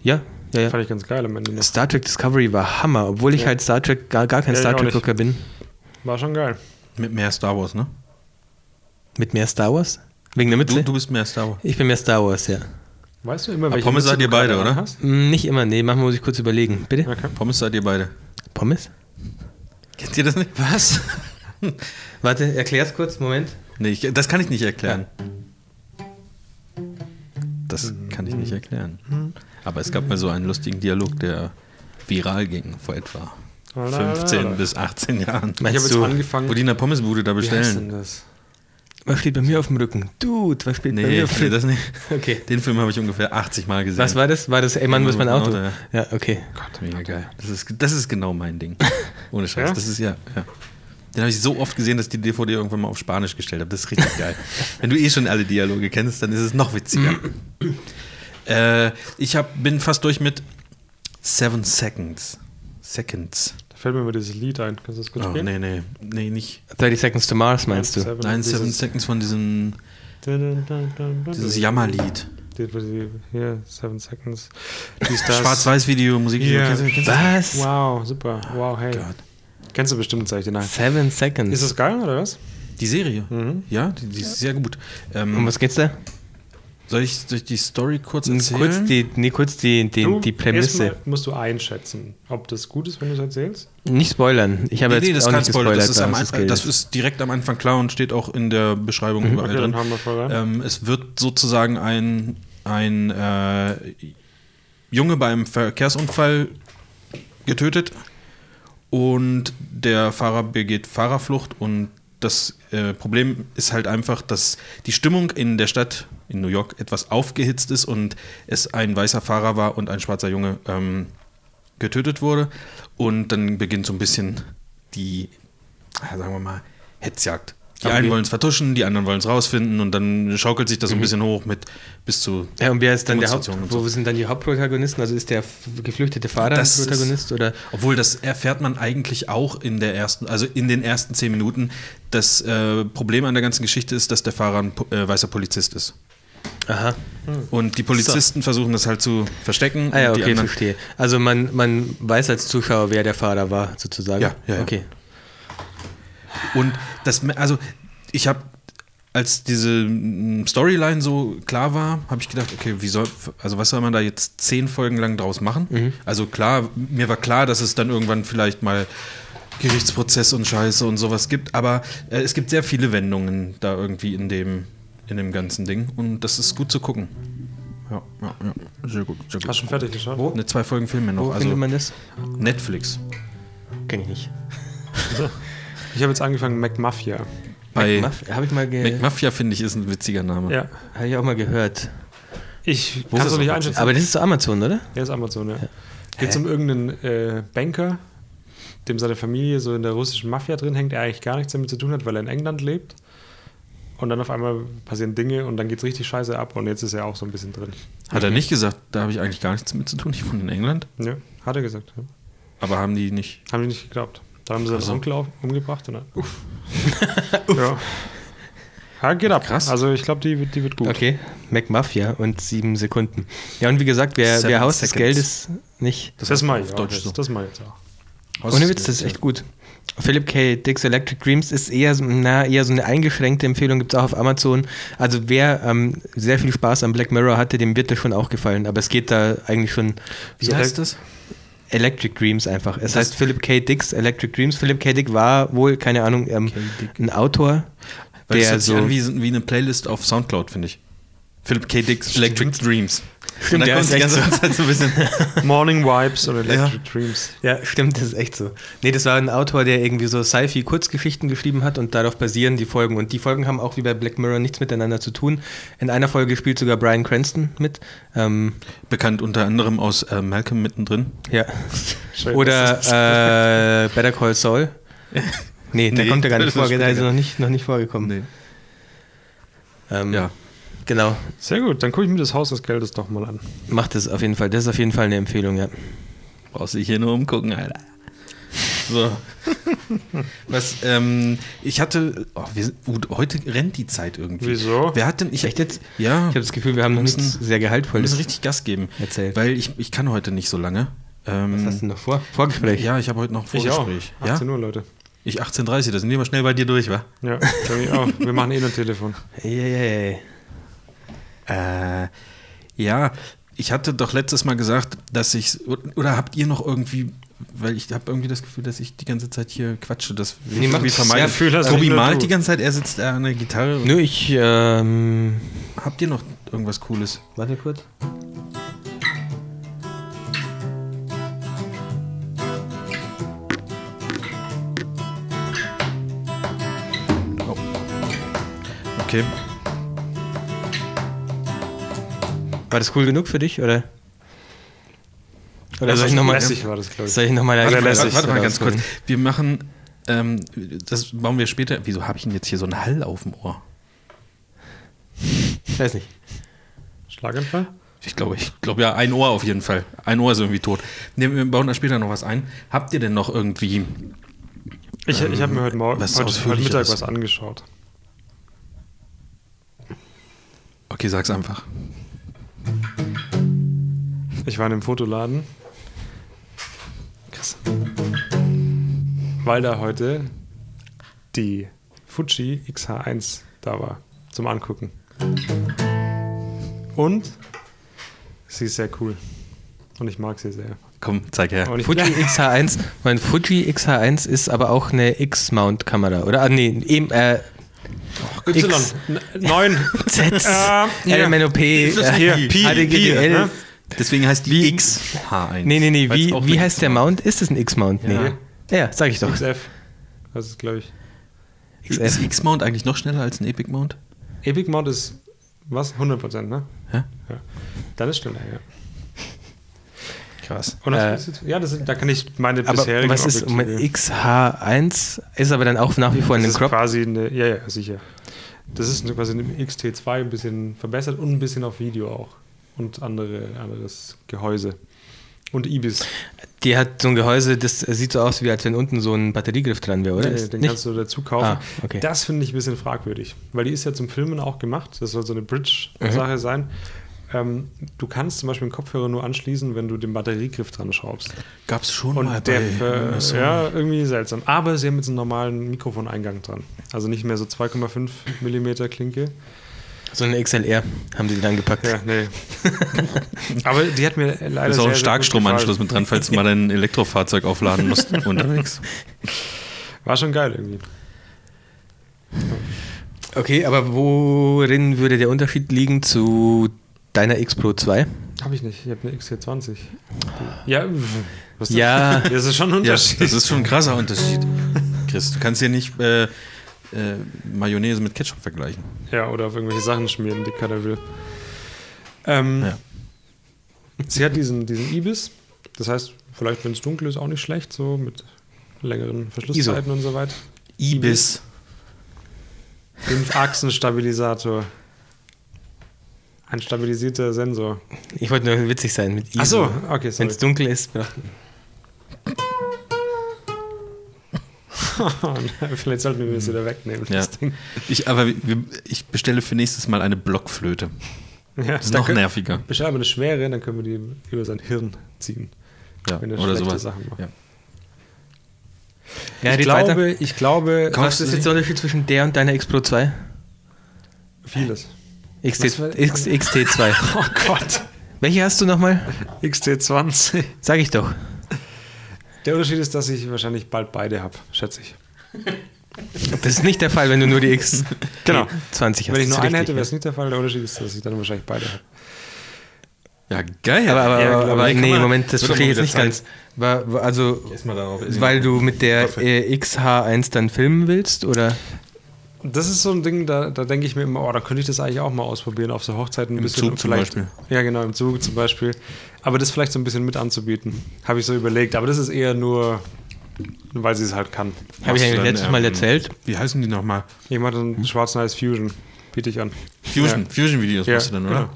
Ja, ja, ja.
Fand ich ganz geil am Ende. noch.
Star Trek Discovery war Hammer, obwohl ich
Ja.
halt Star Trek gar, gar kein
Ja, ich
Star
auch nicht.
Trek-Gucker bin.
War schon geil.
Mit mehr Star Wars, ne?
Mit mehr Star Wars? Wegen der Mütze?
Du, du bist mehr Star Wars.
Ich bin mehr Star Wars, ja.
Weißt du immer,
Aber
welche
Pommes
Mütze
seid
du
ihr beide,
gerade
oder?
anhast?
Hm, Nicht immer, nee, manchmal muss ich kurz überlegen. Bitte?
Okay.
Pommes seid ihr beide.
Pommes?
Kennt ihr das nicht? Was?
Warte, erklär's kurz, Moment.
nee, ich, das kann ich nicht erklären. Das kann ich nicht erklären. Aber es gab mal so einen lustigen Dialog, der viral ging vor etwa 15 bis 18 Jahren.
Ich habe
Meinst
jetzt
du,
angefangen.
Wo die in der Pommesbude da
wie heißt denn
bestellen.
das?
was steht bei mir auf dem Rücken? Dude, was steht bei
Nee,
mir
ich
auf
kenne
dem Rücken?
das nicht.
Okay.
Den Film habe ich ungefähr 80 Mal gesehen.
Was war das? War das, ey Mann, wo ist mein
Mann,
Auto?
Auto, Genau, ja.
Ja, okay.
Gott, mega geil. Das ist, das ist genau mein Ding. Ohne Scheiß.
Ja?
Das ist ja, ja. Den habe ich so oft gesehen, dass ich die DVD irgendwann mal auf Spanisch gestellt habe. Das ist richtig geil. Wenn du eh schon alle Dialoge kennst, dann ist es noch witziger. äh, ich hab, bin fast durch mit Seven Seconds. Seconds.
Da fällt mir immer dieses Lied ein. Kannst du das kurz
Oh,
spielen?
nee, nee. Nee, nicht.
30 Seconds to Mars meinst du?
Nein, Seven Seconds von diesem dieses
Dieses
Jammerlied.
Hier, Seven Seconds.
Schwarz-Weiß-Video, Musik.
Ja.
Kennst du- kennst du-
Was?
Wow, super. Wow, hey.
Gott.
Kennst du bestimmt, sag ich dir nach.
Seven Seconds.
Ist das geil oder was?
Die Serie. Ja, die, die ist sehr gut. Ähm,
um was geht's da?
Soll ich, soll ich die Story kurz erzählen?
Kurz die, nee, kurz die, die,
Du,
die Prämisse.
erstmal musst du einschätzen, ob das gut ist, wenn du es erzählst.
Nicht spoilern. Ich habe
nee,
jetzt
nee, das
auch
ist kein
nicht
Spoiler. Das
gespoilert.
ist, am
was
Anfang-
es gilt.
das ist direkt am Anfang klar und steht auch in der Beschreibung
Mhm.
überall
Okay, dann
drin.
haben wir voll rein.
Ähm, es wird sozusagen ein, ein äh, Junge bei einem Verkehrsunfall getötet und der Fahrer begeht Fahrerflucht und das äh, Problem ist halt einfach, dass die Stimmung in der Stadt in New York etwas aufgehitzt ist und es ein weißer Fahrer war und ein schwarzer Junge ähm, getötet wurde und dann beginnt so ein bisschen die, ja, sagen wir mal, Hetzjagd. Die
Aber
einen
wie- Mhm.
wollen es vertuschen, die anderen wollen es rausfinden und dann schaukelt sich das so ein bisschen hoch mit bis zu
ja, und wer ist dann der Haupt,
Demonstration und
wo
so.
sind dann die Hauptprotagonisten? Also ist der f- geflüchtete Fahrer
Das
ein Protagonist oder
Obwohl, das erfährt man eigentlich auch in der ersten, also in den ersten zehn Minuten. Das äh, Problem an der ganzen Geschichte ist, dass der Fahrer ein po- äh, weißer Polizist ist.
Aha.
Und die Polizisten versuchen das halt zu verstecken.
Hm. Ah ja,
und die
okay, verstehe. Also man, man weiß als Zuschauer, wer der Fahrer war, sozusagen.
Ja, ja, ja.
Okay.
Und das, also ich habe, als diese mm, Storyline so klar war, habe ich gedacht, okay, wie soll, also was soll man da jetzt zehn Folgen lang draus machen? Also klar, mir war klar, dass es dann irgendwann vielleicht mal Gerichtsprozess und Scheiße und sowas gibt, aber äh, es gibt sehr viele Wendungen da irgendwie in dem, in dem ganzen Ding und das ist gut zu gucken. Ja, ja, ja, sehr gut, sehr
Hast
gut.
schon fertig geschaut? Wo?
Ne, zwei Folgen fehlen mir noch,
Wo
also
findet man das?
Netflix.
Kenne ich nicht.
Ich habe jetzt angefangen, McMafia.
Bei
Habe ich, mal ge
McMafia, finde ich, ist ein witziger Name.
Ja.
hab ich auch mal gehört.
Ich
Wo ist
kann es
es
noch nicht
auf
einschätzen.
Aber das ist so Amazon, oder?
Er ist Amazon, ja. Geht es um irgendeinen äh, Banker, dem seine Familie so in der russischen Mafia drin hängt, der eigentlich gar nichts damit zu tun hat, weil er in England lebt. Und dann auf einmal passieren Dinge und dann geht's richtig scheiße ab und jetzt ist er auch so ein bisschen drin.
Hat er nicht gesagt, da habe ich eigentlich gar nichts mit zu tun, ich wohne in England.
Ja, hat er gesagt. Ja.
Aber haben die nicht.
Haben die nicht geglaubt. Da haben sie
Also.
seinen Onkel auf, umgebracht und dann. Uff. ja. ja, geht ab.
Krass.
Also ich glaube, die, wird- die wird gut.
Okay. MacMafia und sieben Sekunden. Ja, und wie gesagt, wer,
Seven
wer Haus des
Seconds.
Geldes nicht.
Das, das mache ich auch.
Deutsch
jetzt.
so.
Das mache ich jetzt auch.
Ohne Witz, das ist echt gut. Philip K. Dick's Electric Dreams ist eher, so- na, eher so eine eingeschränkte Empfehlung, gibt es auch auf Amazon. Also wer ähm, sehr viel Spaß am Black Mirror hatte, dem wird das schon auch gefallen. Aber es geht da eigentlich schon
Wie
So
heißt das?
Electric Dreams einfach. Es
Das-
heißt Philip K. Dick's Electric Dreams. Philip K. Dick war wohl, keine Ahnung, ähm, ein Autor,
Weil das
der
hört sich
so...
an wie, so- wie eine Playlist auf Soundcloud, finde ich. Philip K. Dick's Electric Dreams.
Stimmt,
Und
ja,
dann kommt
ist
die
echt
ganze Zeit so ein bisschen.
Morning Vibes und Electric
Ja.
Dreams.
Ja, stimmt, das ist echt so. Nee, das war ein Autor, der irgendwie so Sci-Fi-Kurzgeschichten geschrieben hat und darauf basieren die Folgen. Und die Folgen haben auch wie bei Black Mirror nichts miteinander zu tun. In einer Folge spielt sogar Brian Cranston mit. Ähm,
Bekannt unter anderem aus äh, Malcolm mittendrin.
ja.
Schön,
Oder
dass das-
äh, Better Call Saul. Nee, da
Nee,
kommt er gar
das
nicht
ist
vor, da ist
später.
er noch nicht, noch nicht vorgekommen. Ähm,
Ja.
Genau,
Sehr gut, dann gucke ich mir das Haus des Geldes doch mal an.
macht das auf jeden Fall. Das ist auf jeden Fall eine Empfehlung, ja.
Brauchst dich hier nur umgucken, Alter. So. Was, ähm, ich hatte. Oh, wir, sind- gut, heute rennt die Zeit irgendwie.
Wieso?
Wer hat denn. Ich,
Echt jetzt?
Ja.
Ich habe das Gefühl, wir haben noch nichts
müssen-
sehr
Wir müssen
Gehaltvolles.
richtig Gas geben.
Erzählt.
Weil ich, ich kann heute nicht so lange. Ähm,
Was hast du denn noch vor? Vorgespräch.
Ja, ich habe heute noch Vorgespräch.
Ich auch. 18
ja?
Uhr, Leute.
Ich 18.30 da sind wir mal schnell bei dir durch, wa?
Ja, bei mir auch. Wir machen eh nur Telefon.
Eieiei.
Äh, ja, ich hatte doch letztes Mal gesagt, dass ich, oder habt ihr noch irgendwie, weil ich habe irgendwie das Gefühl, dass ich die ganze Zeit hier quatsche, das will ich
Nee, mach
irgendwie
das.
vermeiden.
Ja, fühl das
Tobi
nicht nur
malt
du.
die ganze Zeit, er sitzt da an der Gitarre.
Nö, ich, ähm,
Habt ihr noch irgendwas Cooles?
Warte kurz.
Okay.
War das cool genug für dich, oder? Oder
Also
soll ich
ich-
nochmal
also
soll
ich-
war das, glaube
ich noch mal
Warte,
eine
lass
Warte,
ich
warte mal ganz kurz. Wir machen, ähm, das bauen wir später. Wieso habe ich denn jetzt hier so einen Hall auf dem Ohr?
Ich weiß nicht.
Schlaganfall?
Ich glaube, ich glaube ja, ein Ohr auf jeden Fall. Ein Ohr ist irgendwie tot. Ne, wir bauen da später noch was ein. Habt ihr denn noch irgendwie
Ich, ich habe mir heute, Morgen,
was
heute, heute Mittag
Ausführlicheres.
was angeschaut.
Okay, sag's einfach.
Ich war in einem Fotoladen. Krass. Weil da heute die Fuji XH1 da war zum Angucken. Und sie ist sehr cool. Und ich mag sie sehr.
Komm, zeig her.
Und ich,
Fuji XH1, mein Fuji XH1 ist aber auch eine X-Mount-Kamera, oder? Ah, nee, eben, äh, X.
Nein.
Z,
Ah, ja.
LMNOP,
hier,
äh,
Pi,
HDGDL.
Pi, ne?
Deswegen heißt die XH1.
Nee, nee, nee,
Weil's
wie,
auch
wie
eine
heißt der Mount? Ist das ein X-Mount?
Ja.
Nee. Ja, sag ich doch.
XF. Das ist, glaube ich.
X- Ist X-Mount eigentlich noch schneller als ein Epic Mount?
Epic Mod ist was? 100%, ne?
Hä?
Ja. Dann ist schneller, ja.
Krass.
Und das
Äh,
ist- ja, das sind, da kann ich meine
Aber
bisherigen
was ist mein
Objektive-
XH1? Ist aber dann auch nach wie vor in
Das
den
ist
Crop.
quasi eine, ja, ja, sicher. Das ist eine, quasi eine XT2 ein bisschen verbessert und ein bisschen auf Video auch. Und andere, anderes Gehäuse. Und Ibis.
Die hat so ein Gehäuse, das sieht so aus, wie als wenn unten so ein Batteriegriff dran wäre, oder?
Nee,
Ist
äh, den
nicht?
kannst du dazu kaufen.
Ah, okay.
Das finde ich ein bisschen fragwürdig, weil die ist ja zum Filmen auch gemacht. Das soll so eine Bridge-Sache
Mhm.
sein. Ähm, du kannst zum Beispiel einen Kopfhörer nur anschließen, wenn du den Batteriegriff dran schraubst.
Gab's schon
Ah,
mal
Und der,
bei
äh,
Amazon.
ja, irgendwie seltsam. Aber sie haben jetzt einen normalen Mikrofoneingang dran. Also nicht mehr so 2,5 mm Klinke.
So eine XLR haben die dann gepackt.
Ja, nee. Aber die hat mir leider.
ist auch
sehr,
ein
sehr
Starkstromanschluss
gut
mit dran, falls du mal dein Elektrofahrzeug aufladen musst unterwegs.
gefallen. War schon geil irgendwie.
Okay, aber worin würde der Unterschied liegen zu deiner X Pro 2?
Hab ich nicht. Ich habe eine XT20. Ja, was ist
Ja.
Das? das ist schon ein
Ja,
Unterschied.
das ist schon ein krasser Unterschied. Chris, du kannst hier nicht äh, äh, Mayonnaise mit Ketchup vergleichen.
Ja, oder auf irgendwelche Sachen schmieren, die keiner will. Ähm,
Ja.
Sie hat diesen, diesen Ibis. Das heißt, vielleicht, wenn es dunkel ist, auch nicht schlecht, so mit längeren Verschlusszeiten und so weiter.
Ibis.
Fünf Achsen Stabilisator. Ein stabilisierter Sensor.
Ich wollte nur witzig sein mit ISO.
Ach so, okay,
Wenn
sorry.
es dunkel ist, braucht-
Vielleicht sollten wir das wieder wegnehmen,
Ja.
das Ding.
Ich, aber wir, ich bestelle für nächstes Mal eine Blockflöte.
Ja,
Ist
dann
noch
können-
nerviger.
Bestell aber eine schwere, dann können wir die über sein Hirn ziehen.
Ja,
Wenn er
oder
schlechte
sowas.
Sachen macht.
Ja.
Ja,
ich,
red
glaube,
weiter.
ich glaube,
Was ist jetzt der Unterschied zwischen der und deiner X Pro 2?
vieles. Was
XT,
war-
X, XT2.
Oh Gott.
Welche hast du nochmal?
XT20.
Sag ich doch.
Der Unterschied ist, dass ich wahrscheinlich bald beide habe, schätze ich.
Das ist nicht der Fall, wenn du nur die X
Genau.
20 hast.
Wenn ich nur
Das ist
einen hätte,
richtig,
wäre es nicht der Fall. Der Unterschied ist, dass ich dann wahrscheinlich beide habe.
Ja, geil.
ja. aber, aber,
Ja,
aber,
glaub
aber
ich. Kann
nee,
man-
Moment, das
wird doch
verstehe ich
mal
jetzt
wieder
nicht ganz. War, war, also,
Erstmal darauf.
weil du mit der
Kaffee.
äh, XH1 dann filmen willst, oder?
Das ist so ein Ding, da, da denke ich mir immer, oh, dann könnte ich das eigentlich auch mal ausprobieren auf so Hochzeiten ein
Im
bisschen.
Zug
und
zum
vielleicht,
Beispiel.
Ja, genau, im Zug zum Beispiel. Aber das vielleicht so ein bisschen mit anzubieten, habe ich so überlegt. Aber das ist eher nur, weil sie es halt kann.
Habe
Hast du
ich eigentlich
dann,
letztes Mal
ähm,
erzählt.
Wie heißen die nochmal?
Ich mache dann schwarzen Eis Fusion, biete ich an.
Hm? Fusion. Fusion-Videos machst du dann, oder?
genau.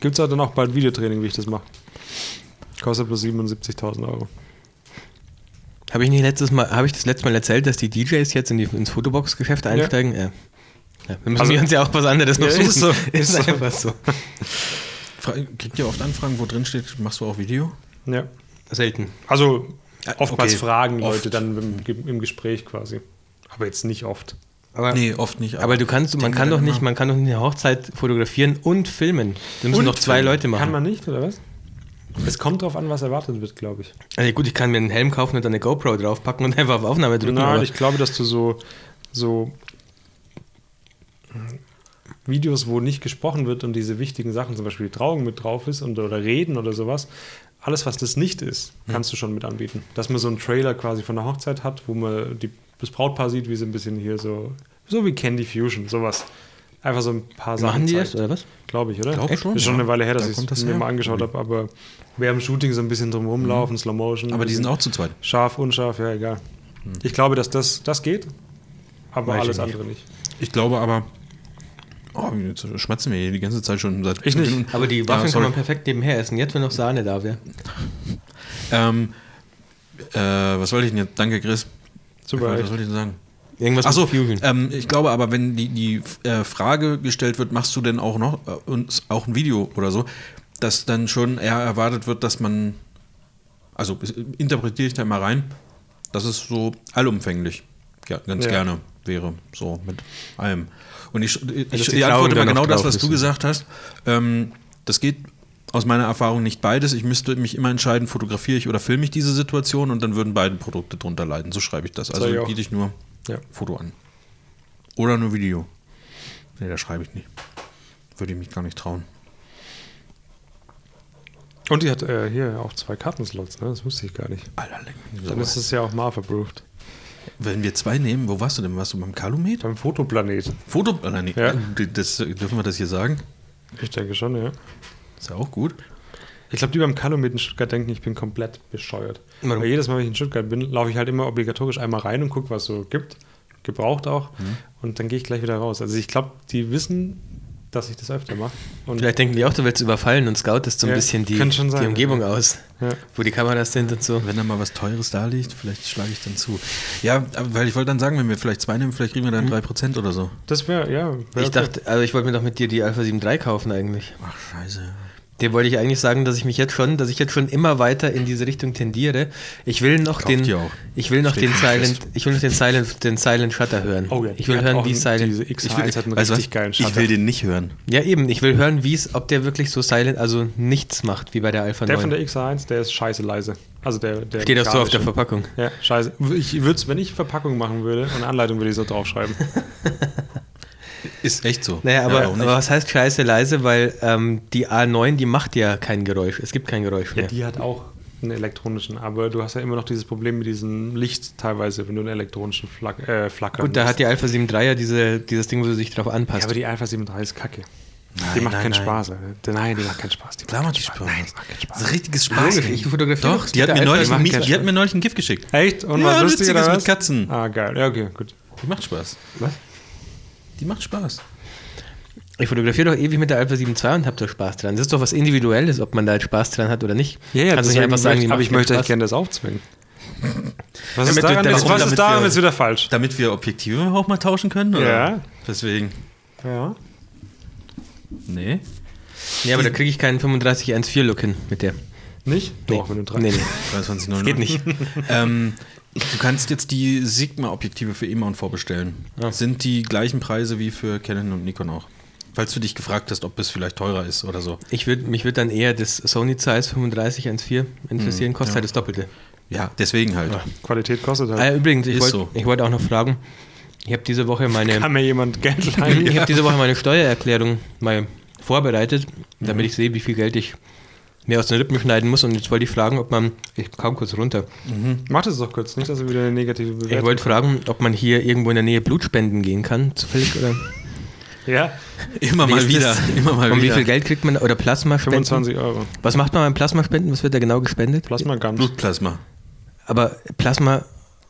Gibt es halt dann auch bald Videotraining, wie ich das mache. Kostet bloß 77.000 Euro.
Habe ich nicht letztes Mal, habe ich das letzte Mal erzählt, dass die DJs jetzt in die, ins Fotobox-Geschäft einsteigen? Ja. Ja. wir müssen
Also-
wir uns ja auch was anderes noch
Ja,
suchen.
ist so,
Ist
ist so.
einfach so.
Fra kriegt ihr oft Anfragen, wo drin steht, machst du auch Video?
Ja.
Selten.
Also oftmals
okay,
fragen
oft.
Leute dann im, im Gespräch quasi. Aber jetzt nicht oft.
Aber,
Nee, oft nicht.
aber du kannst, man
Denken
kann
wir
doch
dann
nicht,
immer.
man kann doch nicht eine Hochzeit fotografieren und filmen. Da müssen
Und
noch zwei
filmen.
Leute machen.
Kann man nicht, oder was? Es kommt drauf an, was erwartet wird, glaube ich.
Also gut, ich kann mir einen Helm kaufen und dann eine GoPro draufpacken und einfach auf Aufnahme drücken.
Nein,
aber
ich glaube, dass du so, so Videos, wo nicht gesprochen wird und diese wichtigen Sachen, zum Beispiel die Trauung mit drauf ist und, oder Reden oder sowas, alles, was das nicht ist,
Hm.
kannst du schon mit anbieten. Dass man so einen Trailer quasi von der Hochzeit hat, wo man die, das Brautpaar sieht, wie sie ein bisschen hier so, so wie Candy Fusion, sowas. einfach so ein paar Sachen.
Machen die
zeigt.
das oder was?
Glaube ich, oder?
Glaub
Echt?
schon,
Ist schon
ja.
eine Weile her,
Da
dass ich
kommt
es
das
mir
her. Mhm.
mal angeschaut habe, aber wir haben im Shooting so ein bisschen drum rumlaufen, Slow Motion.
Aber die sind auch zu zweit. Mhm.
Scharf, unscharf, ja, egal. Ich glaube, dass das, das geht, aber
Weiß ich
alles
nicht.
andere nicht.
Ich glaube aber. Oh, jetzt schmatzen wir hier die ganze Zeit schon seit.
Ich nicht.
Aber die
Ja,
Waffeln kann
sorry.
man perfekt nebenher essen. Jetzt, wenn noch Sahne da wäre.
Ähm, äh, was wollte ich denn jetzt? Danke, Chris.
Super.
Was wollte ich denn sagen?
Irgendwas
Achso,
Fusion.
ähm, ich glaube aber, wenn die, die äh, Frage gestellt wird, machst du denn auch noch äh, uns auch ein Video oder so, dass dann schon eher erwartet wird, dass man, also es- interpretiere ich da mal rein, dass es so allumfänglich ja, ganz
Ja.
gerne wäre, so mit allem. Und ich, ich,
dass
ich,
die
ich antworte mal
Klauben dann
genau
noch
das,
drauf
was du
müssen.
gesagt hast. Ähm, das geht aus meiner Erfahrung nicht beides. Ich müsste mich immer entscheiden, fotografiere ich oder filme ich diese Situation und dann würden beide Produkte drunter leiden. So schreibe ich das. Also
ich auch.
biete ich nur
Ja.
Foto an. Oder nur Video. Nee, da schreibe ich nicht. Würde ich mich gar nicht trauen.
Und die hat äh, hier auch zwei Kartenslots, ne? das wusste ich gar nicht.
Alter, leck mich
Dann ist
so.
es ja auch Marv approved.
Wenn wir zwei nehmen, wo warst du denn? Warst du beim Kalumet?
Beim Fotoplanet.
Foto? Ah, nein, nee.
Ja.
das, äh, dürfen wir das hier sagen?
Ich denke schon, ja.
Ist ja auch gut.
Ich glaube, die beim Kalumet in Stuttgart denken, ich bin komplett bescheuert.
Warum?
Weil jedes Mal, wenn ich in Stuttgart bin, laufe ich halt immer obligatorisch einmal rein und gucke, was so gibt. Gebraucht auch.
Mhm.
Und dann gehe ich gleich wieder raus. Also ich glaube, die wissen, dass ich das öfter mache. Und
Vielleicht denken die auch, du willst überfallen und scoutest so ein
Ja,
bisschen die,
kann schon sein,
die Umgebung aus.
Ja.
Wo die Kameras sind und so.
Wenn da mal was Teures da liegt, vielleicht schlage ich dann zu. Ja, aber- weil ich wollte dann sagen, wenn wir vielleicht zwei nehmen, vielleicht kriegen wir dann 3% oder so.
das wäre, ja. Wär
Ich dachte, also ich wollte mir doch mit dir die Alpha 7 III kaufen eigentlich.
Ach, scheiße.
Dir wollte ich eigentlich sagen, dass ich mich jetzt schon, dass ich jetzt schon immer weiter in diese Richtung tendiere. Ich will noch
Kauft
den,
ihr auch.
ich will noch
Steht
den
schon
Silent,
fest.
ich will noch den Silent, den Silent Shutter hören.
Oh ja,
ich will
hat
hören,
auch
wie
einen-
Silent,
Diese X1
Ich
will,
will,
hat einen
weißt du was?
richtig geilen Shutter.
ich will den nicht hören.
ja eben, ich will hören, wie es, ob der wirklich so Silent, also nichts macht, wie bei der Alpha
der von
9.
der X1, der ist scheiße leise. Also der, der
Steht auch so auf der
mechanische.
Verpackung.
Ja, scheiße. Ich würde wenn ich Verpackung machen würde, eine Anleitung würde ich so draufschreiben.
Ist echt so.
Naja, aber,
Ja, auch nicht.
aber was heißt scheiße leise? Weil ähm, die A9, die macht ja kein Geräusch. Es gibt kein Geräusch
Ja,
mehr.
die hat auch einen elektronischen, aber du hast ja immer noch dieses Problem mit diesem Licht teilweise, wenn du einen elektronischen Flack, äh, Flackern
Gut, da
hast.
hat die Alpha 7 III ja diese, dieses Ding, wo sie sich drauf
ja,
anpasst.
aber die Alpha 7.3 ist kacke. die
Nein,
macht
nein,
keinen
nein.
Spaß. Alter. Nein, die macht keinen Spaß. Die
Klar macht die Spaß.
Nein, die macht keinen
Das ist
Spaß.
richtiges Spaß.
Wirklich? Ich fotografiere
Doch,
das
die
mit
hat,
der
mir
Alpha,
neulich
die
ein,
macht
Mies-
keinen
die hat mir neulich ein GIF geschickt.
Echt? Und
Ja,
was
Lustiges
lustiger
mit
was?
Katzen.
Ah, geil. Ja, okay, gut.
Die macht Spaß.
Was?
Die macht Spaß.
ich fotografiere doch ewig mit der Alpha 7 II und habe da Spaß dran. Das ist doch was Individuelles, ob man da jetzt Spaß dran hat oder nicht. Kannst du nicht
deswegen
einfach sagen, die
möchte, aber
macht
ich möchte
keinen
euch
Spaß.
gerne das aufzwingen.
Damit
Was ist
du-
daran,
damit-
jetzt, was
damit
ist daran
wir-
jetzt wieder falsch?
Damit wir Objektive auch mal tauschen können? Oder?
Ja.
Deswegen.
Ja.
Nee.
Ja, aber da kriege ich keinen 3514 Look hin mit der.
Nicht?
Nee.
Doch, wenn du drei.
nee, nee.
23,
Das geht nicht.
ähm, du kannst jetzt die Sigma-Objektive für Emon vorbestellen. Sind die gleichen Preise wie für Canon und Nikon auch? Falls du dich gefragt hast, ob es vielleicht teurer ist oder so.
Ich würd, mich würde dann eher das Sony Size 3514 interessieren,
Mhm,
kostet halt das Doppelte.
Ja, deswegen halt.
Qualität kostet halt.
Ah, übrigens, ich
Ist
wollte
so.
ich wollt auch noch fragen, ich habe diese Woche meine...
Kann mir jemand Geld leihen?
Ich habe diese Woche meine Steuererklärung mal vorbereitet,
Mhm.
damit ich sehe, wie viel Geld ich mir aus den Rippen schneiden muss. Und jetzt wollte ich fragen, ob man. Ich kam kurz runter.
Mach das doch kurz, nicht, dass du wieder eine negative Bewertung
Ich wollte fragen, ob man hier irgendwo in der Nähe Blut spenden gehen kann, zufällig oder.
Ja,
Immer
Wie
mal
ist
wieder.
das?
Immer mal
Und wie
wieder.
viel Geld kriegt man oder Plasma spenden?
25 Euro.
Was macht man beim Plasma spenden? Was wird da genau gespendet?
Plasma Gums.
Blutplasma
Aber Plasma.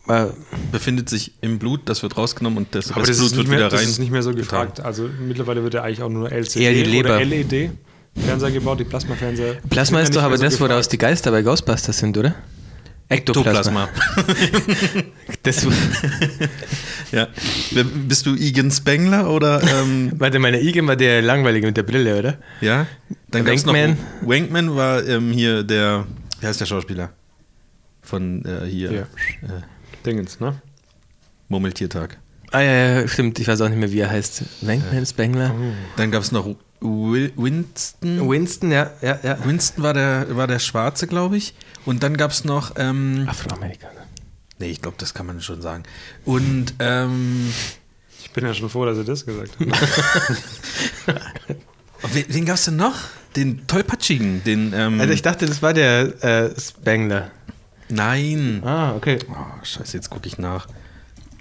Äh,
befindet sich im Blut, das wird rausgenommen und das,
Aber
das
das,
Blut
ist
wird
nicht mehr,
wieder rein.
das ist nicht mehr so
getan.
gefragt. Also mittlerweile wird ja eigentlich auch nur LCD
Eher die Leber.
oder LED Fernseher gebaut, die Plasmafernseher.
Plasma ist
sind ja
doch
nicht also
aber
mehr
das,
so
woraus die Geister bei Ghostbusters sind, oder?
Ektoplasma.
Das,
ja. Wer- Bist du Igen Spengler oder ähm,
warte, meine Igen war der langweilige mit der Brille, oder?
ja? Dann gab's noch
Wankman.
Wankman war ähm, hier der, wie heißt der Schauspieler? Von äh, hier
Ja.
äh,
Dingens, ne?
Murmeltiertag.
Ah ja, ja, ja, stimmt. Ich weiß auch nicht mehr, wie er heißt. Wankman, Spengler.
Dann gab es noch Will Winston.
Oh. Winston, ja, ja, ja.
Winston war der, war der Schwarze, glaube ich. Und dann gab es noch, ähm,
Afroamerikaner.
nee, ich glaube, das kann man schon sagen. Und ähm,
Ich bin ja schon froh, dass ihr das gesagt habt.
wen, wen gab es denn noch? Den tollpatschigen, den, ähm,
Also ich dachte, das war der äh, Spengler.
nein.
Ah, okay.
Oh, scheiße, jetzt gucke ich nach.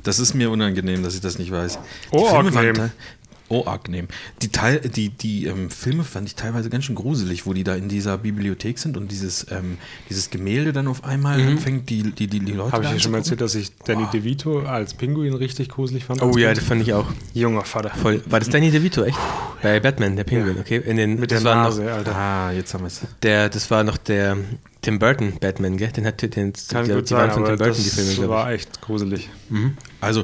Das ist mir unangenehm, dass ich das nicht weiß. Die
Oh,
Filme waren
angenehm.
te- Oh, arg nehmen. Die, Teil, die, die ähm, Filme fand ich teilweise ganz schön gruselig, wo die da in dieser Bibliothek sind und dieses, ähm, dieses Gemälde dann auf einmal anfängt, die, die, die, die Leute
Habe Mhm. ich
da
dir schon mal
anzugucken.
erzählt, dass ich Danny DeVito als Pinguin richtig gruselig fand?
Oh
als
ja,
Kind?
das fand ich auch.
junger Vater.
Voll. War das Danny DeVito, echt? Bei Batman, der Pinguin, okay? In den,
Mit der
das war noch-
Nase, Alter.
Ah, jetzt haben wir es.
Der, das war noch der Tim Burton Batman, gell? Den hat den,
Kann
die,
gut
die waren
sein,
von Tim
aber
Burton,
das
die Filme, glaube
war echt gruselig.
Also,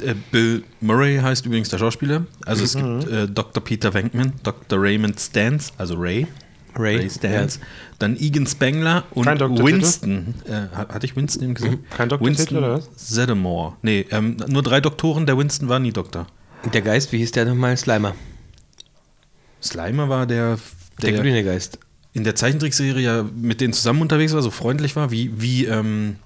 äh, Bill Murray heißt übrigens der Schauspieler. Also, es
Mhm.
gibt äh, Dr. Peter Venkman, Dr. Raymond Stantz, also Ray.
ich. Ray,
Stantz. Dann Egan Spengler und
Kein Doktor,
Winston. Äh, hat- hatte ich Winston eben gesagt?
Kein Doktortitel,
Winston
oder was?
Zeddemore. Nee, ähm, nur drei Doktoren, der Winston war nie Doktor.
ja. Der Geist, wie hieß der nochmal? Slimer.
Slimer war der,
Der,
der,
grüne Geist.
in der Zeichentrickserie ja mit denen zusammen unterwegs war, so freundlich war, wie, wie, ähm,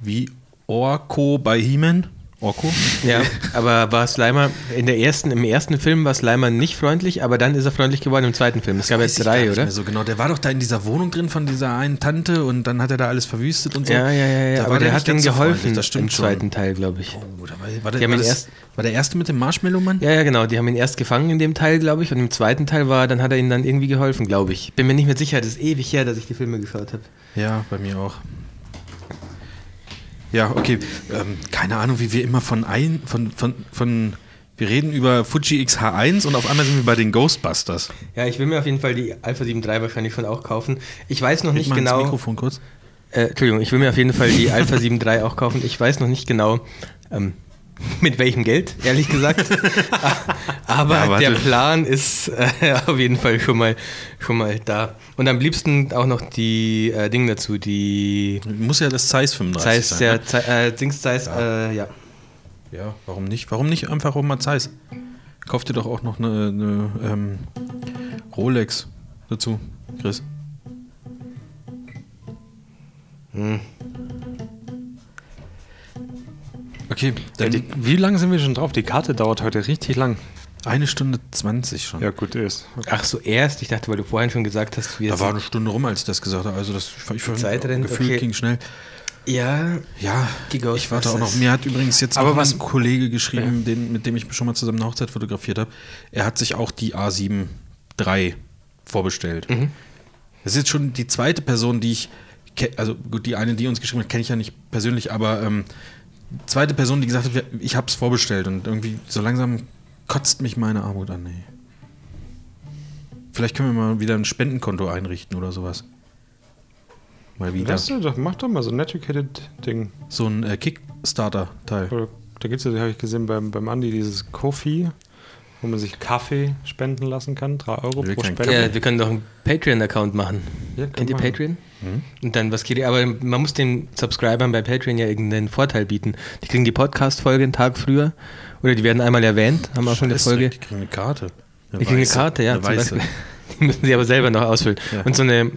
wie Orko bei He-Man. Orko?
Ja, aber war Slimer in der ersten, im ersten Film war Slimer nicht freundlich, aber dann ist er freundlich geworden im zweiten Film. Es gab
Weiß
jetzt
ich gar
drei,
nicht
oder?
mehr So genau, der war doch da in dieser Wohnung drin von dieser einen Tante und dann hat er da alles verwüstet und so. genau.
Ja, ja, ja, ja.
Da war
aber der,
nicht
hat ihm
ganz so
geholfen
freundlich, das
im
stimmt schon.
zweiten Teil, glaube ich.
Oh, da war, war, der,
Die haben
war,
ihn
das,
erst-
war der erste mit dem Marshmallow-Mann?
Ja, ja, genau. Die haben ihn erst gefangen in dem Teil, glaube ich, und im zweiten Teil war, dann hat er ihnen dann irgendwie geholfen, glaube ich. Bin mir nicht mehr sicher, das ist ewig her, dass ich die Filme geschaut habe.
Ja, bei mir auch. Ja, okay. Ähm, keine Ahnung, wie wir immer von ein, von, von, von, wir reden über Fuji XH1 und auf einmal sind wir bei den Ghostbusters.
Ja, ich will mir auf jeden Fall die Alpha 7 III wahrscheinlich schon auch kaufen. Ich weiß noch
Leg
nicht
mal ins
genau.
Mikrofon kurz.
Äh, Entschuldigung, ich will mir auf jeden Fall die Alpha 7 III auch kaufen. Ich weiß noch nicht genau, ähm, mit welchem Geld, ehrlich gesagt. Aber
Ja, warte.
der Plan ist äh, auf jeden Fall schon mal, schon mal da. Und am liebsten auch noch die äh, Dinge dazu, die
Muss ja das Zeiss 35
Zeiss,
sein.
der Zeiss, äh, Dings Zeiss, äh, ja.
ne? Ja, warum nicht? Warum nicht einfach auch mal Zeiss? Kauf dir doch auch noch eine, eine ähm, Rolex dazu, Chris. Okay,
Ja,
dann
die, wie lange sind wir schon drauf? Die Karte dauert heute richtig lang.
eine Stunde 20 schon.
Ja, gut, ist.
Ach so, erst. Ich dachte, weil du vorhin schon gesagt hast, wir
Da war eine Stunde rum, als ich das gesagt habe. Also das ich, fand- ich fand,
Zeit rennt,
gefühlt
okay.
ging schnell.
Ja,
Ja,
Die
ich warte auch noch.
Ghostbusters.
Mir hat übrigens jetzt
Aber
noch
was-
ein Kollege geschrieben, den, mit dem ich schon mal zusammen eine Hochzeit fotografiert habe. Er hat sich auch die A7 III vorbestellt. Das ist jetzt schon die zweite Person, die ich, ke- also gut, die eine, die uns geschrieben hat, kenne ich ja nicht persönlich, aber ähm, zweite Person, die gesagt hat, wir- ich habe es vorbestellt und irgendwie so langsam kotzt mich meine Armut an. Ey. Vielleicht können wir mal wieder ein Spendenkonto einrichten oder sowas. Mal wieder.
Lass doch, mach doch mal so ein educated Ding.
So ein äh, Kickstarter-Teil.
Oder, da gibt es ja, habe ich gesehen, beim, beim Andi dieses Kofi, wo man sich Kaffee spenden lassen kann. 3 Euro
Wir
pro
können
Spende.
Ja, wir können doch einen Patreon-Account machen.
Ja, kann
Kennt ihr
man.
Patreon? Und dann was geht Aber man muss den Subscribern bei Patreon ja irgendeinen Vorteil bieten. Die kriegen die Podcast-Folge einen Tag früher oder die werden einmal erwähnt, haben auch schon eine
Scheiße,
Folge.
Die kriegen eine Karte. Eine
Die kriegen eine
weiße.
Karte, ja.
Eine
Zum
weiße.
Beispiel. Die müssen sie aber selber noch ausfüllen.
Ja.
Und so eine,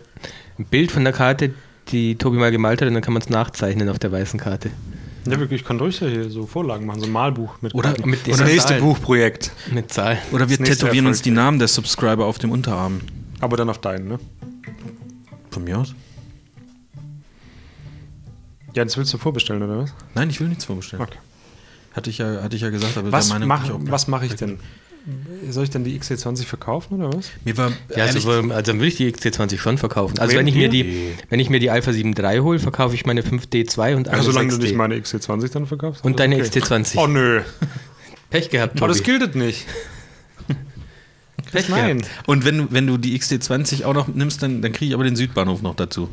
ein Bild von der Karte, die Tobi mal gemalt hat, und dann kann man es nachzeichnen auf der weißen Karte.
Ja, wirklich, ich kann ruhig hier so Vorlagen machen, so ein Malbuch mit
Oder
Karten.
mit
das
diesen
nächste
Zahlen.
Buchprojekt.
Mit Zahl.
Oder wir
Das nächste
tätowieren uns
Erfolg.
die Namen der Subscriber auf dem Unterarm.
Aber dann auf deinen, ne?
Von mir aus?
Ja, das willst du vorbestellen, oder was?
Nein, ich will nichts vorbestellen.
Okay.
Hatte, ich ja, hatte ich ja gesagt, aber
Was
der Meinung
mache
bin ich auch.
was mach Also ich denn? Soll ich denn die XC20 verkaufen, oder was?
Mir war
Ja, also,
ehrlich,
wohl- also dann würde ich die XC20 schon verkaufen. Also
Wenn
wenn ich mir
ihr-
die, wenn ich mir die Alpha 7 III hole, verkaufe ich meine 5D2 und eine
Ja, Also solange du
6D.
nicht meine XC20 dann verkaufst.
Und
alles
deine XT20.
Oh, nö.
Pech gehabt,
Aber das
Tobi.
gilt nicht.
Pech
Nein.
gehabt.
und wenn, du- wenn du die XD20 auch noch nimmst, dann, dann kriege ich aber den Südbahnhof noch dazu.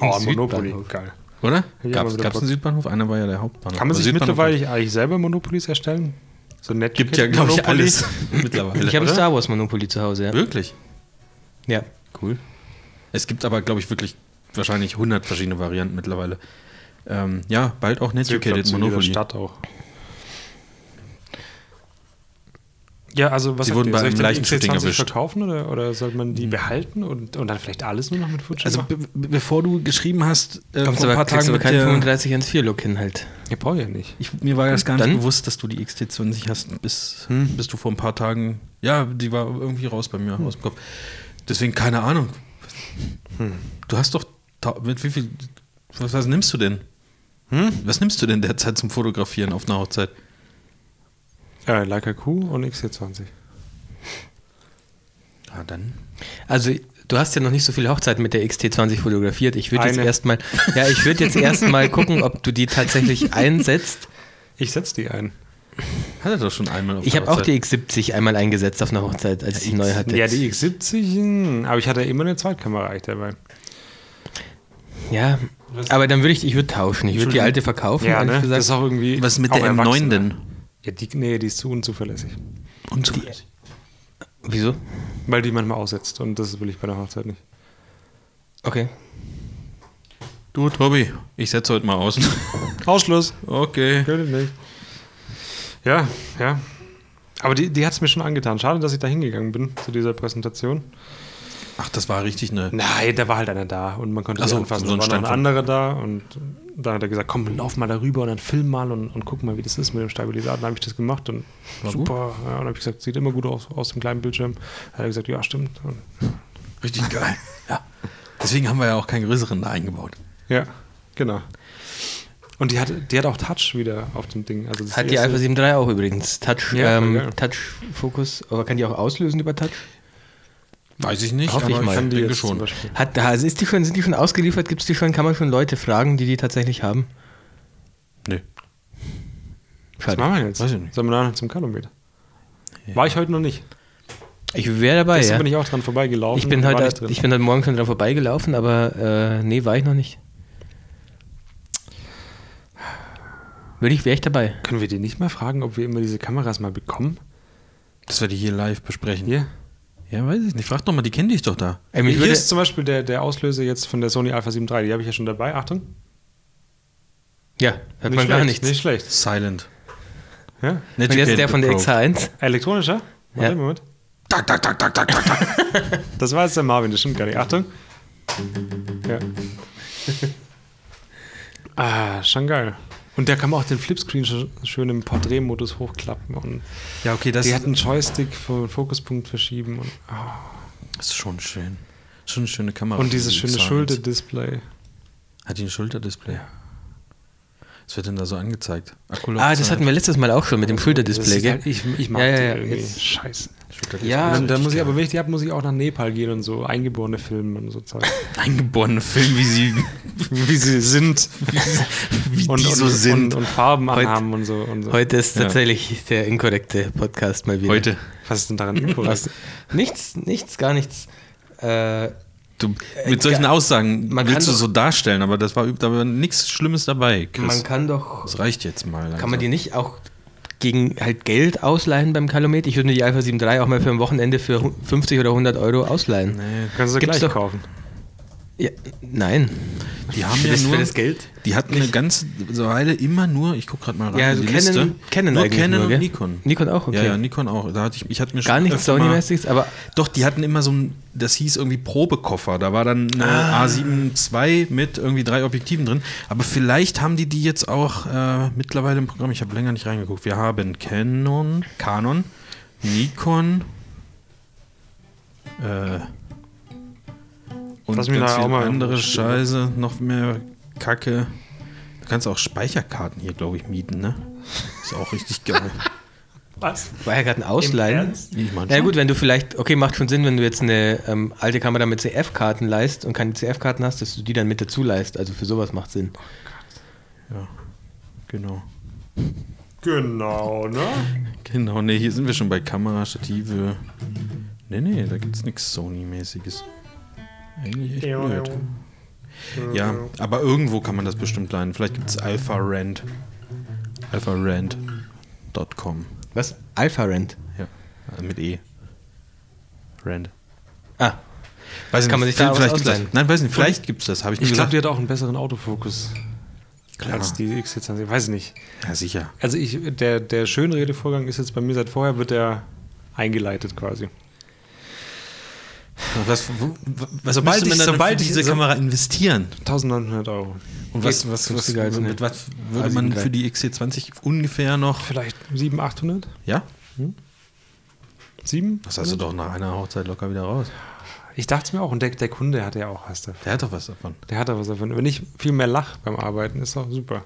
Oh,
Im
Monopoly.
Südbahnhof.
Geil.
Oder?
Ja,
Gab
aber
es
wieder Bock.
einen Südbahnhof? Einer war ja der Hauptbahnhof.
Kann man
Aber
sich
Südbahnhof
mittlerweile eigentlich selber Monopolies erstellen? So nett
Gibt ja, glaube ich, alles mittlerweile.
Ich habe ein
oder?
Star Wars Monopoly zu Hause, ja.
Wirklich?
ja.
Äh,
Cool. Es gibt aber, glaube ich, wirklich wahrscheinlich 100 verschiedene Varianten mittlerweile. Ähm, ja, bald auch Netucated
Monopoly.
Monopoly.
Stadt auch. Ja, also was
Sie
sagt
wurden
ihr?
bei
Soll
einem
ich denn die
Leichenshooting
XC20
erwischt. Hm.
verkaufen oder, oder soll man die behalten und, und dann vielleicht alles nur noch mit Fuji
Also
machen?
be be- bevor du geschrieben hast, äh,
Kommst
vor ein paar
aber, kriegst
Tagen
aber
mit
kein
der,
3514-Look hin halt.
ich brauche ja nicht.
ich, mir war das gar nicht
Dann? Hm.
bewusst, dass du die XT20 hast, bis, bis du vor ein paar Tagen, ja, die war irgendwie raus bei mir aus dem Kopf. Deswegen keine Ahnung.
Hm.
Du hast doch, ta- mit wie viel, was, was nimmst du
Hm?
denn? Was nimmst du denn derzeit zum Fotografieren auf einer Hochzeit?
Äh, like a Q und XC20.
Ah, dann.
Also du hast ja noch nicht so viele Hochzeiten mit der XT20 fotografiert. Ich würde jetzt
Eine.
erstmal, ja, ich würde jetzt erstmal gucken, ob du die tatsächlich einsetzt.
Ich setze die ein.
Hat er doch schon einmal auf
Ich
der
habe auch
Hochzeit.
die X70 einmal eingesetzt auf einer Hochzeit, als ich sie neu hatte.
Ja, die X70, hm, aber ich hatte immer eine Zweitkamera eigentlich dabei.
Ja, aber dann würde ich, ich würde tauschen. Ich würde die alte verkaufen,
Ja,
ehrlich
ne?
gesagt.
Das ist auch irgendwie.
Was mit
auch
der M9
erwachsener.
denn?
Ja, die, nee, die ist zu unzuverlässig.
Unzuverlässig.
Wieso?
Weil die manchmal aussetzt und das will ich bei der Hochzeit nicht.
Okay.
Du, Tobi, ich setze heute mal aus.
Ausschluss.
Okay.
Könnte nicht. Ja, ja. Aber die, die hat es mir schon angetan. Schade, dass ich da hingegangen bin zu dieser Präsentation.
Ach, das war richtig eine.
Nein, da war halt einer da und man konnte
Ach
sich
so,
anfassen.
so ein
da war noch ein
Stand von-
anderer da und da hat er gesagt, komm, lauf mal darüber und dann film mal und, und guck mal, wie das ist mit dem Stabilisator. Dann habe ich das gemacht und
War gut?
super. Ja, und dann habe ich gesagt, sieht immer gut aus aus dem kleinen Bildschirm. Dann hat er gesagt, ja, stimmt. Und,
Richtig geil. Ja. Deswegen haben wir ja auch keinen größeren da eingebaut.
ja, genau. Und die hat, die hat auch Touch wieder auf dem Ding. Also das ist
Hat die
erste-
Alpha 7 III auch übrigens. Touch,
Ja, voll
ähm,
geil.
Touch-Fokus. Aber kann die auch auslösen über Touch?
Weiß ich nicht,
Hoffe ich mal.
kann die
denke
jetzt zum
schon.
Beispiel.
Hat, da- also ist die schon, sind die schon ausgeliefert? Gibt's die schon? Kann man schon Leute fragen, die die tatsächlich haben?
Nee.
Was
Schade.
machen wir jetzt?
Weiß ich nicht.
Sollen wir nachher zum Kilometer? War ich heute noch nicht.
Ich wäre dabei,
Gestern
ja.
bin ich auch dran vorbeigelaufen.
Ich bin,
war
heute,
nicht drin.
ich bin heute Morgen schon dran vorbeigelaufen, aber äh, nee, war ich noch nicht. Würde ich, wäre ich dabei.
Können wir die nicht mal fragen, ob wir immer diese Kameras mal bekommen?
Dass wir die hier live besprechen.
Hier.
Ja, weiß ich nicht. Frag doch mal, die kennen dich doch da.
Ey, mich
Hier
würde-
ist zum Beispiel der, der Auslöser jetzt von der Sony Alpha 7 III. Die habe ich ja schon dabei. Achtung.
ja, hat man
schlecht,
gar nichts.
Nicht schlecht.
Silent.
Ja.
Und jetzt der von der XH1.
Elektronischer? Warte,
Ja.
Moment.
Tak, tak, tak, tak, tak, tak, tak.
Das war jetzt der Marvin, das stimmt gar nicht. Achtung. Ja. ah, schon geil. Und da kann man auch den Flipscreen sch- schön im Porträtmodus hochklappen. Und
Ja, okay, das,
die hat einen Joystick für Fokuspunkt verschieben. Und,
ist schon schön. Schon eine schöne Kamera.
und dieses schöne
Silent.
Schulterdisplay.
Hat die ein Schulterdisplay? Was wird denn da so angezeigt?
Ah, das hatten wir letztes Mal auch schon mit dem
Das
Schulterdisplay,
ist
gell?
halt- Ich, ich mag
Ja, ja,
die
ja,
irgendwie.
jetzt-
Scheiße.
wir.
Ja.
Und dann muss ich
aber
aber, wenn ich die habe, muss ich auch nach Nepal gehen und so eingeborene filmen und so Zeug.
eingeborene Film, wie sie,
Wie sie sind.
wie
und,
die
und,
so sind.
Und, und Farben
Heute-
anhaben und so. Und so.
Heute ist
Ja.
tatsächlich der inkorrekte Podcast mal wieder.
Heute.
Was ist denn daran inkorrekt?
Was? äh, Nichts, nichts, gar nichts. Äh,
Du, mit solchen Aussagen
man
willst du
kann
so darstellen, aber das war, da war nichts Schlimmes dabei, Chris.
man kann doch
das reicht jetzt mal. langsam.
Kann man die nicht auch gegen halt Geld ausleihen beim Kalomet? Ich würde mir die Alpha 7 III auch mal für ein Wochenende für hu- 50 oder 100 Euro ausleihen.
Nee,
Kannst du
Gibt's
gleich
doch-
kaufen.
Ja, nein.
die haben
Für
ja
das-
nur,
für das Geld?
Die hatten eine ganze Weile immer nur, ich guck gerade mal rein,
Ja,
in
also
die Liste.
Canon, Canon
nur
eigentlich
Canon
nur,
und
gell?
Nikon.
Nikon auch, okay.
Ja, ja, Nikon auch. Da hatte ich, ich hatte mir schon
Gar nichts
öfter mal-
Sony-mäßiges, aber
Doch, die hatten immer so ein, das hieß irgendwie Probekoffer. Da war dann eine
Ah.
A7 II mit irgendwie drei Objektiven drin. Aber vielleicht haben die die jetzt auch äh, mittlerweile im Programm. Ich habe länger nicht reingeguckt. Wir haben Canon, Canon, Nikon. Äh, und
Lass mich
ganz
nachher
viel
auch mal-
andere Scheiße, noch mehr Kacke. Du kannst auch Speicherkarten hier, glaube ich, mieten, ne? Ist auch richtig geil.
Was?
war ja gerade ein Ausleihen.
Ich mein,
Na
schon.
gut, wenn du vielleicht, okay, macht schon Sinn, wenn du jetzt eine ähm, alte Kamera mit CF-Karten leist und keine CF-Karten hast, dass du die dann mit dazu leist. Also für sowas macht Sinn.
Ja, genau.
Genau, ne?
Genau, ne, hier sind wir schon bei Kamera, Stative. Ne, ne, da gibt's nichts Sony-mäßiges. Eigentlich echt blöd. Ja, aber irgendwo kann man das bestimmt leihen. Vielleicht gibt's Alpha Rent. AlphaRent.com.
Was? Alpha-Rent.
Ja, äh, mit E. Rent.
Ah,
Weiß
Kann man sich da was
vielleicht gibt's das.
ausleihen?
Nein, weiß nicht, vielleicht gibt's das, habe ich nicht
Ich glaube,
gesagt.
die hat auch einen besseren Autofokus
Klar.
als die X20. Ich weiß nicht.
ja, sicher.
Also ich, der, der Schönredevorgang ist jetzt bei mir seit vorher, wird der eingeleitet quasi.
Was, was
sobald ich- sobald ich- so-
Kamera investieren?
1900 Euro.
Und was, was, was,
günstiger als eine
mit was würde
A7
man
III.
für die XC20 ungefähr noch?
Vielleicht 700, 800?
Ja?
7?
Das hast du doch nach einer Hochzeit locker wieder raus.
Ich dachte es mir auch. Und der, der Kunde hat ja auch was davon.
Der hat doch was davon.
Der hat da was davon. Wenn ich viel mehr lach beim Arbeiten, ist doch super.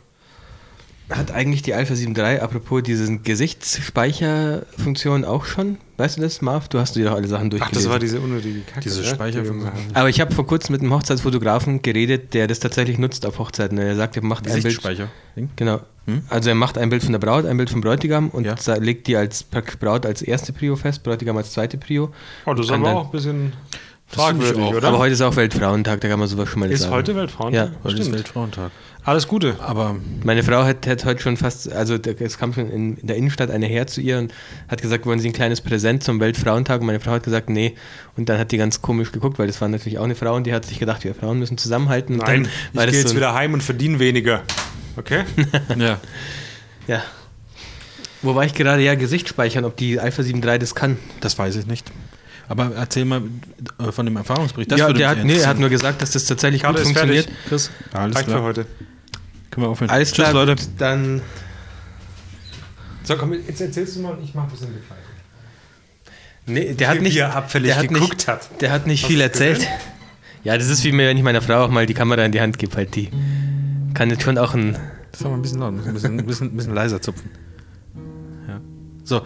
Hat eigentlich die Alpha 7.3, apropos diesen Gesichtsspeicherfunktion auch schon? Weißt du das, Marv? Du hast dir doch alle Sachen
Ach,
durchgelesen.
das war diese unnötige Kacke.
Diese
ne?
Speicherfunktion.
Die wir-
Aber ich habe vor kurzem mit einem Hochzeitsfotografen geredet, der das tatsächlich nutzt auf Hochzeiten. Er sagt, er macht ein Bild.
Gesichtsspeicher.
Genau.
Hm?
Also er macht ein Bild von der Braut, ein Bild vom Bräutigam und
Ja.
sa- legt die als praktisch Braut als erste Prio fest, Bräutigam als zweite Prio.
Oh, das ist
Kann
aber
dann-
auch ein bisschen
Das finde ich
fragwürdig,
auch.
oder?
Aber heute ist auch Weltfrauentag, da kann man sowas schon mal
ist
sagen.
heute Weltfrauentag?
Ja,
Heute ist
Stimmt.
Weltfrauentag.
Alles Gute.
Aber
Meine Frau hat, hat heute schon fast, also da- es kam schon in, in der Innenstadt eine her zu ihr und hat gesagt, wollen Sie ein kleines Präsent zum Weltfrauentag? Und meine Frau hat gesagt, nee. Und dann hat die ganz komisch geguckt, weil das war natürlich auch eine Frau und die hat sich gedacht, wir Frauen müssen zusammenhalten. Und
Nein, ich
dann war
gehe
das
jetzt
so ein-
wieder heim und verdiene weniger. Okay?
ja,
Ja. Wo war ich gerade? Ja, Gesicht speichern, ob die Alpha 7.3 das kann.
das weiß ich nicht. Aber erzähl mal äh, von dem Erfahrungsbericht. Das
ja,
würde
der
mich
hat, nee, er hat
interessieren.
nur gesagt, dass das tatsächlich
Karte
gut
ist
funktioniert.
fertig.
Chris, alles
Danke für
klar.
heute.
Können wir aufhören.
Alles
Tschüss,
klar,
Leute.
dann
So, komm, jetzt erzählst du mal und ich mach ein bisschen Begleitung.
Nee, der hat
Wie
nicht,
er abfällig
der hat
geguckt
nicht,
hat.
Der hat nicht viel
du
erzählt. Ja, das ist wie mir, wenn ich meiner Frau auch mal die Kamera in die Hand gebe, halt die kann jetzt schon auch ein.
Das haben wir ein bisschen laut. Ein bisschen, ein bisschen, ein bisschen leiser zupfen. Ja. So,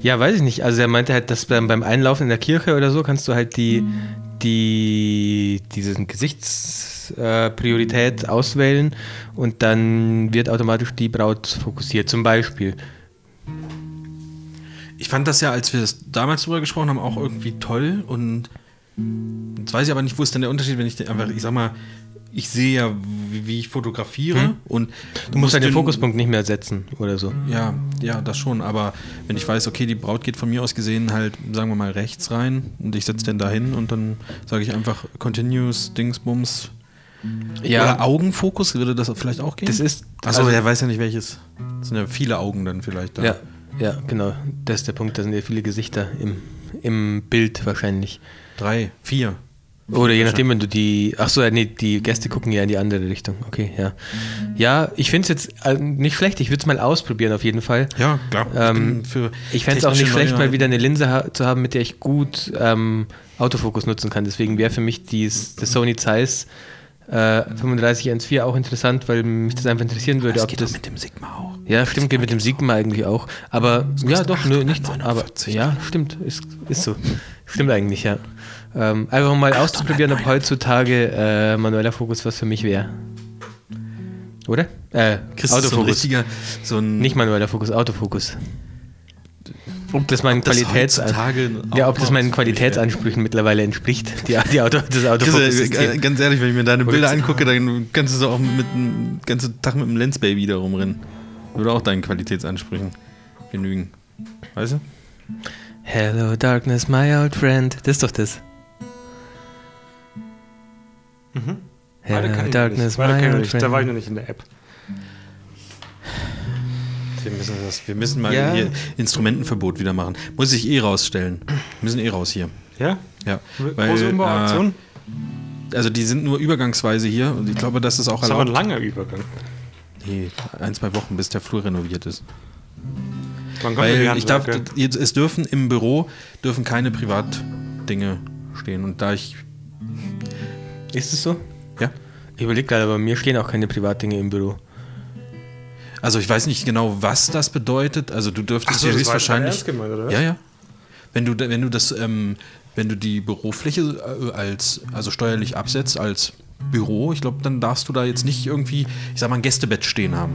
Ja, weiß ich nicht. Also er meinte halt, dass beim, beim Einlaufen in der Kirche oder so kannst du halt die, die diesen Gesichtspriorität äh, Priorität auswählen und dann wird automatisch die Braut fokussiert, zum Beispiel.
ich fand das ja, als wir das damals drüber gesprochen haben, auch irgendwie toll. Und jetzt weiß ich aber nicht, wo ist denn der Unterschied, wenn ich den einfach, ich sag mal, ich sehe ja, wie wie ich fotografiere und
Hm? Du musst halt den
den-
Fokuspunkt nicht mehr setzen oder so.
Ja, ja, das schon. Aber wenn ich weiß, okay, die Braut geht von mir aus gesehen halt, sagen wir mal, rechts rein und ich setze den da hin und dann sage ich einfach Continuous, Dingsbums. Oder Augenfokus, würde das vielleicht auch gehen?
Das ist-
Achso,
also-
er weiß ja nicht welches. Das sind ja viele Augen dann vielleicht da.
Ja, ja, genau. Das ist der Punkt. Da sind ja viele Gesichter im, im Bild wahrscheinlich.
Drei, vier.
Oder je nachdem, wenn du die. Ach so, ja, nee, die Gäste gucken ja in die andere Richtung. Okay, ja.
Mhm.
Ja, ich finde es jetzt äh, nicht schlecht. Ich würde es mal ausprobieren, auf jeden Fall.
Ja, klar.
Ähm,
bin für
Ich fände es auch nicht
technische
schlecht, mal
Neuheiten.
wieder eine Linse ha zu haben, mit der ich gut ähm, Autofokus nutzen kann. Deswegen wäre für mich dies, das Sony Zeiss äh, 3514 auch interessant, weil mich das einfach interessieren würde,
Das
ob
geht
das.
doch mit dem Sigma auch.
Ja, stimmt, geht mit dem Sigma eigentlich auch. Aber ja,
kostet
doch, nö,
8,49.
nichts. Aber ja, stimmt, ist, ist so. Stimmt eigentlich, ja. Ähm, einfach um mal auszuprobieren, ob heutzutage äh, manueller Fokus was für mich wäre. Oder? Äh,
Chris ist so ein
Autofokus.
richtiger, so ein
Nicht manueller Fokus, Autofokus. Ob das meinen
das
Qualitäts
heutzutage ein
ja, ob
Autofokus
das meinen
für mich wäre.
Qualitätsansprüchen mittlerweile entspricht, die, die Auto, das Autofokus.
Chris, äh, ganz ehrlich, wenn ich mir deine
Oder
Bilder
jetzt-
angucke, dann kannst du so auch mit dem ganzen Tag mit dem Lensbaby da rumrennen. Würde auch deinen Qualitätsansprüchen genügen. Weißt du?
Hello Darkness, my old friend. Das ist doch das. Mhm.
Weiter kann
Hello
ich
Darkness,
nicht. Weiter
my
kann
old
ich nicht. Da war ich
friend.
noch nicht in der App.
Wir müssen, das, wir müssen mal
Ja.
hier Instrumentenverbot wieder machen. Muss ich eh rausstellen. Wir müssen eh raus hier.
Ja?
Ja,
Große
weil,
Umbauaktion?
äh, also die sind nur übergangsweise hier und ich glaube, das ist auch
das ist aber ein
erlaubt.
langer Übergang.
Nee, ein, zwei Wochen, bis der Flur renoviert ist.
Wann kommt denn die
Weil ich darf,
Handwerker?
jetzt, es dürfen im Büro dürfen keine Privatdinge stehen und da ich
Ist es so?
ja
Ich überlege gerade, aber mir stehen auch keine Privatdinge im Büro.
Also ich weiß nicht genau, was das bedeutet. Also du dürftest
Ach so,
ja
das war jetzt
höchstwahrscheinlich.
ernst gemeint, oder was?
ja, ja. Wenn du, wenn du das, ähm, wenn du die Bürofläche äh, als, also steuerlich absetzt als Büro, ich glaube, dann darfst du da jetzt nicht irgendwie, ich sag mal, ein Gästebett stehen haben.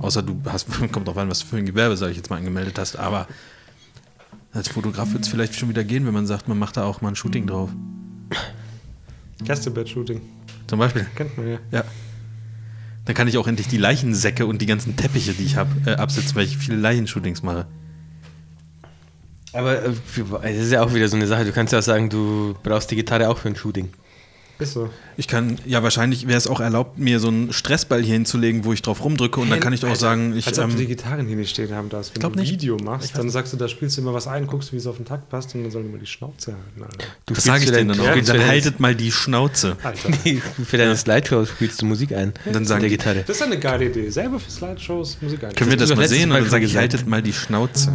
Außer du hast, kommt drauf an, was für ein Gewerbe, sag ich jetzt mal, angemeldet hast. Aber als Fotograf wird es vielleicht schon wieder gehen, wenn man sagt, man macht da auch mal ein Shooting drauf.
Gästebett-Shooting.
Zum Beispiel.
Kennt man ja.
Ja. Dann kann ich auch endlich die Leichensäcke und die ganzen Teppiche, die ich habe, äh, absetzen, weil ich viele Leichenshootings mache.
Aber äh, es ist ja auch wieder so eine Sache. Du kannst ja auch sagen, du brauchst die Gitarre auch für ein Shooting.
Ist so.
Ich kann, ja, wahrscheinlich wäre es auch erlaubt, mir so einen Stressball hier hinzulegen, wo ich drauf rumdrücke und dann kann ich doch auch sagen, ich.
Als ob du die
Ähm,
Gitarren hier nicht stehen haben darfst. Wenn
glaub
du ein
nicht.
Video machst, dann sagst du, da spielst du immer was ein, guckst, wie es auf den Takt passt und dann sollen immer die Schnauze halten. Alter.
Du
das sage ich denen dann halt- auch.
Du
Ich sag,
dann haltet
haltet mal die Schnauze.
Alter.
für deine Slideshows spielst du Musik ein.
Und dann sagen
der
die-
Gitarre.
Das ist eine geile Idee. Selber für Slideshows Musik ein.
Können wir das
hast du
mal
doch
sehen?
letztes
Und dann
Mal
sage ich,
gesagt.
haltet mal die Schnauze.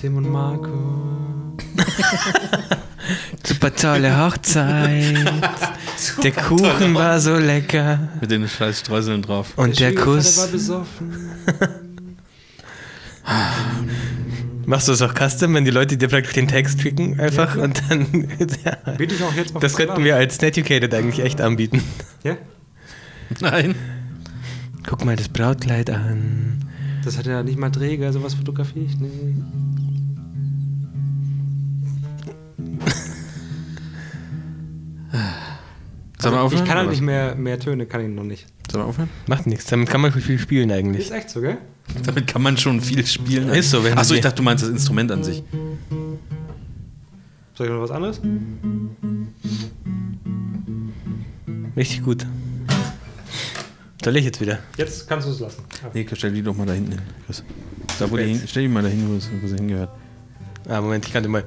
Tim und Marco.
Super tolle Hochzeit. der Kuchen war so lecker.
Mit den scheiß Streuseln drauf.
Und der, Kuss.
besoffen.
Machst du es auch custom, wenn die Leute dir praktisch den Text schicken einfach
Ja,
und dann. ja.
Biete ich auch jetzt auf
Das
Verlag.
könnten wir als Netucated eigentlich echt anbieten.
Ja,
Nein.
Guck mal das Brautkleid an.
das hat ja nicht mal Träger, sowas fotografiere ich nicht.
Sollen wir aufhören?
Ich kann halt
oder
nicht mehr, mehr Töne, kann ich noch nicht.
was? Sollen wir aufhören?
Macht nichts, damit kann man schon viel spielen eigentlich.
Ist echt so, gell?
Damit kann man schon viel spielen.
Ist so, wenn
Achso,
wir-
ich dachte, du meinst das Instrument an sich.
Soll ich noch was anderes?
Richtig gut. Soll ich jetzt wieder?
Jetzt kannst du es lassen.
Nee, stell die doch mal da hinten hin. Chris. Da, wo die hin, stell die mal da hin, wo es- wo sie hingehört.
Ah, Moment, ich kann dir mal.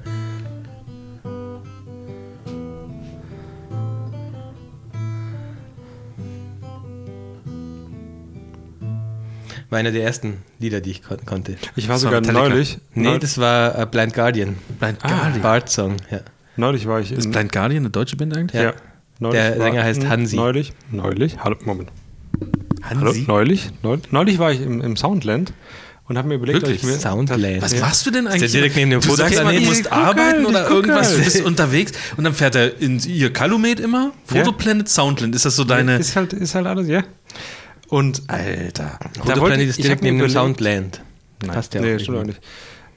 War einer der ersten Lieder, die ich kon konnte.
Ich war
Das
sogar
war Metallica.
neulich.
Nee,
neu-
das war äh, Blind Guardian.
Blind
Bard-Song, Ah, ja.
neulich war ich in.
Ist Blind Guardian eine deutsche Band eigentlich?
ja. Der
war-
Sänger heißt
hm,
Hansi.
Neulich, neulich, hallo, Moment. Hallo,
Hansi?
neulich, neulich, neulich war ich im, im Soundland und habe mir überlegt,
Wirklich?
ob ich mir
Soundland.
Was machst du denn eigentlich?
der direkt neben dem
du sagst mal,
Fotoplaneten?
du musst
Ich gucke
arbeiten
halt, ich
oder
gucke
irgendwas, du
halt.
bist unterwegs und dann fährt er in ihr Calumet immer.
Ja.
Fotoplanet Soundland, ist das so deine...
Ist halt, ist halt alles, ja. Und
Alter.
Da wollte
Fotoplanet
ich-
ist
ich
direkt
hab mir
neben dem
überlegt-
Soundland. Passt ja
nee,
auch
stimmt auch nicht.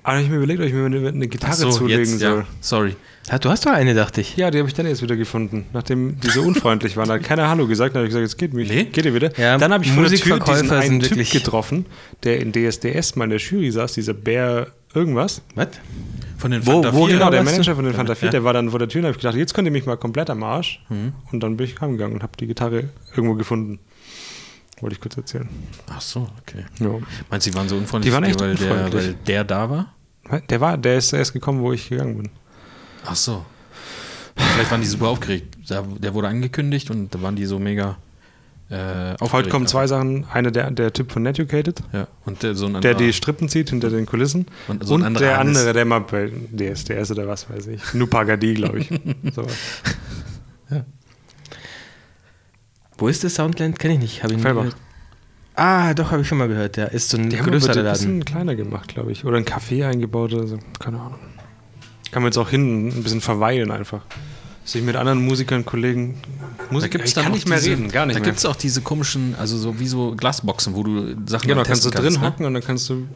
Aber ich hab mir überlegt, ob ich mir eine, eine Gitarre
Achso,
zulegen
jetzt,
soll.
ja. Sorry.
Ah, du hast doch eine, dachte ich.
Ja, die habe ich dann erst wieder gefunden, nachdem die so unfreundlich waren. Da hat keiner Hallo gesagt, dann habe ich gesagt, jetzt geht mich,
Nee.
geht ihr wieder.
Ja,
dann habe ich vor der Tür
Musikverkäufer
diesen einen
sind
Typ
wirklich-
getroffen, der in DSDS mal in der Jury saß, dieser Bär irgendwas.
Was?
Von den
Wo-
Fanta
wo
Vier-
Genau, der
warst du?
Manager von den Fanta 4,
Ja.
der war dann vor der Tür und habe ich gedacht, jetzt könnt ihr mich mal komplett am Arsch. Und dann bin ich heimgegangen und habe die Gitarre irgendwo gefunden. Wollte ich kurz erzählen.
Ach so, okay.
Ja.
Meinst du, die waren so unfreundlich,
Die waren
zu dir,
echt
weil, Der,
unfreundlich.
weil der da war?
Der war, der ist erst gekommen, wo ich gegangen bin.
Ach so. Vielleicht waren die super aufgeregt. Da- Der wurde angekündigt und da waren die so mega äh, aufgeregt.
Heute kommen zwei Sachen. Eine der, der Typ von Netucated,
Ja, und der, so ein
der
anderer-
die Strippen zieht hinter den Kulissen.
Genau. Und
Und,
so ein anderer
der
Hannes.
andere, der mal bei DSDS oder was weiß ich. Nupagadi, glaube ich. so.
Wo ist das Soundland? Kenn ich nicht. Hab ich nie
Fellbach.
gehört. Ah, doch, habe ich schon mal gehört. Ja, ist so ein
Die haben aber
größerer
ein
Laden.
bisschen kleiner gemacht, glaube ich. Oder ein Café eingebaut oder so. Keine Ahnung. Kann man jetzt auch hin, ein bisschen verweilen einfach. Sich mit anderen Musikern, Kollegen.
Da
Musik,
gibt's
ich
dann
kann
auch
nicht mehr
diese,
reden, gar nicht
Da
mehr.
gibt es auch diese komischen, also so wie so Glasboxen, wo du Sachen
genau,
dann
kannst du
testen
drin
ne?
hocken und dann kannst du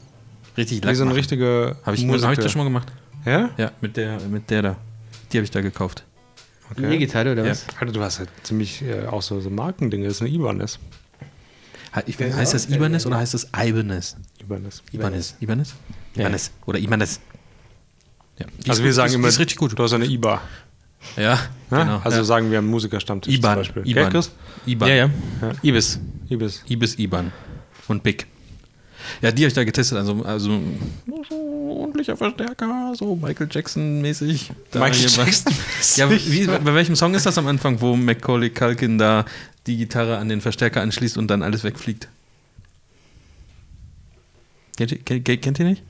Richtig
wie
Lack
so ein
machen.
richtiger
Habe ich,
Musiker.
hab ich das schon mal gemacht?
Ja?
Ja, mit der, mit der da. Die habe ich da gekauft.
E-Gitarre oder
Ja.
was?
Alter, du hast halt ziemlich äh, auch so, so Markendinge. Das ist eine Ibanez.
Ha- Ich, heißt das Ibanez oder heißt das Ibanez?
Ibanez.
Ibanez. Ibanez?
Ja.
Ibanez. Oder Ibanez. Ja. die
Also
ist
wir
gut,
sagen
die ist, die
immer,
ist richtig gut.
du hast eine IBA.
Ja,
Ne?
genau.
also
ja.
sagen wir am Musikerstammtisch
IBAN.
zum Beispiel.
IBAN.
Gell, Chris?
IBAN.
Ja, ja.
Ja.
Ibis.
Ibis.
Ibis IBAN. Und Big. Ja, die habe ich da getestet. Also, also so ordentlicher Verstärker, so Michael Jackson-mäßig. Da
Michael
hier bei-
Jackson.
Ja, wie, bei welchem Song ist das am Anfang, wo Macaulay Culkin da die Gitarre an den Verstärker anschließt und dann alles wegfliegt? Kennt ihr, kennt, kennt kennt ihr nicht?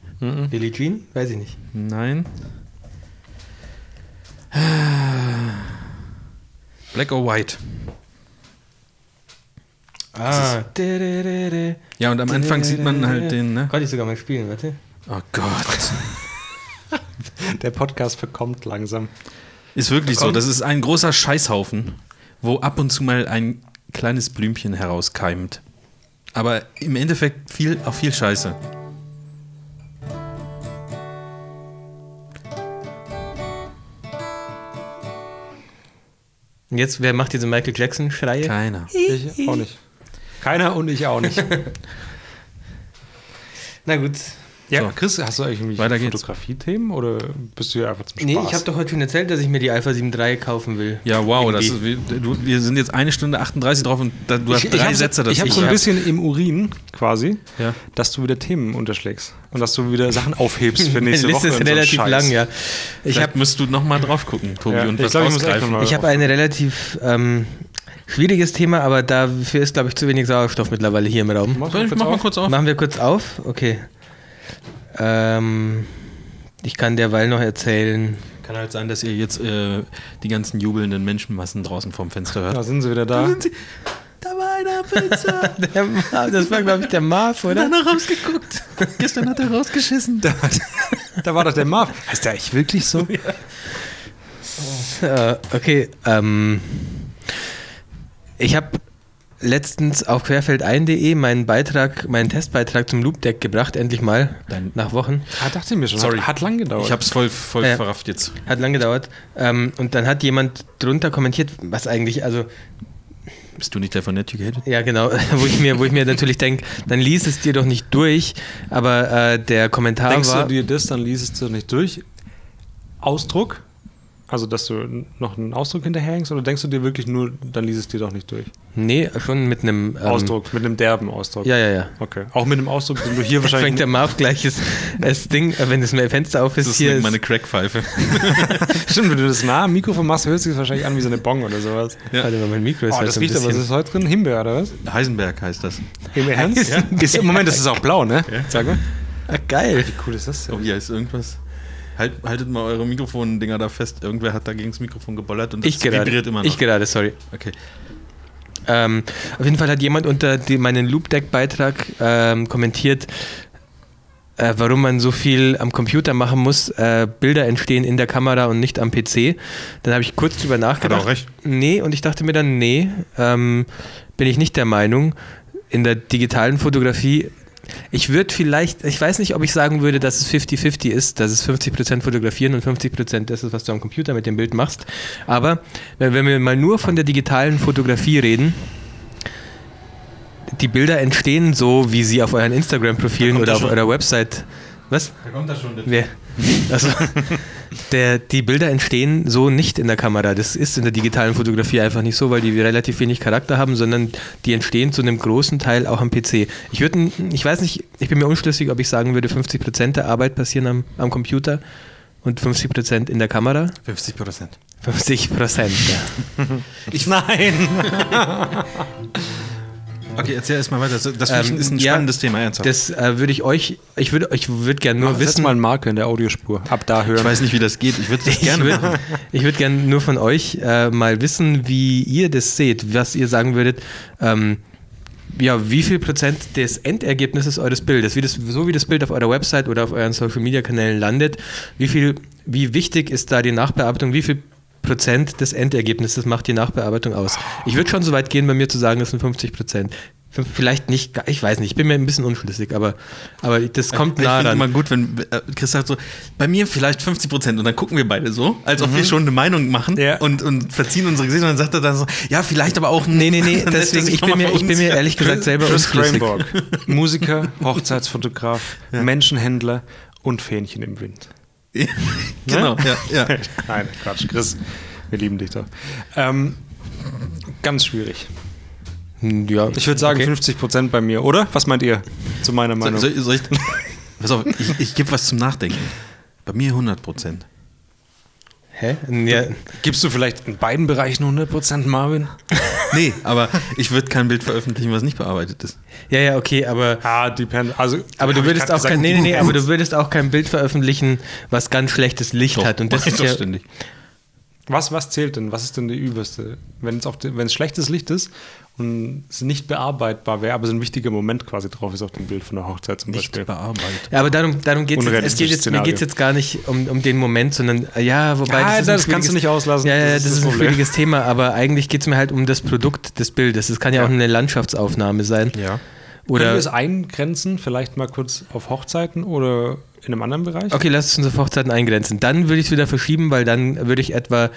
Billie Jean? Weiß ich nicht.
Nein. Black or White.
Ah.
Ja, und am Anfang sieht man halt den, ne?
Konnte ich sogar mal spielen, warte.
Oh Gott.
Der Podcast verkommt langsam.
Ist wirklich so. Das ist ein großer Scheißhaufen, wo ab und zu mal ein kleines Blümchen herauskeimt. Aber im Endeffekt viel, auch viel Scheiße.
Und jetzt, wer macht diese Michael Jackson-Schreie?
Keiner.
Ich auch nicht. Keiner und ich auch nicht.
Na gut.
So.
Ja, Chris, hast du eigentlich
Weiter geht's.
Fotografie-Themen oder bist du hier einfach zum Spaß?
Nee, ich habe doch heute schon erzählt, dass ich mir die Alpha 7 III kaufen will.
Ja, wow, das ist,
Irgendwie.
wir, du, wir sind jetzt eine Stunde 38 drauf und da, du hast
ich,
drei
hab so-
Sätze dazu.
Ich habe so ein
gesagt.
bisschen im Urin quasi,
Ja.
dass du wieder Themen unterschlägst und dass du wieder Sachen aufhebst für nächste
Meine Liste
Woche. und
ist
so einen
relativ
Scheiß.
lang, ja. Ich
Ich
habe
hab, müsst du nochmal drauf gucken, Tobi,
Ja,
und
ich
was
glaub, ich muss echt noch
ausgreifen.
mal-
Ich habe ein relativ ähm, schwieriges Thema, aber dafür ist, glaube ich, zu wenig Sauerstoff mittlerweile hier im Raum.
Mach
Soll ich
kurz
mach mal
auf.
kurz auf?
Machen wir kurz auf? Okay. Ähm, ich kann derweil noch erzählen.
Kann halt sein, dass ihr jetzt äh, die ganzen jubelnden Menschenmassen draußen vorm Fenster hört.
Da sind sie wieder da.
Da war einer Pizza.
Der Marv, das war, glaube ich, der Marv, oder?
noch rausgeguckt. Gestern hat er rausgeschissen. Da
Da war doch der Marv. Heißt der echt wirklich so?
Äh, okay, ähm, ich habe letztens auf querfeldein.de meinen Beitrag, meinen Testbeitrag zum Loopdeck gebracht, endlich mal,
Dein-
nach Wochen.
Ah, dachte ich mir schon.
Sorry.
Hat, hat lang gedauert.
ich hab's voll, voll
Ja.
verrafft jetzt.
Hat lang gedauert. Ähm, und dann hat jemand drunter kommentiert, was eigentlich, also,
Bist du nicht der von Educated?
ja genau, wo ich mir, wo ich mir natürlich denke, dann lies es dir doch nicht durch, aber äh, der Kommentar
Denkst
war.
du dir das, dann liest du es nicht durch? Ausdruck? Also, dass du n- noch einen Ausdruck hinterherhängst? Oder denkst du dir wirklich nur, dann liest es dir doch nicht durch?
nee, schon mit einem ähm,
Ausdruck, mit einem derben Ausdruck.
Ja, ja, ja.
Okay. Auch mit einem Ausdruck, den du hier wahrscheinlich.
Fängt der Marv gleich das, das Ding, äh, wenn das mehr Fenster auf ist,
Das ist
hier.
nicht
Ist,
meine Crackpfeife.
Stimmt, wenn du das nah am Mikrofon machst, hörst du es wahrscheinlich an wie so eine Bong oder sowas.
Ja.
Warte mal, mein Mikro
Oh,
ist halt
das
so ein
riecht aber, was
bisschen.
ist heute drin? Himbeer oder was?
Heisenberg heißt das.
Im Ernst?
Ja.
Ist, Moment, das ist auch blau, ne? Sag mal.
Ah, geil.
Wie cool ist das
Oh,
denn?
hier ist irgendwas. Halt, haltet mal eure Mikrofondinger da fest. Irgendwer hat da gegen das Mikrofon gebollert und
Ich
das
gerade.
vibriert immer noch.
Ich gerade, sorry.
okay.
Ähm, auf jeden Fall hat jemand unter die, meinen Loopdeck-Beitrag ähm, kommentiert, äh, warum man so viel am Computer machen muss. Äh, Bilder entstehen in der Kamera und nicht am PC. Dann habe ich kurz drüber nachgedacht.
auch recht.
Nee, und ich dachte mir dann, nee, ähm, bin ich nicht der Meinung. In der digitalen Fotografie, ich würde vielleicht, ich weiß nicht, ob ich sagen würde, dass es 50-50 ist, dass es 50% fotografieren und 50% das ist, was du am Computer mit dem Bild machst. Aber wenn wenn wir mal nur von der digitalen Fotografie reden, die Bilder entstehen so, wie sie auf euren Instagram-Profilen
Da kommt
oder
er
auf
schon.
eurer Website. Was?
Da kommt da schon der
Wer? Also, der, die Bilder entstehen so nicht in der Kamera. Das ist in der digitalen Fotografie einfach nicht so, weil die relativ wenig Charakter haben, sondern die entstehen zu einem großen Teil auch am PC. Ich würde, ich weiß nicht, ich bin mir unschlüssig, ob ich sagen würde, 50% der Arbeit passieren am, am Computer und 50% in der Kamera.
50 Prozent.
50%.
Ich, nein!
Okay, erzähl erstmal weiter. Das das
Ähm,
ist ein
ja,
spannendes Thema, ernsthaft.
Das äh, würde ich euch, ich würde ich würd gerne nur
Nur Setz
wissen,
mal einen Marker in der Audiospur. Ab da hören.
ich weiß nicht, wie das geht. Ich würde das gerne
ich
machen.
würde würd gerne nur von euch äh, mal wissen, wie ihr das seht, was ihr sagen würdet. Ähm, ja, wie viel Prozent des Endergebnisses eures Bildes, wie das, so wie das Bild auf eurer Website oder auf euren Social Media Kanälen landet, wie viel, wie wichtig ist da die Nachbearbeitung, wie viel Prozent des Endergebnisses macht die Nachbearbeitung aus? Ich würde schon so weit gehen, bei mir zu sagen, das sind 50 Prozent. Vielleicht nicht, ga- ich weiß nicht, ich bin mir ein bisschen unschlüssig, aber, aber das kommt
ich
nah
finde
ran.
immer gut, wenn äh, Chris sagt so, bei mir vielleicht 50 Prozent und dann gucken wir beide so, als ob wir
Mhm.
schon eine Meinung machen
Ja.
und, und verziehen unsere Gesichter und dann sagt er dann so, ja, vielleicht aber auch
Nee, nee, nee,
Dann lässt er
deswegen,
sich
ich
noch
bin,
mal
mir, ich bin mir
verunsichern.
ehrlich gesagt selber
Chris
unschlüssig.
Cranborg. Musiker, Hochzeitsfotograf, Menschenhändler und Fähnchen im Wind.
genau, ja, ja.
Nein, Quatsch, Chris. Wir lieben dich doch. Ähm, ganz schwierig.
Hm, Ja,
Ich würde sagen 50 Prozent bei mir, oder? Was meint ihr zu meiner
So,
Meinung?
soll, soll ich, pass auf, ich, ich gebe was zum Nachdenken. Bei mir 100 Prozent.
Hä? Ja,
Gibst du vielleicht in beiden Bereichen 100 Prozent, Marvin?
Nee, aber ich würde kein Bild veröffentlichen, was nicht bearbeitet ist.
ja, ja, okay, aber,
Ah, depend. Also,
aber
hab
du
ich
würdest
grad
auch kein,
gesagt,
nee, nee, nee, aber du würdest auch kein Bild veröffentlichen, was ganz schlechtes Licht hat. Und das
mach ich
ist
doch
ja,
ständig.
Was, was zählt denn? Was ist denn die überste? Wenn es auf de- wenn es schlechtes Licht ist und es nicht bearbeitbar wäre, aber so ein wichtiger Moment quasi drauf ist auf dem Bild von der Hochzeit zum
Nicht
Beispiel.
bearbeitet.
Ja, aber darum, darum geht es. Es geht
Unrealistisches
jetzt, mir
Szenario.
geht es jetzt gar nicht um, um den Moment, sondern äh, ja, wobei.
Ah, das
ein
kannst
schwieriges-
du nicht auslassen.
Ja, ja, das,
Das ist das
ist ein
Problem.
schwieriges Thema, aber eigentlich geht es mir halt um das Produkt des Bildes. Es kann ja, auch eine Landschaftsaufnahme sein.
Ja.
Können wir
Oder.
es eingrenzen, vielleicht mal kurz auf Hochzeiten oder in einem anderen Bereich?
Okay, lass es uns auf Hochzeiten eingrenzen. Dann würde ich es wieder verschieben, weil dann würde ich etwa,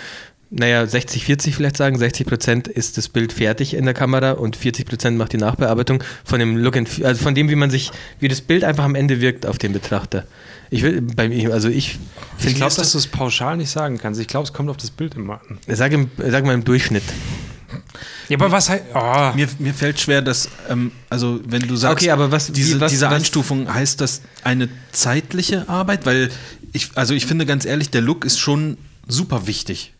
naja, 60, 40 vielleicht sagen. 60 Prozent ist das Bild fertig in der Kamera und 40 Prozent macht die Nachbearbeitung von dem Look and, Fe- also von dem, wie man sich, wie das Bild einfach am Ende wirkt auf den Betrachter. Ich will, bei mir, also ich
Ich
finde,
glaube, dass du es pauschal nicht sagen kannst. Ich glaube, es kommt auf das Bild immer an.
sag, im, sag mal im Durchschnitt.
Ja, aber was heißt. Oh.
Mir, mir fällt schwer, dass, ähm, also wenn du sagst,
Okay, aber was-
diese,
wie- was-
diese
was-
Einstufung, heißt das eine zeitliche Arbeit? Weil ich, also ich finde ganz ehrlich, der Look ist schon super wichtig.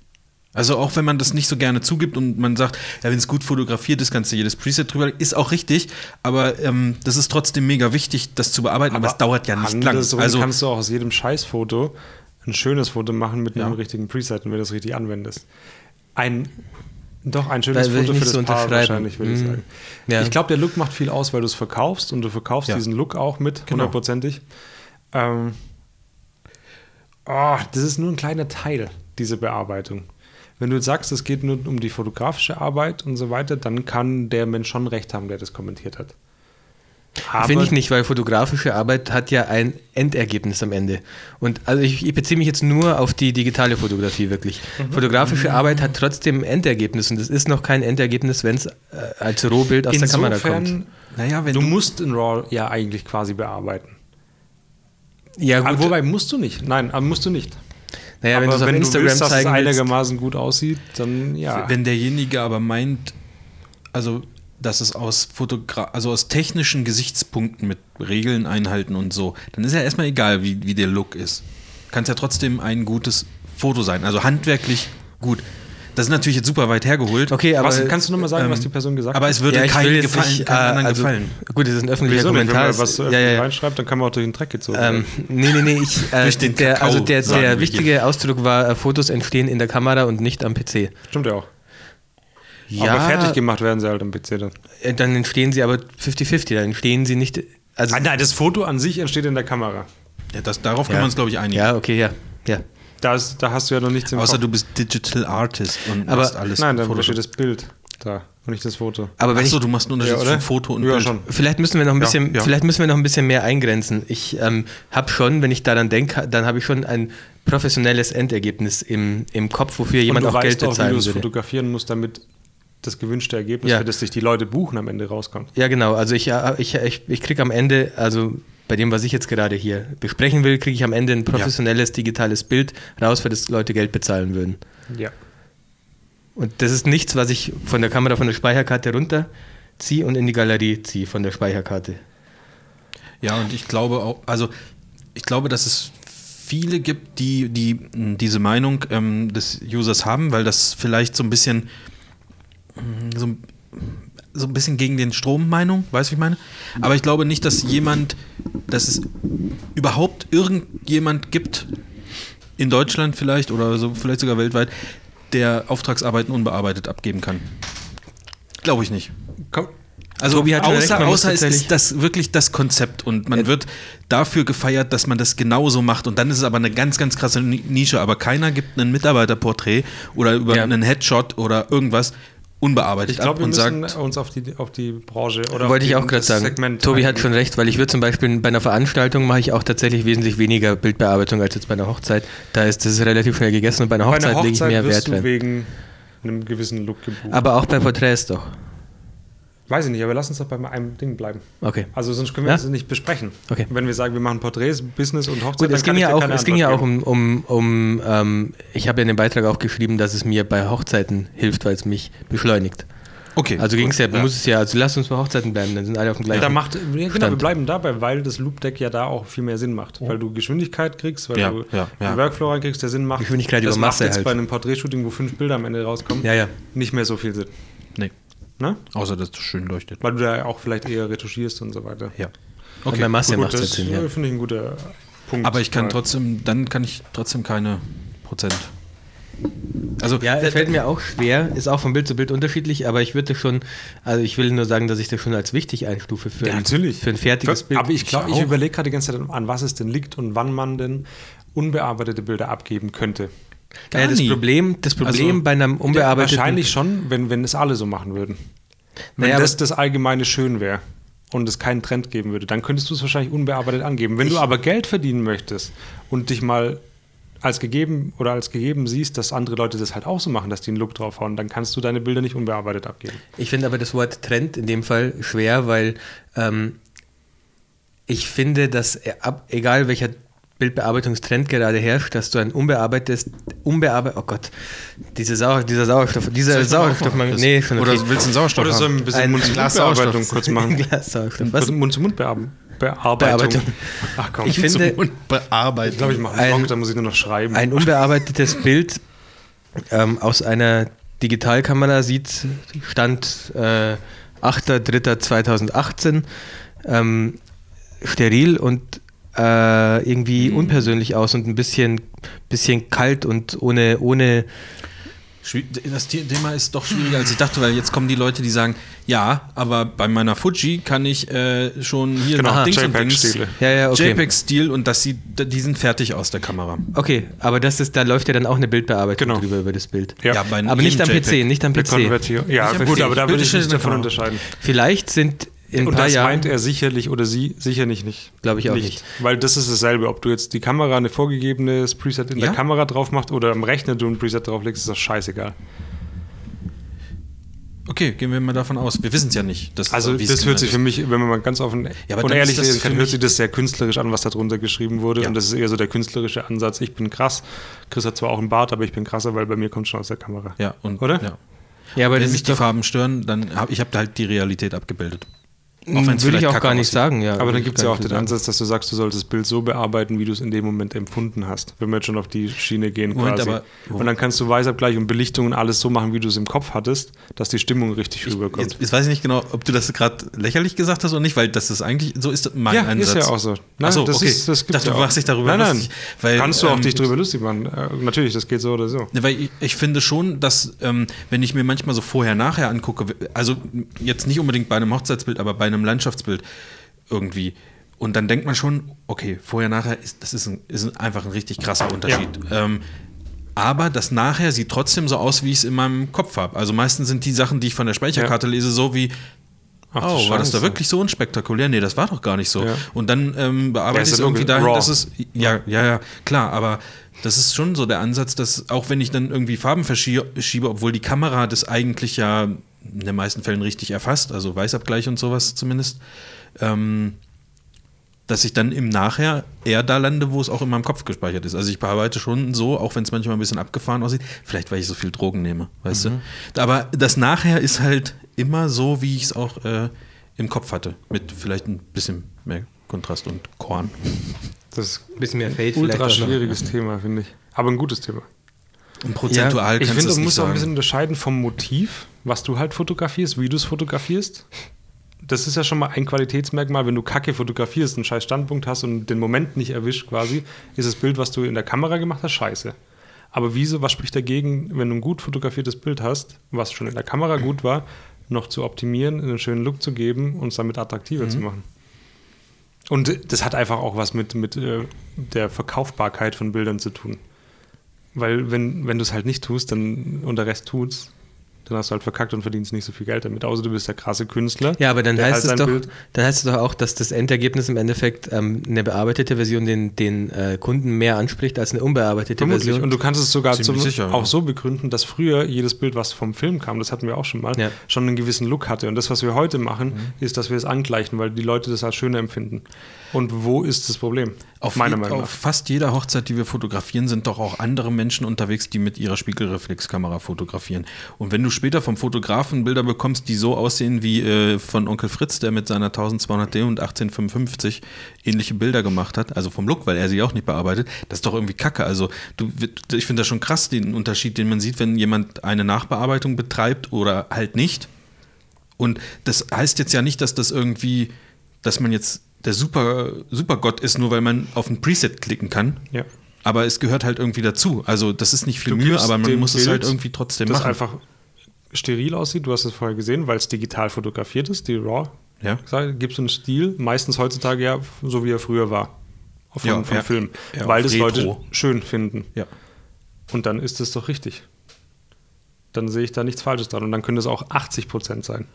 Also auch wenn man das nicht so gerne zugibt und man sagt, ja, wenn es gut fotografiert ist, kannst du jedes Preset drüber, legen. ist auch richtig, aber ähm, das ist trotzdem mega wichtig, das zu bearbeiten, aber, es dauert ja nicht lang.
andersrum
Also
kannst du auch aus jedem Scheißfoto ein schönes Foto machen mit
Ja.
einem richtigen Preset, wenn du das richtig anwendest. Ein, doch ein schönes
Da will ich
Foto
nicht
für das
so
Paar
unterschreiben.
wahrscheinlich, würde ich
Mhm.
sagen.
Ja.
Ich glaube, der Look macht viel aus, weil du es verkaufst und du verkaufst
Ja.
diesen Look auch mit,
Genau.
hundertprozentig. Ähm, ah, das ist nur ein kleiner Teil, diese Bearbeitung. Wenn du sagst, es geht nur um die fotografische Arbeit und so weiter, dann kann der Mensch schon recht haben, der das kommentiert hat. Aber
Finde ich nicht, weil fotografische Arbeit hat ja ein Endergebnis am Ende. Und also ich, ich beziehe mich jetzt nur auf die digitale Fotografie wirklich.
Mhm.
Fotografische Arbeit hat trotzdem ein Endergebnis und es ist noch kein Endergebnis, wenn es äh, als Rohbild aus der Kamera kommt.
Insofern,
Naja, wenn
du musst in RAW ja eigentlich quasi bearbeiten.
ja
Aber
gut,
wobei musst du nicht. Nein, aber musst du nicht.
naja, wenn
aber
du es auf
wenn
Instagram
du willst, dass es
zeigen willst,
einigermaßen gut aussieht, dann ja.
Wenn derjenige aber meint, also dass es aus Fotogra also aus technischen Gesichtspunkten mit Regeln einhalten und so, dann ist ja erstmal egal, wie, wie der Look ist. Kann es ja trotzdem ein gutes Foto sein. Also handwerklich gut. Das ist natürlich jetzt super weit hergeholt.
okay, aber ähm,
was, kannst du nochmal sagen, was die Person gesagt
Aber
hat?
es würde
ja, ich will
keinem
jetzt
gefallen,
nicht,
keinem
äh,
anderen
also,
gefallen.
Gut, das ist ein öffentlicher
Wieso nicht? Wenn
Kommentar.
man was äh,
ist-
ja, ja. reinschreibt, dann kann man auch durch den Dreck gezogen
Ähm,
werden.
nee, nee, nee, ich, äh,
Durch den
der,
Kakao,
also der,
sagen wir
der wichtige Ausdruck war, äh, Fotos entstehen in der Kamera und nicht am PC.
Stimmt ja auch.
Ja,
Aber fertig gemacht werden sie halt am PC dann.
äh, dann entstehen sie aber 50-50, dann entstehen sie nicht, also,
Ah, nein, das Foto an sich entsteht in der Kamera.
Ja, das, darauf kann
Ja.
man es, glaube ich, einigen.
ja, okay, ja, ja.
Da, ist, da hast du ja noch nichts im
Außer
Kopf.
du bist Digital Artist und
Aber-
machst alles
Nein,
mit
dann
Photoshop.
besteht das Bild da und nicht das Foto.
Aber wenn
Achso,
ich,
du machst einen Unterschied
Ja, oder?
zwischen Foto und
ja,
Bild.
schon.
vielleicht müssen wir noch ein bisschen,
ja.
vielleicht müssen wir noch ein bisschen mehr eingrenzen. Ich ähm, habe schon, wenn ich daran denke, dann habe ich schon ein professionelles Endergebnis im, im Kopf, wofür jemand
und
auch
du
Geld
weißt auch, wie du
bezahlen
es
würde.
fotografieren musst, damit das gewünschte Ergebnis,
Ja.
für das sich die Leute buchen, am Ende rauskommt.
Ja, genau. Also ich, äh, ich, ich, ich kriege am Ende, also bei dem, was ich jetzt gerade hier besprechen will, kriege ich am Ende ein professionelles digitales Bild raus, für das Leute Geld bezahlen würden.
Ja.
Und das ist nichts, was ich von der Kamera, von der Speicherkarte runterziehe und in die Galerie ziehe von der Speicherkarte.
Ja, und ich glaube auch, also ich glaube, dass es viele gibt, die, die mh, diese Meinung ähm, des Users haben, weil das vielleicht so ein bisschen mh, so, ein- so ein bisschen gegen den Strom Meinung, weißt du, wie ich meine? Aber ich glaube nicht, dass jemand, dass es überhaupt irgendjemand gibt in Deutschland vielleicht oder so vielleicht sogar weltweit, der Auftragsarbeiten unbearbeitet abgeben kann. Glaube ich nicht.
Komm,
Also
Tobi hat schon
außer,
recht, man muss
außer es
tatsächlich-
ist das wirklich das Konzept und man
Ä-
wird dafür gefeiert, dass man das genauso macht und dann ist es aber eine ganz, ganz krasse Ni- Nische, aber keiner gibt ein Mitarbeiterporträt oder über
Ja.
einen Headshot oder irgendwas unbearbeitet
ich glaube,
ab
wir
und
müssen
sagt,
uns auf die, auf die Branche
Wollte
oder auf
ich
die-
auch gerade
das
sagen.
Segment
Tobi hat
eingehen.
schon recht, weil ich würde zum Beispiel bei einer Veranstaltung mache ich auch tatsächlich wesentlich weniger Bildbearbeitung als jetzt bei einer Hochzeit. Da ist das relativ schnell gegessen und bei einer
Bei einer
Hochzeit, lege ich
Hochzeit
mehr
wirst
Wert
du
rein.
wegen einem gewissen Look gebucht.
Aber auch bei Porträts doch.
Weiß ich nicht, aber lass uns doch bei einem Ding bleiben.
Okay.
Also sonst können wir
Ja?
das nicht besprechen.
Okay.
Wenn wir sagen, wir machen Porträts, Business und Hochzeit,
Gut,
dann
es ging,
kann ich
ja
dir
auch,
keine
es ging ja
Antwort
auch um, um, um ähm, ich habe ja in dem Beitrag auch geschrieben, dass es mir bei Hochzeiten hilft, weil es mich beschleunigt.
okay,
Also ging es ja,
ja.
muss es ja, also lass uns bei Hochzeiten bleiben, dann sind alle auf dem
geben.
gleichen.
Da macht, ja, genau, wir
Stand.
bleiben dabei, weil das Loopdeck ja da auch viel mehr Sinn
Oh.
macht. Weil du Geschwindigkeit kriegst, weil
Ja,
du
ja, ja.
einen Workflow reinkriegst, der Sinn macht.
Geschwindigkeit
das
über
macht
Masse
jetzt
halt.
bei einem Porträtshooting, wo fünf Bilder am Ende rauskommen,
ja, ja.
nicht mehr so viel Sinn.
nee,
Ne?
außer dass es schön leuchtet.
Weil du da auch vielleicht eher retuschierst und so weiter.
Ja.
Und bei Masse
Gut,
macht
das
es Sinn, ja.
äh, finde ich ein guter Punkt.
Aber ich kann
Weil-
trotzdem, dann kann ich trotzdem keine Prozent. Also
Ja,
äh,
es fällt mir auch schwer, ist auch von Bild zu Bild unterschiedlich, aber ich würde schon, also ich will nur sagen, dass ich das schon als wichtig einstufe für,
Ja,
ein,
natürlich.
für ein fertiges
Für-
Bild.
Aber ich glaube, ich,
auch.
überlege gerade die ganze Zeit, an was es denn liegt und wann man denn unbearbeitete Bilder abgeben könnte.
ja, das
nie.
Problem, das Problem
Also,
bei einem unbearbeiteten
Wahrscheinlich schon, wenn, wenn es alle so machen würden. Wenn
Naja,
das
aber-
das allgemeine Schön wäre und es keinen Trend geben würde, dann könntest du es wahrscheinlich unbearbeitet angeben. Wenn du aber Geld verdienen möchtest und dich mal als gegeben oder als gegeben siehst, dass andere Leute das halt auch so machen, dass die einen Look draufhauen, dann kannst du deine Bilder nicht unbearbeitet abgeben.
Ich finde aber das Wort Trend in dem Fall schwer, weil ähm, ich finde, dass e- ab, egal welcher Bildbearbeitungstrend gerade herrscht, dass du ein unbearbeitetes, unbearbeitetes, oh Gott, diese Sauer, dieser Sauerstoff, dieser Sauerstoff, nee, schon
Oder willst du einen Sauerstoff
Oder so
haben?
ein bisschen
Ein
Mund-zu-Mund-Bearbeitung kurz machen.
Glas Sauerstoff. Was?
Mund-zu-Mund-Bearbeitung.
Bearbeitung.
Ach komm,
Ich finde,
bearbeiten.
Ich glaube, ich mache
Ein-
einen Blog, da muss ich nur noch schreiben.
ein unbearbeitetes Bild ähm, aus einer Digitalkamera sieht, Stand äh, 8.3.2018, ähm, steril und äh, irgendwie
Mhm.
unpersönlich aus und ein bisschen, bisschen kalt und ohne, ohne
Schwi- Das The- Thema ist doch schwieriger, als ich dachte, weil jetzt kommen die Leute, die sagen, ja, aber bei meiner Fuji kann ich äh, schon hier
Genau,
nach Dings und Dings.
JPEG-Stile.
Ja, ja, okay.
JPEG-Stil und das sieht, die sind fertig aus der Kamera.
Okay, aber das ist, da läuft ja dann auch eine Bildbearbeitung
Genau.
drüber über das Bild.
Ja.
bei
Aber nicht am
jedem
PC, nicht am
Der
PC.
Konvertier. Ja,
hab-
gut, aber da würde ich
Bildschirm
nicht davon
genau.
unterscheiden.
Vielleicht sind in ein
Und
paar
das meint
Jahren.
er sicherlich oder sie sicherlich nicht.
Glaube ich auch
Weil das ist dasselbe, ob du jetzt die Kamera eine vorgegebene Preset in
Ja.
der Kamera drauf machst oder am Rechner du ein Preset drauflegst, ist das scheißegal.
Okay, gehen wir mal davon aus. Wir wissen es ja nicht. dass-
Also
wie es
das
gemeint
hört sich für
ist.
mich, wenn man mal ganz offen
Ja, aber
und
dann
ehrlich
ist das
reden
für
kann, hört
mich-
sich das sehr künstlerisch an, was da drunter geschrieben wurde.
Ja.
Und das ist eher so der künstlerische Ansatz. Ich bin krass. Chris hat zwar auch einen Bart, aber ich bin krasser, weil bei mir kommt schon aus der Kamera.
Ja, und,
Oder?
Ja.
Ja, aber
Wenn
das
mich
ist
die
doch,
Farben stören, dann habe ich hab halt die Realität abgebildet. Auch wenn's
Hm, würde ich
vielleicht
auch
kacke
gar nicht
aussieht.
sagen, ja.
Aber
Würde
dann
ich
gibt es
gar
ja auch
nicht
den
sagen.
Ansatz, dass du sagst, du solltest das Bild so bearbeiten, wie du es in dem Moment empfunden hast. Wenn wir jetzt schon auf die Schiene gehen
Moment,
quasi.
aber-
und dann kannst du Weißabgleich und Belichtung und alles so machen, wie du es im Kopf hattest, dass die Stimmung richtig rüberkommt.
Jetzt, jetzt weiß ich nicht genau, ob du das gerade lächerlich gesagt hast oder nicht, weil das ist eigentlich, so ist mein
ja,
Einsatz.
ist ja auch so.
Nein, Ach so,
das
okay.
ist, das gibt's
Dachte,
ja
du
auch.
machst dich darüber
nein, nein.
lustig, weil,
Kannst du auch
ähm,
dich darüber lustig machen. Äh, natürlich, das geht so oder so.
Ne, Weil ich, ich finde schon, dass, ähm, wenn ich mir manchmal so vorher-nachher angucke, w- also m, jetzt nicht unbedingt bei einem Hochzeitsbild, aber bei einem Landschaftsbild irgendwie. Und dann denkt man schon, okay, vorher-nachher, ist, das ist, ein, ist ein, einfach ein richtig krasser Unterschied. Ähm, aber das nachher sieht trotzdem so aus, wie ich es in meinem Kopf habe. Also meistens sind die Sachen, die ich von der Speicherkarte lese, so wie,
Ach,
oh,
du
war das da
Scheiße.
wirklich so unspektakulär? Nee, das war doch gar nicht so.
Ja.
Und dann ähm, bearbeite
Ja, ist
ich es
ja
irgendwie
dunkel.
dahin,
Raw.
dass es ja, ja, ja, klar, aber das ist schon so der Ansatz, dass auch wenn ich dann irgendwie Farben verschie- schiebe, obwohl die Kamera das eigentlich ja in den meisten Fällen richtig erfasst, also Weißabgleich und sowas zumindest, ähm, dass ich dann im Nachher eher da lande, wo es auch in meinem Kopf gespeichert ist. Also ich bearbeite schon so, auch wenn es manchmal ein bisschen abgefahren aussieht, vielleicht weil ich so viel Drogen nehme, weißt du. Aber das Nachher ist halt immer so, wie ich es auch äh, im Kopf hatte, mit vielleicht ein bisschen mehr Kontrast und Korn.
Das ist
Ein bisschen mehr Fade vielleicht.
ultra
auch noch.
schwieriges Thema, finde ich. Aber ein gutes Thema.
Und prozentual
Ich
kannst
finde,
du es
man
nicht
muss auch ein
sagen.
bisschen unterscheiden vom Motiv, was du halt fotografierst, wie du es fotografierst. Das ist ja schon mal ein Qualitätsmerkmal, wenn du Kacke fotografierst, einen scheiß Standpunkt hast und den Moment nicht erwischt quasi, ist das Bild, was du in der Kamera gemacht hast, scheiße. Aber wieso, was spricht dagegen, wenn du ein gut fotografiertes Bild hast, was schon in der Kamera gut war, noch zu optimieren, einen schönen Look zu geben und es damit
Mhm.
attraktiver zu machen? Und das hat einfach auch was mit, mit äh, der Verkaufbarkeit von Bildern zu tun. Weil wenn, wenn du es halt nicht tust dann, und der Rest tut's, dann hast du halt verkackt und verdienst nicht so viel Geld damit. Außer du bist der krasse Künstler.
Ja, aber dann
der
heißt,
halt
es
sein
doch,
Bild-
dann heißt es doch auch, dass das Endergebnis im Endeffekt ähm, eine bearbeitete Version den, den äh, Kunden mehr anspricht als eine unbearbeitete
Vermutlich.
Version.
Und du kannst es sogar
Ziemlich
zum,
sicher, ja.
auch so begründen, dass früher jedes Bild, was vom Film kam, das hatten wir auch schon mal,
Ja. Mhm.
schon einen gewissen Look hatte. Und das, was wir heute machen, ist, dass wir es angleichen, weil die Leute das als schöner empfinden. Und wo ist das Problem?
Auf,
meiner
je-
Meinung
auf
nach.
fast jeder Hochzeit, die wir fotografieren, sind doch auch andere Menschen unterwegs, die mit ihrer Spiegelreflexkamera fotografieren. Und wenn du später vom Fotografen Bilder bekommst, die so aussehen wie äh, von Onkel Fritz, der mit seiner 1200 D und 1855 ähnliche Bilder gemacht hat, also vom Look, weil er sie auch nicht bearbeitet, das ist doch irgendwie Kacke. Also du, ich finde das schon krass, den Unterschied, den man sieht, wenn jemand eine Nachbearbeitung betreibt oder halt nicht. Und das heißt jetzt ja nicht, dass das irgendwie, dass man jetzt der Super, Supergott ist, nur weil man auf ein Preset klicken kann.
Ja.
Aber es gehört halt irgendwie dazu. Also das ist nicht viel Mühe,
gibst
aber man
dem
muss es
Bild
halt irgendwie trotzdem
das
machen.
einfach steril aussieht. Du hast es vorher gesehen, weil es digital fotografiert ist, die RAW.
Ja.
Sag- Gibst du einen Stil, meistens heutzutage ja so, wie er früher war. Von,
Ja,
vom
ja.
Film.
Ja,
weil
auf
das Leute
Retro.
schön finden.
ja.
Und dann ist es doch richtig. Dann sehe ich da nichts Falsches dran. Und dann können es auch 80 Prozent sein.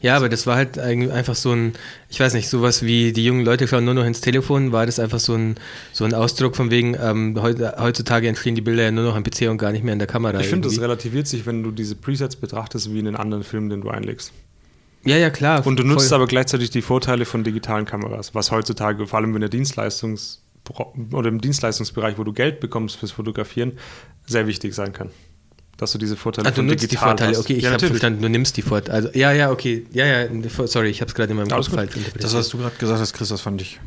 ja, aber das war halt eigentlich einfach so ein, ich weiß nicht, sowas wie die jungen Leute schauen nur noch ins Telefon, war das einfach so ein, so ein Ausdruck von wegen, ähm, heu- heutzutage entstehen die Bilder ja nur noch am PC und gar nicht mehr in der Kamera.
Ich finde, das
irgendwie.
relativiert sich, wenn du diese Presets betrachtest, wie in einen anderen Film, den du einlegst.
Ja, ja, klar.
Und du nutzt
voll.
aber gleichzeitig die Vorteile von digitalen Kameras, was heutzutage, vor allem in der Dienstleistungs- oder im Dienstleistungsbereich, wo du Geld bekommst fürs Fotografieren, sehr wichtig sein kann. Dass du diese Vorteile
Ah, du nutzt die Vorteile, okay, ich
Also ja,
habe
natürlich.
verstanden, du nimmst die Vorteile. Also, ja, ja, okay, ja, ja, sorry, ich habe es gerade in meinem
Alles
Kopf
gut.
falsch interpretiert.
Das, was du gerade gesagt hast, Chris, das fand ich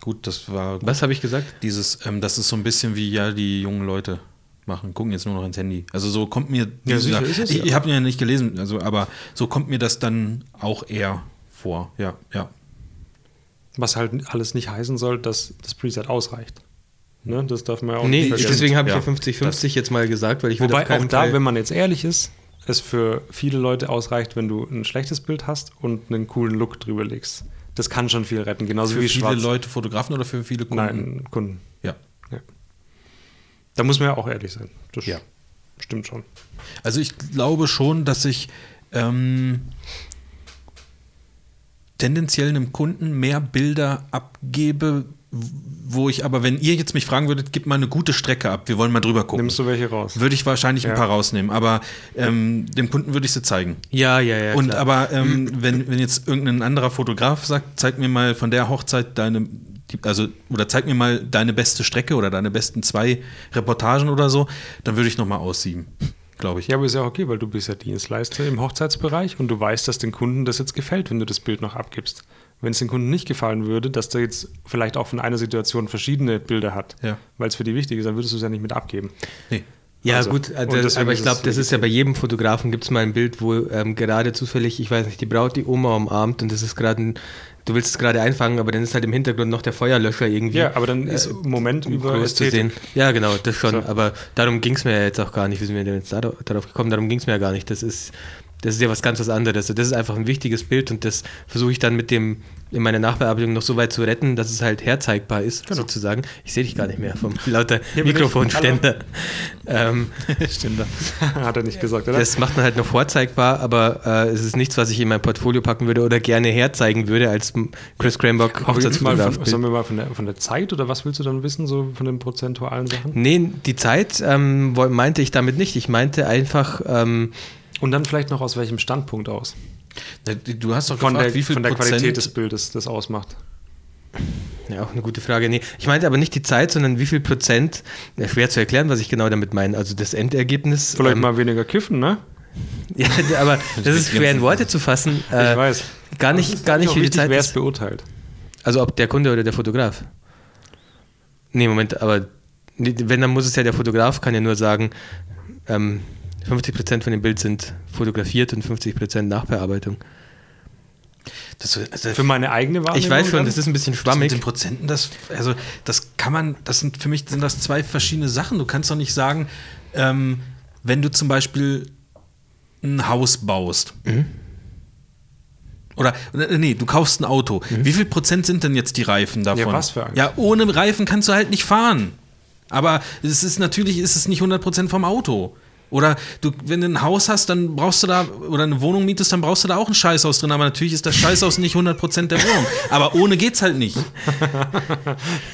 gut. Das war gut.
was habe ich gesagt?
dieses, ähm, das ist so ein bisschen wie ja die jungen Leute machen, gucken jetzt nur noch ins Handy. Also so kommt mir
Ja,
diese
sicher
Sache-
ist es
ich,
ja.
ich habe ihn ja nicht gelesen, also aber so kommt mir das dann auch eher vor. Ja, ja.
Was halt alles nicht heißen soll, dass das Preset ausreicht. Ne? Das darf man ja auch
Nee,
nicht vergessen.
deswegen habe ich ja
Ja,
50-50 jetzt mal gesagt, weil ich will auf
Wobei auch
keinen
da,
Fall-
wenn man jetzt ehrlich ist, es für viele Leute ausreicht, wenn du ein schlechtes Bild hast und einen coolen Look drüber legst. Das kann schon viel retten, genauso
Für
Also wie
viele
schwarz.
Leute, Fotografen oder für viele Kunden?
Nein, Kunden.
Ja.
Da muss man ja auch ehrlich sein. Das
Ja.
stimmt schon.
Also ich glaube schon, dass ich ähm, tendenziell einem Kunden mehr Bilder abgebe, wo ich aber, wenn ihr jetzt mich fragen würdet, gib mal eine gute Strecke ab, wir wollen mal drüber gucken.
Nimmst du welche raus?
Würde ich wahrscheinlich
Ja.
ein paar rausnehmen, aber ähm, dem Kunden würde ich sie zeigen.
Ja, ja, ja.
Und
klar. Hm.
aber ähm, wenn, wenn jetzt irgendein anderer Fotograf sagt, zeig mir mal von der Hochzeit deine, die- also oder zeig mir mal deine beste Strecke oder deine besten zwei Reportagen oder so, dann würde ich nochmal aussieben, glaube ich.
Ja, aber ist ja auch okay, weil du bist ja Dienstleister im Hochzeitsbereich und du weißt, dass den Kunden das jetzt gefällt, wenn du das Bild noch abgibst. Wenn es den Kunden nicht gefallen würde, dass der jetzt vielleicht auch von einer Situation verschiedene Bilder hat,
Ja.
weil es für die wichtig ist, dann würdest du es ja nicht mit abgeben.
Nee.
Ja,
Also,
gut,
und
das,
deswegen
aber ich
ist
glaube,
es
das ist ja bei jedem Fotografen, gibt es mal ein Bild, wo ähm, gerade zufällig, ich weiß nicht, die Braut die Oma umarmt und das ist gerade ein, du willst es gerade einfangen, aber dann ist halt im Hintergrund noch der Feuerlöscher irgendwie.
Ja, aber dann ist im Moment
um
über
groß zu sehen.
Ästhetik.
Ja, genau, das schon,
So.
aber darum ging es mir ja jetzt auch gar nicht, wie sind wir denn jetzt dar- darauf gekommen, darum ging es mir ja gar nicht, das ist, das ist ja was ganz was anderes, das ist einfach ein wichtiges Bild und das versuche ich dann mit dem, in meiner Nachbearbeitung noch so weit zu retten, dass es halt herzeigbar ist, sozusagen. Ich sehe dich gar nicht mehr vom lauter
Genau. Hier bin ich.
Mikrofonständer. Ähm,
Stimmt.
Hat er nicht gesagt, oder?
das macht man halt noch vorzeigbar, aber äh, es ist nichts, was ich in mein Portfolio packen würde oder gerne herzeigen würde als m- Chris Cranbock
mal
Hochzeitsfotograf.
von, sollen wir mal von der, von der Zeit oder was willst du dann wissen, so von den prozentualen Sachen?
Nee, die Zeit ähm, woll- meinte ich damit nicht. Ich meinte einfach, ähm,
Und dann vielleicht noch aus welchem Standpunkt aus?
Du hast doch
Von
gefragt,
der,
wie viel
von der
Prozent
Qualität des Bildes das ausmacht.
ja, auch eine gute Frage. Nee, ich meinte aber nicht die Zeit, sondern wie viel Prozent, ja, schwer zu erklären, was ich genau damit meine. Also das Endergebnis.
Vielleicht
ähm,
mal weniger kiffen, ne?
Ja, aber das ist schwer in Worte zu fassen. Äh,
ich weiß.
Gar nicht, gar nicht wie die Zeit.
wer es
Ist.
beurteilt.
Also ob der Kunde oder der Fotograf. Nee, Moment, aber nee, wenn, dann muss es ja der Fotograf, kann ja nur sagen, ähm, 50% von dem Bild sind fotografiert und 50% Nachbearbeitung.
Das, das,
Für meine eigene Wahrnehmung.
Ich weiß schon,
dann?
das ist ein bisschen
das mit
schwammig.
den Prozenten, das, also das kann man, das sind für mich sind das zwei verschiedene Sachen. Du kannst doch nicht sagen, ähm, wenn du zum Beispiel ein Haus baust. Oder äh, nee, du kaufst ein Auto. Wie viel Prozent sind denn jetzt die Reifen davon?
Mhm. Ja, was für eins?
Ja, ohne Reifen kannst du halt nicht fahren. Aber es ist natürlich ist es nicht 100% vom Auto. Oder du, wenn du ein Haus hast, dann brauchst du da, oder eine Wohnung mietest, dann brauchst du da auch ein Scheißhaus drin. Aber natürlich ist das Scheißhaus nicht 100% der Wohnung. Aber ohne geht's halt nicht.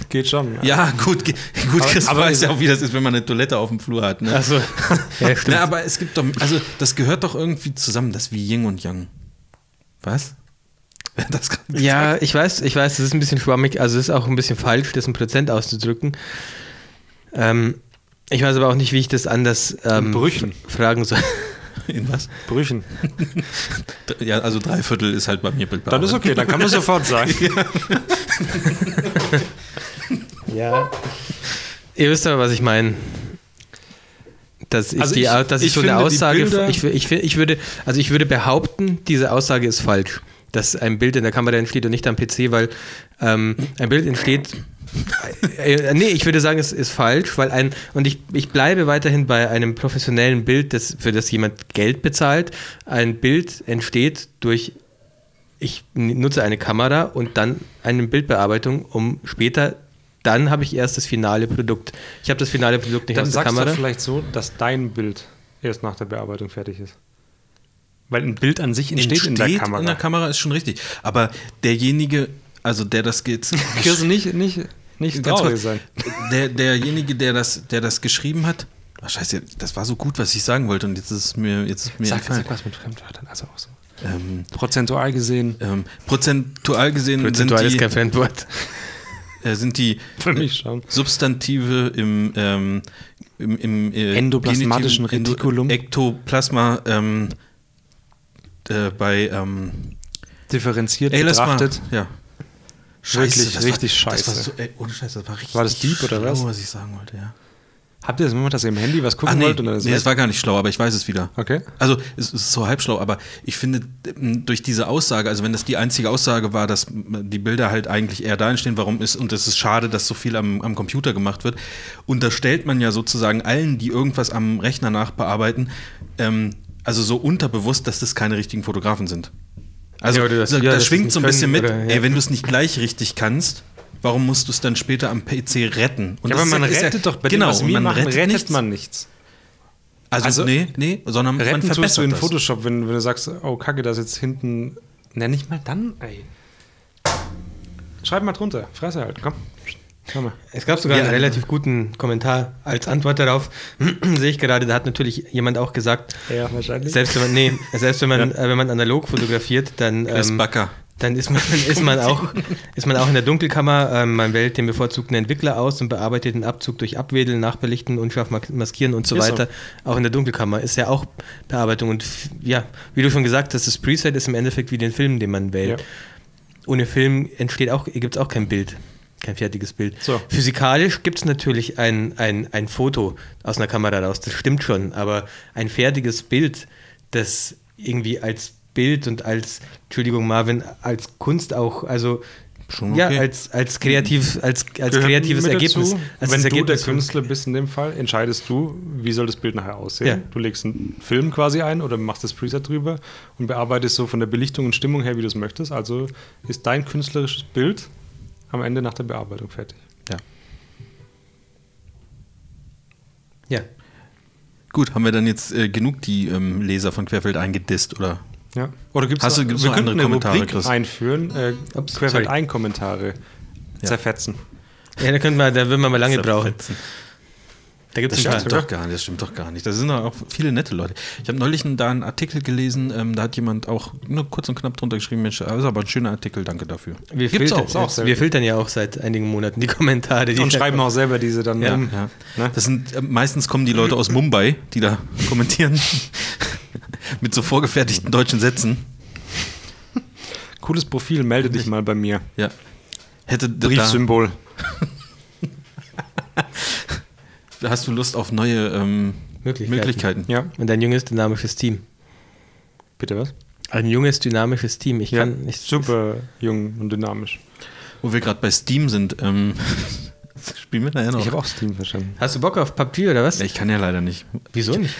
Geht schon. Ja.
Ja, gut, ge- gut
Aber-
Chris
aber
weiß ja
so-
auch, wie das ist, wenn man eine Toilette auf dem Flur hat. Ne?
Also, ja, stimmt.
Na, aber es gibt doch, also das gehört doch irgendwie zusammen, das ist wie Yin und Yang. Was? Wer hat Das gerade gesagt?
ja, ich weiß, ich weiß, das ist ein bisschen schwammig, also es ist auch ein bisschen falsch, das in Prozent auszudrücken. Ähm, ich weiß aber auch nicht, wie ich das anders ähm,
Brüchen.
f- fragen soll.
In was?
Brüchen.
Ja, also Dreiviertel ist halt bei mir bildbar.
Dann ist okay, dann kann man sofort sagen.
Ja. Ihr wisst aber, was ich meine. Das ist,
Also
die,
ich-
Au- das
ich
ist so eine
finde, die
Aussage.
Bilder-
ich, wür- ich, fi- ich würde, also ich würde behaupten, diese Aussage ist falsch, dass ein Bild in der Kamera entsteht und nicht am PC, weil ähm, ein Bild entsteht. Äh, äh, nee, ich würde sagen, es ist falsch, weil ein, und ich, ich bleibe weiterhin bei einem professionellen Bild, das, für das jemand Geld bezahlt. Ein Bild entsteht durch ich n- nutze eine Kamera und dann eine Bildbearbeitung, um später, dann habe ich erst das finale Produkt. Ich habe das finale Produkt nicht
Dann
aus der
sagst du
Kamera.
vielleicht so, dass dein Bild erst nach der Bearbeitung fertig ist. Weil ein Bild an sich entsteht, in der Kamera.
in der Kamera ist schon richtig. Aber derjenige, also der das jetzt.
Kirsten, nicht, nicht, nicht
Ganz
traurig
kurz,
sein.
der, derjenige, der das, der das geschrieben hat. Ach, scheiße, das war so gut, was ich sagen wollte. Und jetzt ist es mir, jetzt ist es mir entfallen.
was mit Fremdwörtern. Also auch so.
Ähm,
Prozentual gesehen.
ähm, prozentual gesehen
Prozentual ist
sind,
kein Fremdwort.
die, äh, sind die
Für mich schon.
Substantive im, ähm, im, im äh,
Endoplasmatischen
Genitiven-
Reticulum.
Ektoplasma ähm, äh, bei. Ähm,
Differenziert
Ey, lass mal.
betrachtet.
Ja.
Wirklich,
das
richtig
war,
scheiße.
Das war so, ey, ohne Scheiße, das war richtig.
War das deep oder was?
schlau, was ich sagen wollte, ja.
Habt ihr das Moment, dass ihr im Handy was
Ah,
gucken
nee,
wollt und dann ist
nee,
es
es
weg?
war gar nicht schlau, aber ich weiß es wieder.
Okay.
Also es ist so halb schlau, aber ich finde ähm, durch diese Aussage, also wenn das die einzige Aussage war, dass m, die Bilder halt eigentlich eher da entstehen, warum ist, und es ist schade, dass so viel am, am Computer gemacht wird, unterstellt man ja sozusagen allen, die irgendwas am Rechner nachbearbeiten, ähm, also so unterbewusst, dass das keine richtigen Fotografen sind. Also
Ja, oder das-
da,
ja,
da
dass
schwingt
das
so ein
nicht
bisschen mit,
können, oder, ja.
ey, wenn du es nicht gleich richtig kannst, warum musst du es dann später am PC retten? Und
Ja, aber
das
man
ist ja-
rettet doch bei
genau,
dem, was
und
wir
man
machen, rettet,
nichts.
man nichts.
Also,
Also,
nee, nee, sondern man
Retten tust du
verbessert
in
das.
Photoshop, wenn, wenn du sagst, oh kacke, das jetzt hinten. Na, nicht mal dann, ey. Schreib mal drunter, Fresse halt, komm. Schau mal.
Es gab sogar
Ja,
einen
ja.
relativ guten Kommentar als Antwort darauf. Sehe ich gerade, da hat natürlich jemand auch gesagt,
Ja, wahrscheinlich.
selbst wenn man, nee, selbst wenn man, äh, wenn man analog fotografiert, dann,
Chris
ähm,
Backer.
dann ist man, ist man auch, ist man auch in der Dunkelkammer. Ähm, man wählt den bevorzugten Entwickler aus und bearbeitet den Abzug durch Abwedeln, Nachbelichten, unscharf mak- maskieren und so
Ist so.
weiter. Auch in der Dunkelkammer ist ja auch Bearbeitung und f- ja, wie du schon gesagt hast, das Preset ist im Endeffekt wie den Film, den man wählt.
Ja.
Ohne Film entsteht auch, gibt es auch kein Bild, kein fertiges Bild.
So.
Physikalisch gibt es natürlich ein, ein, ein Foto aus einer Kamera raus, das stimmt schon, aber ein fertiges Bild, das irgendwie als Bild und als, Entschuldigung Marvin, als Kunst auch, also
Schon
ja,
okay.
als, als, kreativ, als, als
Gehört
kreatives
mit
Ergebnis.
Dazu,
als
wenn
das
du
Ergebnis
der
von-
Künstler bist in dem Fall, entscheidest du, wie soll das Bild nachher aussehen.
Ja.
Du legst einen Film quasi ein oder machst das Preset drüber und bearbeitest so von der Belichtung und Stimmung her, wie du es möchtest. Also ist dein künstlerisches Bild am Ende nach der Bearbeitung fertig.
Ja.
Ja.
Gut, haben wir dann jetzt äh, genug die ähm, Leser von Querfeld eingedisst, oder?
Ja. Oder gibt's
Hast du-
noch-
gibt's
wir
noch
könnten
andere
eine
Kommentare,
Rubrik
Chris?
einführen, äh,
Ups, sorry.
Querfeld ein Kommentare zerfetzen.
ja, da könnte man, da würden wir mal lange brauchen.
Zerfetzen.
Da gibt
Das
es ein
stimmt
paar.
doch gar nicht, das stimmt doch gar nicht. Da sind doch auch viele nette Leute. Ich habe neulich einen, da einen Artikel gelesen, ähm, da hat jemand auch nur kurz und knapp drunter geschrieben, Mensch, das ist aber ein schöner Artikel, danke dafür.
Wir
Gibt's
filtern,
ist auch sehr
wir
gut.
filtern ja auch seit einigen Monaten die Kommentare. Die
Und schreiben auch selber diese dann
Ja.
um.
Ja.
Ne?
ähm, Das sind äh, meistens kommen die Leute aus Mumbai, die da kommentieren. Mit so vorgefertigten deutschen Sätzen.
Cooles Profil, melde dich mal bei mir.
Ja. Hätte da,
Briefsymbol.
hast du Lust auf neue ähm,
Möglichkeiten.
Möglichkeiten?
Ja,
Und ein junges, dynamisches Team.
bitte was?
Ein junges, dynamisches Team. Ich
Ja,
kann nicht.
super jung und dynamisch.
Wo wir gerade bei Steam sind, ähm, spielen wir nachher noch.
Ich
Oh.
habe auch Steam verstanden.
Hast du Bock auf PUBG oder was?
Ja, ich kann ja leider nicht.
Wieso nicht?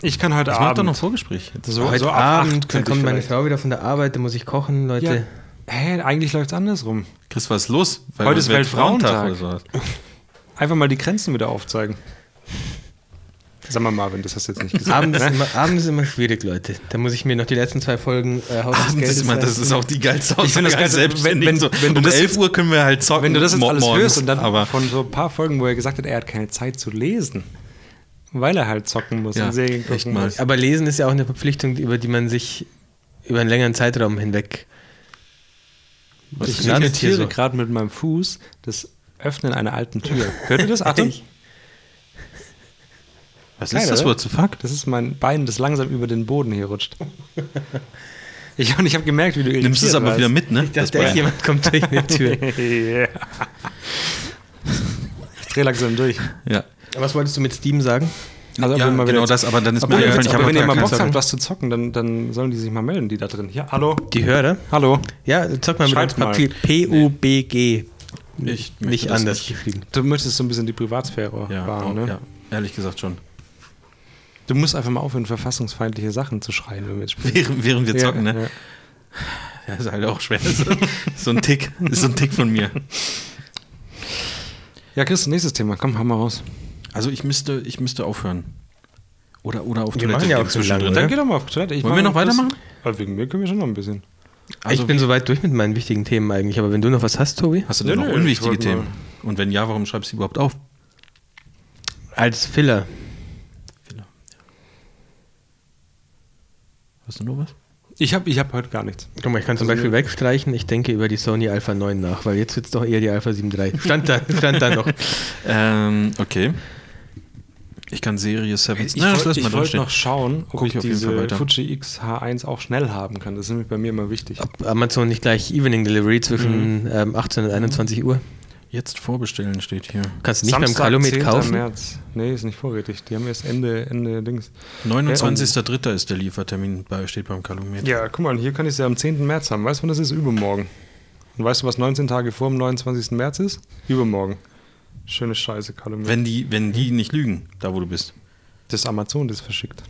Ich kann heute
Ich mach
Abend.
doch noch Vorgespräch.
so,
Heute
so ab
Abend
acht
da
könnte ich
kommt meine
vielleicht.
Frau wieder von der Arbeit, da muss ich kochen,
Ja.
Leute.
Hä, eigentlich läuft es andersrum.
Chris, was ist los? Weil
Heute ist Weltfrauentag.
oder sowas.
Einfach mal die Grenzen wieder aufzeigen. Sag mal, Marvin, das hast du jetzt nicht gesagt.
Abend, ist
ne?
immer, Abend ist immer schwierig, Leute. Da muss ich mir noch die letzten zwei Folgen äh, Haus des
Abends
Geldes
ist immer, das
leisten.
ist auch die geilste Aussage.
Ich finde das
als
geil,
Selbstständiger.
wenn- wenn-
so,
wenn du
um
das-
11 Uhr können wir halt zocken.
Wenn du das jetzt
mor-
alles
morgens,
hörst und dann
aber
von so ein paar Folgen, wo er gesagt hat, er hat keine Zeit zu lesen, weil er halt zocken muss
Ja,
und Serien
echt
gucken
mal.
muss.
Aber Lesen ist ja auch eine Verpflichtung, über die man sich über einen längeren Zeitraum hinweg.
Was
ich
ist
lerne jetzt hier
Meditiere
so.
gerade mit meinem Fuß das Öffnen einer alten Tür. Hört ihr das? Achtung.
Was
Geil,
ist das?
oder?
What the fuck?
Das ist mein Bein, das langsam über den Boden hier rutscht. Ich, und ich habe gemerkt, wie du
Nimmst es
irritiert
aber
warst.
wieder mit, ne?
Ich dachte, echt, jemand kommt durch eine Tür.
yeah. Ich drehe langsam durch.
ja.
Was wolltest du mit Steam sagen?
Also,
ja,
wenn mal
genau
wieder-
das, aber dann ist
Aber
mir
wenn,
eingefallen, ich
aber wenn ihr mal
habe
Bock
gar
habt,
keinen
was zu zocken, dann, dann sollen die sich mal melden, die da drin. Hier, hallo.
Die Hörer?
Hallo.
Ja, zeig mal mit
Schreibt
uns Papier. P-U-B-G.
Ich möchte
Nicht
das
anders
nicht.
geschrieben.
Du möchtest so ein bisschen die Privatsphäre
Ja,
wahren,
oh,
ne?
ja, ehrlich gesagt schon.
Du musst einfach mal aufhören, verfassungsfeindliche Sachen zu schreien, wenn wir jetzt spielen.
Während, während wir
Ja,
zocken, ne?
ja.
Ja, ist halt auch schwer. So, so ein Tick. Ist so ein Tick von mir.
Ja, Chris, nächstes Thema. Komm, hau mal raus.
Also ich müsste, ich müsste aufhören. Oder, oder auf
Wir
Toilette
machen ja
gehen
auch zu lange,
zwischendrin.
ne?
Dann geh doch mal auf die Toilette. Ich
Wollen
mach
wir noch
mal kurz-
weitermachen?
Aber wegen mir können wir schon noch ein bisschen.
Also,
ich bin soweit durch mit meinen wichtigen Themen eigentlich, aber wenn du noch was hast, Tobi?
Hast du denn
Nö,
noch
nö, ich
unwichtige
wollte
Themen?
mal-
Und wenn ja, warum schreibst du die überhaupt auf?
Als Filler.
Hast du noch was?
Ich habe ich hab heute gar nichts.
Guck mal, ich kann
Also
zum Beispiel wegstreichen, ich denke über die Sony Alpha 9 nach, weil jetzt wird es doch eher die Alpha 7 III. Stand da, stand da noch.
Ähm, okay. Ich kann Serie 7.
Ich wollte ich wollte noch schauen, ob
Guck
ich
ich auf jeden Fall
diese
weiter.
Fuji X-H1 auch schnell haben kann. Das ist nämlich bei mir immer wichtig. Mhm.
Ob Amazon nicht gleich Evening Delivery zwischen ähm, 18 und 21 Uhr?
Jetzt vorbestellen steht hier.
Kannst du nicht beim Kalumet
10.
kaufen?
März. Nee, ist nicht vorrätig. Die haben erst Ende, Ende Dings.
29.03. ist der Liefertermin, bei, steht beim Kalumet.
Ja, guck mal, hier kann ich es ja am 10. März haben. Weißt du, wann das ist? Übermorgen. Und weißt du, was 19 Tage vor dem 29. März ist? Übermorgen. Schöne Scheiße, Kalumet.
Wenn die, wenn die nicht lügen, da wo du bist.
das Amazon das verschickt.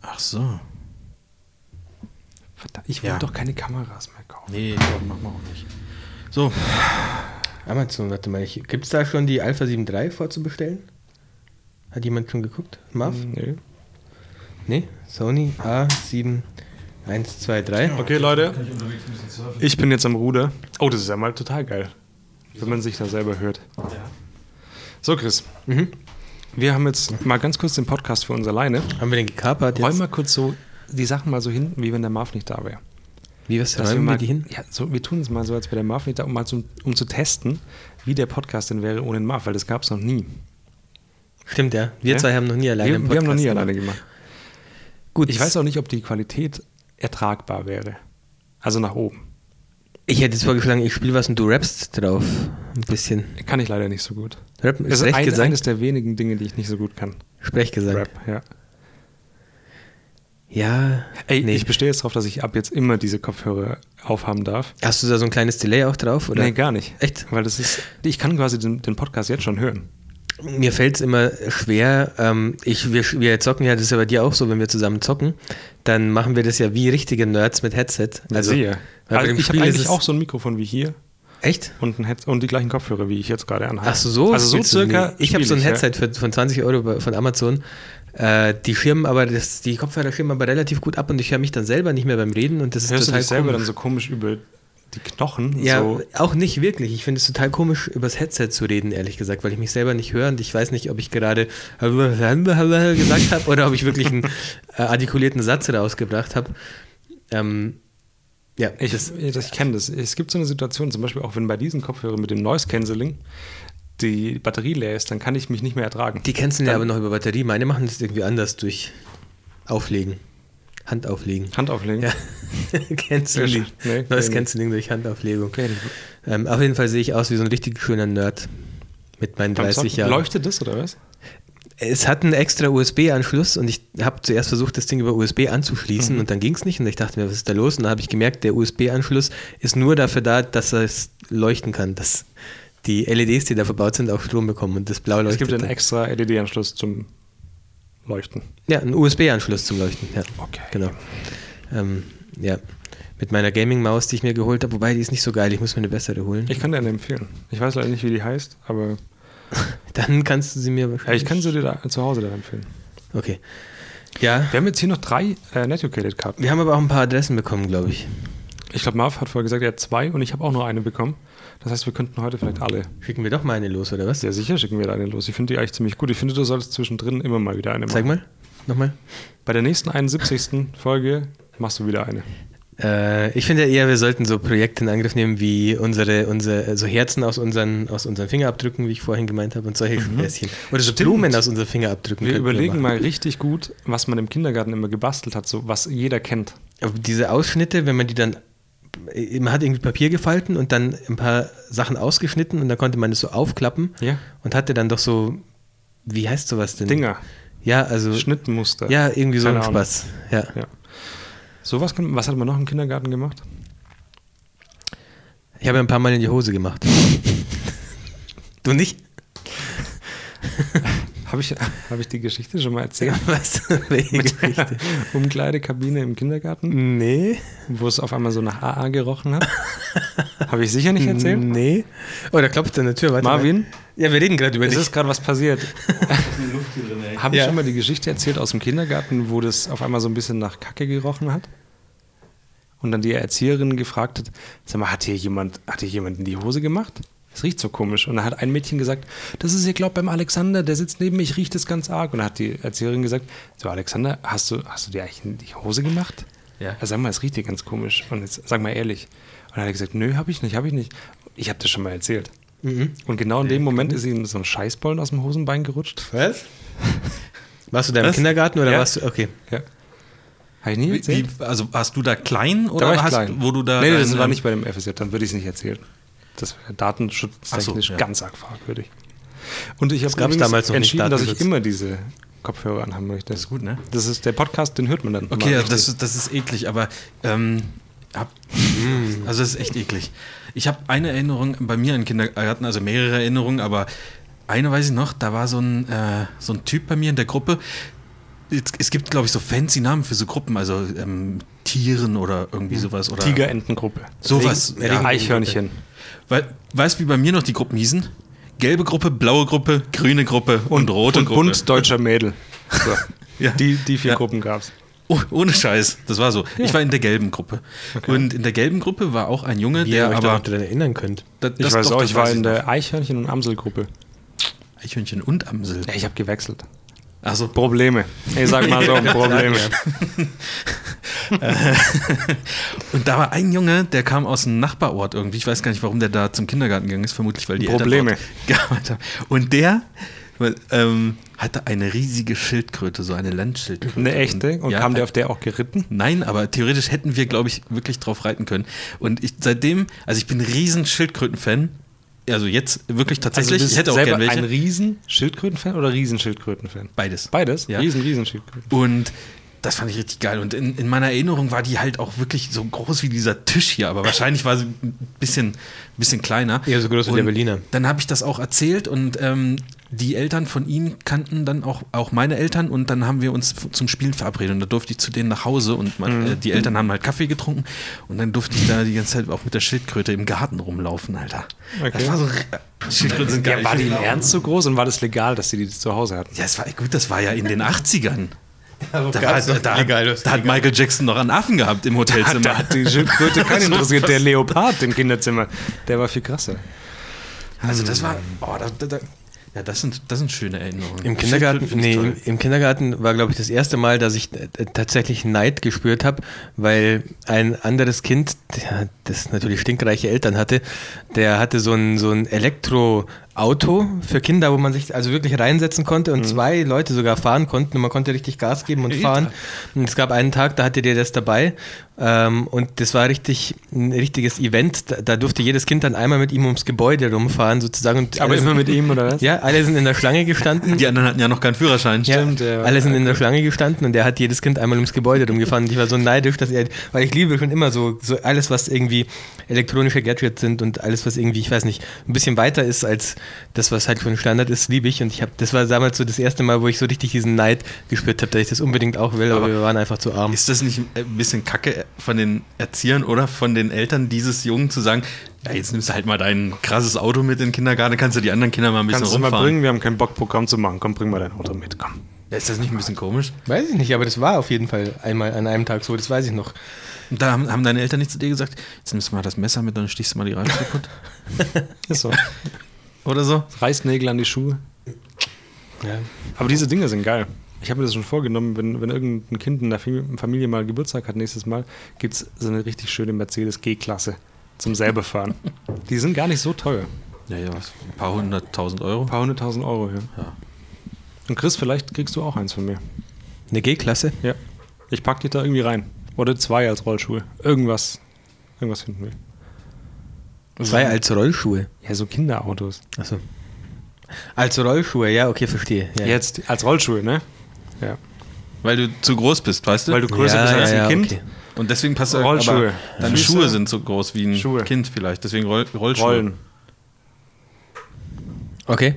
Ach so.
Verdammt, ich
Ja.
doch keine Kameras mehr kaufen.
Nee, Gott, machen wir auch nicht. So,
Amazon, warte mal. Gibt es da schon die Alpha 7 III vorzubestellen? Hat jemand schon geguckt? Marv?
Hm, Nee.
Nee? Sony A7123.
Okay, Leute. Ich bin jetzt am Ruder. Oh, das ist ja mal total geil. Wenn man sich da selber hört. So, Chris.
Mhm.
Wir haben jetzt mal ganz kurz den Podcast für uns alleine.
Haben wir den gekapert
Räum
jetzt?
mal kurz so die Sachen mal so hin, wie wenn der Marv nicht da wäre.
Wie, was
Dass wir,
räumen wir
mal,
die hin?
Ja, so, wir tun es mal so, als wäre der Marv nicht da, um, mal zum, um zu testen, wie der Podcast denn wäre ohne den Marv, weil das gab es noch nie.
Stimmt, ja. Wir
Ja?
zwei haben noch nie alleine
wir,
einen
wir haben noch nie
gemacht.
alleine gemacht.
Gut,
Ich weiß auch nicht, ob die Qualität ertragbar wäre. Also nach oben.
ich hätte jetzt vorgeschlagen, ich spiele was und du rappst drauf. Ein bisschen.
Kann ich leider nicht so gut.
Rappen
Das
ist
ist
recht
ein,
gesagt.
eines der wenigen Dinge, die ich nicht so gut kann.
Sprechgesang.
Rap, ja.
Ja.
Ey,
nee.
ich bestehe jetzt darauf, dass ich ab jetzt immer diese Kopfhörer aufhaben darf.
Hast du da so ein kleines Delay auch drauf? Oder?
Nee, gar nicht.
Echt?
Weil das ist, ich kann quasi den, den Podcast jetzt schon hören.
Mir fällt es immer schwer. Ähm, ich, wir, wir zocken ja, das ist ja bei dir auch so, wenn wir zusammen zocken, dann machen wir das ja wie richtige Nerds mit Headset. Also,
Sehe.
Weil bei
also
dem
ich habe
Spiel ist es
eigentlich auch so ein Mikrofon wie hier
Echt?
und, ein Head und die gleichen Kopfhörer, wie ich jetzt gerade anhabe.
Ach so, so
Also so
spielst du-
circa.
nee. Ich habe so ein
spiel
Headset für, von 20 Euro bei- von Amazon. Äh, die schirmen aber, das, die Kopfhörer schirmen aber relativ gut ab und ich höre mich dann selber nicht mehr beim Reden und das ist
Ja. Hörst du
total
dich selber
komisch.
dann so komisch über die Knochen?
Ja,
So,
auch nicht wirklich. Ich finde es total komisch, übers Headset zu reden, ehrlich gesagt, weil ich mich selber nicht höre und ich weiß nicht, ob ich gerade gesagt habe oder ob ich wirklich einen äh, artikulierten Satz rausgebracht habe. Ähm, ja,
ich
das,
das, ich kenne das. Es gibt so eine Situation, zum Beispiel auch wenn bei diesen Kopfhörern mit dem Noise Cancelling die Batterie leer ist, dann kann ich mich nicht mehr ertragen.
die canceln ja
Dann-
aber noch über Batterie. Meine machen das irgendwie anders durch Auflegen. Hand auflegen.
Hand auflegen.
Ja. Canceling.
Nee,
Neues
nee,
Canceling durch Handauflegung.
Okay,
Ähm, auf jeden Fall sehe ich aus wie so ein richtig schöner Nerd mit meinen 30 Jahren.
Leuchtet das oder was?
Es hat einen extra USB-Anschluss und ich habe zuerst versucht, das Ding über USB anzuschließen
Mhm.
und dann ging es nicht und ich dachte mir, was ist da los? Und dann habe ich gemerkt, der USB-Anschluss ist nur dafür da, dass es leuchten kann, dass die LEDs, die da verbaut sind, auch Strom bekommen und das blau
Es
leuchtet.
gibt einen
dann.
extra LED-Anschluss zum Leuchten.
Ja, ein USB-Anschluss zum Leuchten. Ja.
Okay.
Genau. Ähm, ja. Mit meiner Gaming-Maus, die ich mir geholt habe, wobei die ist nicht so geil, ich muss mir eine bessere holen.
Ich kann dir eine empfehlen. Ich weiß leider nicht, wie die heißt, aber
dann kannst du sie mir
ja,
wahrscheinlich.
ich kann sie dir da, zu Hause dann empfehlen.
Okay. Ja,
Wir haben jetzt hier noch drei äh, Netucated-Karten.
wir haben aber auch ein paar Adressen bekommen, glaube ich.
Ich glaube, Marv hat vorher gesagt, er hat zwei und ich habe auch nur eine bekommen. Das heißt, wir könnten heute vielleicht alle.
Schicken wir doch mal eine los, oder was?
Sehr sicher schicken wir da eine los. Ich finde die eigentlich ziemlich gut. Ich finde, du solltest zwischendrin immer mal wieder eine machen.
Zeig mal, nochmal.
Bei der nächsten 71. Folge machst du wieder eine.
Äh, ich finde ja eher, wir sollten so Projekte in Angriff nehmen wie unsere, unsere so Herzen aus unseren, aus unseren Fingerabdrücken, wie ich vorhin gemeint habe, und solche Späßchen. Oder so Blumen aus unseren Fingerabdrücken.
Mhm. Wir
könnten
überlegen
machen.
mal richtig gut, was man im Kindergarten immer gebastelt hat, so was jeder kennt.
Aber diese Ausschnitte, wenn man die dann. Man hat irgendwie Papier gefalten und dann ein paar Sachen ausgeschnitten und dann konnte man das so aufklappen
Ja.
und hatte dann doch so. Wie heißt sowas denn?
Dinger,
Ja, also.
Schnittmuster.
Ja, irgendwie so ein
Keine Ahnung.
Spaß. Ja.
Ja. So was, kann, was hat man noch im Kindergarten gemacht?
Ich habe ein paar Mal in die Hose gemacht. du nicht?
Habe ich, hab ich die Geschichte schon mal erzählt?
Was? Welche Geschichte?
Umkleidekabine im Kindergarten,
Nee.
wo es auf einmal so nach AA gerochen hat. Habe ich sicher nicht erzählt?
Nee. Oh, da klopft an der Tür. Warte
Marvin?
Mal. Ja, wir reden gerade über
Es
dich.
ist gerade was passiert. Habe ich
Ja.
schon mal die Geschichte erzählt aus dem Kindergarten, wo das auf einmal so ein bisschen nach Kacke gerochen hat? Und dann die Erzieherin gefragt hat, sag mal, hat hier jemand, hat hier jemand in die Hose gemacht? Es riecht so komisch. Und dann hat ein Mädchen gesagt, das ist hier, glaub beim Alexander, der sitzt neben mir, ich rieche das ganz arg. Und dann hat die Erzieherin gesagt, so Alexander, hast du, hast du dir eigentlich in die Hose gemacht? Also
Ja.
Sag mal, es riecht hier ganz komisch. Und jetzt sag mal ehrlich. Und dann hat er gesagt, nö, habe ich nicht, habe ich nicht. Ich habe das schon mal erzählt. Und genau in dem Moment ist ihm so ein Scheißbollen aus dem Hosenbein gerutscht.
Was? Warst du da im Kindergarten oder
Ja.
warst du. Okay.
Ja. Habe ich nie
wie,
erzählt?
wie, also warst du da klein
Da
oder
war ich
hast,
klein.
wo du da.
nee, nee,
dein,
das war
ähm,
nicht bei dem FSJ, dann würde ich es nicht erzählen. Das wäre datenschutztechnisch
Ach so, ja.
ganz arg fragwürdig. Und ich habe
gab's
übrigens
damals noch nicht,
entschieden, dass ich
Datenschutz.
immer diese Kopfhörer anhaben möchte.
Das ist gut, ne?
Das ist der Podcast, den hört man dann.
Okay,
immer
ja,
richtig.
das, ist- das ist eklig, aber ähm, hab,
Mm.
also das ist echt eklig. Ich habe eine Erinnerung bei mir im Kindergarten, also mehrere Erinnerungen, aber eine weiß ich noch, da war so ein, äh, so ein Typ bei mir in der Gruppe. Es, es gibt, glaube ich, so fancy Namen für so Gruppen, also ähm, Tieren oder
Hm.
irgendwie sowas. Oder
Tigerentengruppe.
Sowas.
Regen- ja. Eichhörnchen.
Wei- weißt du, wie bei mir noch die Gruppen hießen? Gelbe Gruppe, blaue Gruppe, grüne Gruppe und, rote
und
Gruppe.
Bund deutscher Mädel. So.
Ja.
die, die vier
Ja.
Gruppen gab es.
Oh, ohne Scheiß, das war so. Ich war in der gelben Gruppe. Und in der gelben Gruppe war auch ein Junge,
Wie ihr
der
euch
aber.
aber daran erinnern könnt.
Da-
Ich
das-
weiß
doch,
auch,
das
ich war
weiß
in
noch.
der Eichhörnchen- und Amselgruppe.
Eichhörnchen und Amsel.
Ja, ich habe gewechselt.
Also,
Probleme. Ich sag mal so, Probleme.
Äh, und da war ein Junge, der kam aus einem Nachbarort irgendwie. Ich weiß gar nicht, warum der da zum Kindergarten gegangen ist. Vermutlich, weil die
Probleme.
Eltern dort gearbeitet haben. Und der ähm, hatte eine riesige Schildkröte, so eine Landschildkröte.
Eine echte. Und
Ja, äh,
kam der auf der auch geritten?
Nein, aber theoretisch hätten wir, glaube ich, wirklich drauf reiten können. Und ich seitdem, also ich bin ein riesen Schildkröten-Fan. Also jetzt wirklich tatsächlich.
Also bist
ich hätte auch
selber
gerne welche.
ein Riesen-Schildkröten-Fan oder Riesenschildkröten-Fan?
Beides.
Beides?
Ja.
Riesen, Riesenschildkröten.
Und das fand ich richtig geil. Und in, in meiner Erinnerung war die halt auch wirklich so groß wie dieser Tisch hier, aber wahrscheinlich war sie ein bisschen, bisschen kleiner.
Ja, so groß wie der
Und
Berliner.
Dann habe ich das auch erzählt und ähm, die Eltern von ihm kannten dann auch, auch meine Eltern und dann haben wir uns f- zum Spielen verabredet. Und da durfte ich zu denen nach Hause und mein, äh, die Eltern haben halt Kaffee getrunken und dann durfte ich da die ganze Zeit auch mit der Schildkröte im Garten rumlaufen, Alter. Das
Okay.
war so. r- Schildkröten sind geil.
Ja, war
Ich genau.
die im
finde auch-
Ernst so groß und war das legal, dass sie die zu Hause hatten?
ja, es war gut, das war ja in den 80ern. Da, war,
gab's
da,
noch illegal, das
da hat Michael Jackson noch einen Affen gehabt im Hotelzimmer.
Da hat die Schildkröte keinen interessiert. Der Leopard im Kinderzimmer, der war viel krasser.
also das war, oh, da, da, da, ja, das sind, das sind schöne Erinnerungen.
Im Kindergarten,
Schildkröten
nee,
finde ich
im,
toll.
im Kindergarten war, glaube ich, das erste Mal, dass ich äh, tatsächlich Neid gespürt habe, weil ein anderes Kind, der, das natürlich stinkreiche Eltern hatte, der hatte so ein, so ein Elektroauto für Kinder, wo man sich also wirklich reinsetzen konnte
Mhm.
und zwei Leute sogar fahren konnten und man konnte richtig Gas geben und fahren. Und es gab einen Tag, da hatte der das dabei ähm, und das war richtig ein richtiges Event. Da, da durfte jedes Kind dann einmal mit ihm ums Gebäude rumfahren sozusagen. Und
Aber
alle-
immer mit ihm, oder was?
Ja, alle sind in der Schlange gestanden
Die anderen hatten ja noch keinen Führerschein.
Stimmt, ja.
alle sind in der Schlange gestanden und der hat jedes Kind einmal ums Gebäude rumgefahren. Und ich war so neidisch, dass er, weil ich liebe schon immer so, so alles, was irgendwie elektronische Gadgets sind und alles, was irgendwie, ich weiß nicht, ein bisschen weiter ist als das, was halt schon Standard ist, liebe ich. Und ich habe, das war damals so das erste Mal, wo ich so richtig diesen Neid gespürt habe, dass ich das unbedingt auch will, aber, wir waren einfach zu arm.
Ist das nicht ein bisschen kacke von den Erziehern oder von den Eltern dieses Jungen zu sagen, ja, jetzt nimmst du halt mal dein krasses Auto mit in den Kindergarten, kannst du die anderen Kinder mal ein bisschen
Kannst du es mal
rumfahren.
bringen? Wir haben keinen Bock, Programm zu machen. Komm, bring mal dein Auto mit. Komm.
Ja, Ist das nicht ein bisschen komisch?
Weiß ich nicht, aber das war auf jeden Fall einmal an einem Tag so, das weiß ich noch.
Und da haben, haben deine Eltern nicht zu dir gesagt, jetzt nimmst du mal das Messer mit, dann stichst du mal die Reifen kaputt
Ist so.
oder so?
Reißnägel an die Schuhe.
Ja.
Aber diese Dinge sind geil. Ich habe mir das schon vorgenommen, wenn, wenn irgendein Kind in der Fam- Familie mal Geburtstag hat nächstes Mal, gibt es so eine richtig schöne Mercedes G-Klasse zum selber fahren. Die sind gar nicht so teuer.
Ja, ja, was, ein paar hunderttausend Euro.
Ein paar hunderttausend Euro, ja. Und Chris, vielleicht kriegst du auch eins von mir.
Eine G-Klasse?
Ja. Ich pack dich da irgendwie rein. Oder zwei als Rollschuhe. Irgendwas. Irgendwas finden wir.
Zwei als Rollschuhe.
Ja, so Kinderautos.
Achso. Als Rollschuhe, ja, okay, verstehe. Ja.
Jetzt als Rollschuhe, ne? Ja.
Weil du zu groß bist, weißt du?
Weil du größer
Ja,
bist als
ja,
ein
ja,
Kind.
okay.
Und deswegen passt aber
Rollschuhe.
Deine
Füße.
Schuhe sind so groß wie ein
Schuhe.
Kind vielleicht, deswegen Roll, Rollschuhe.
Rollen.
Okay.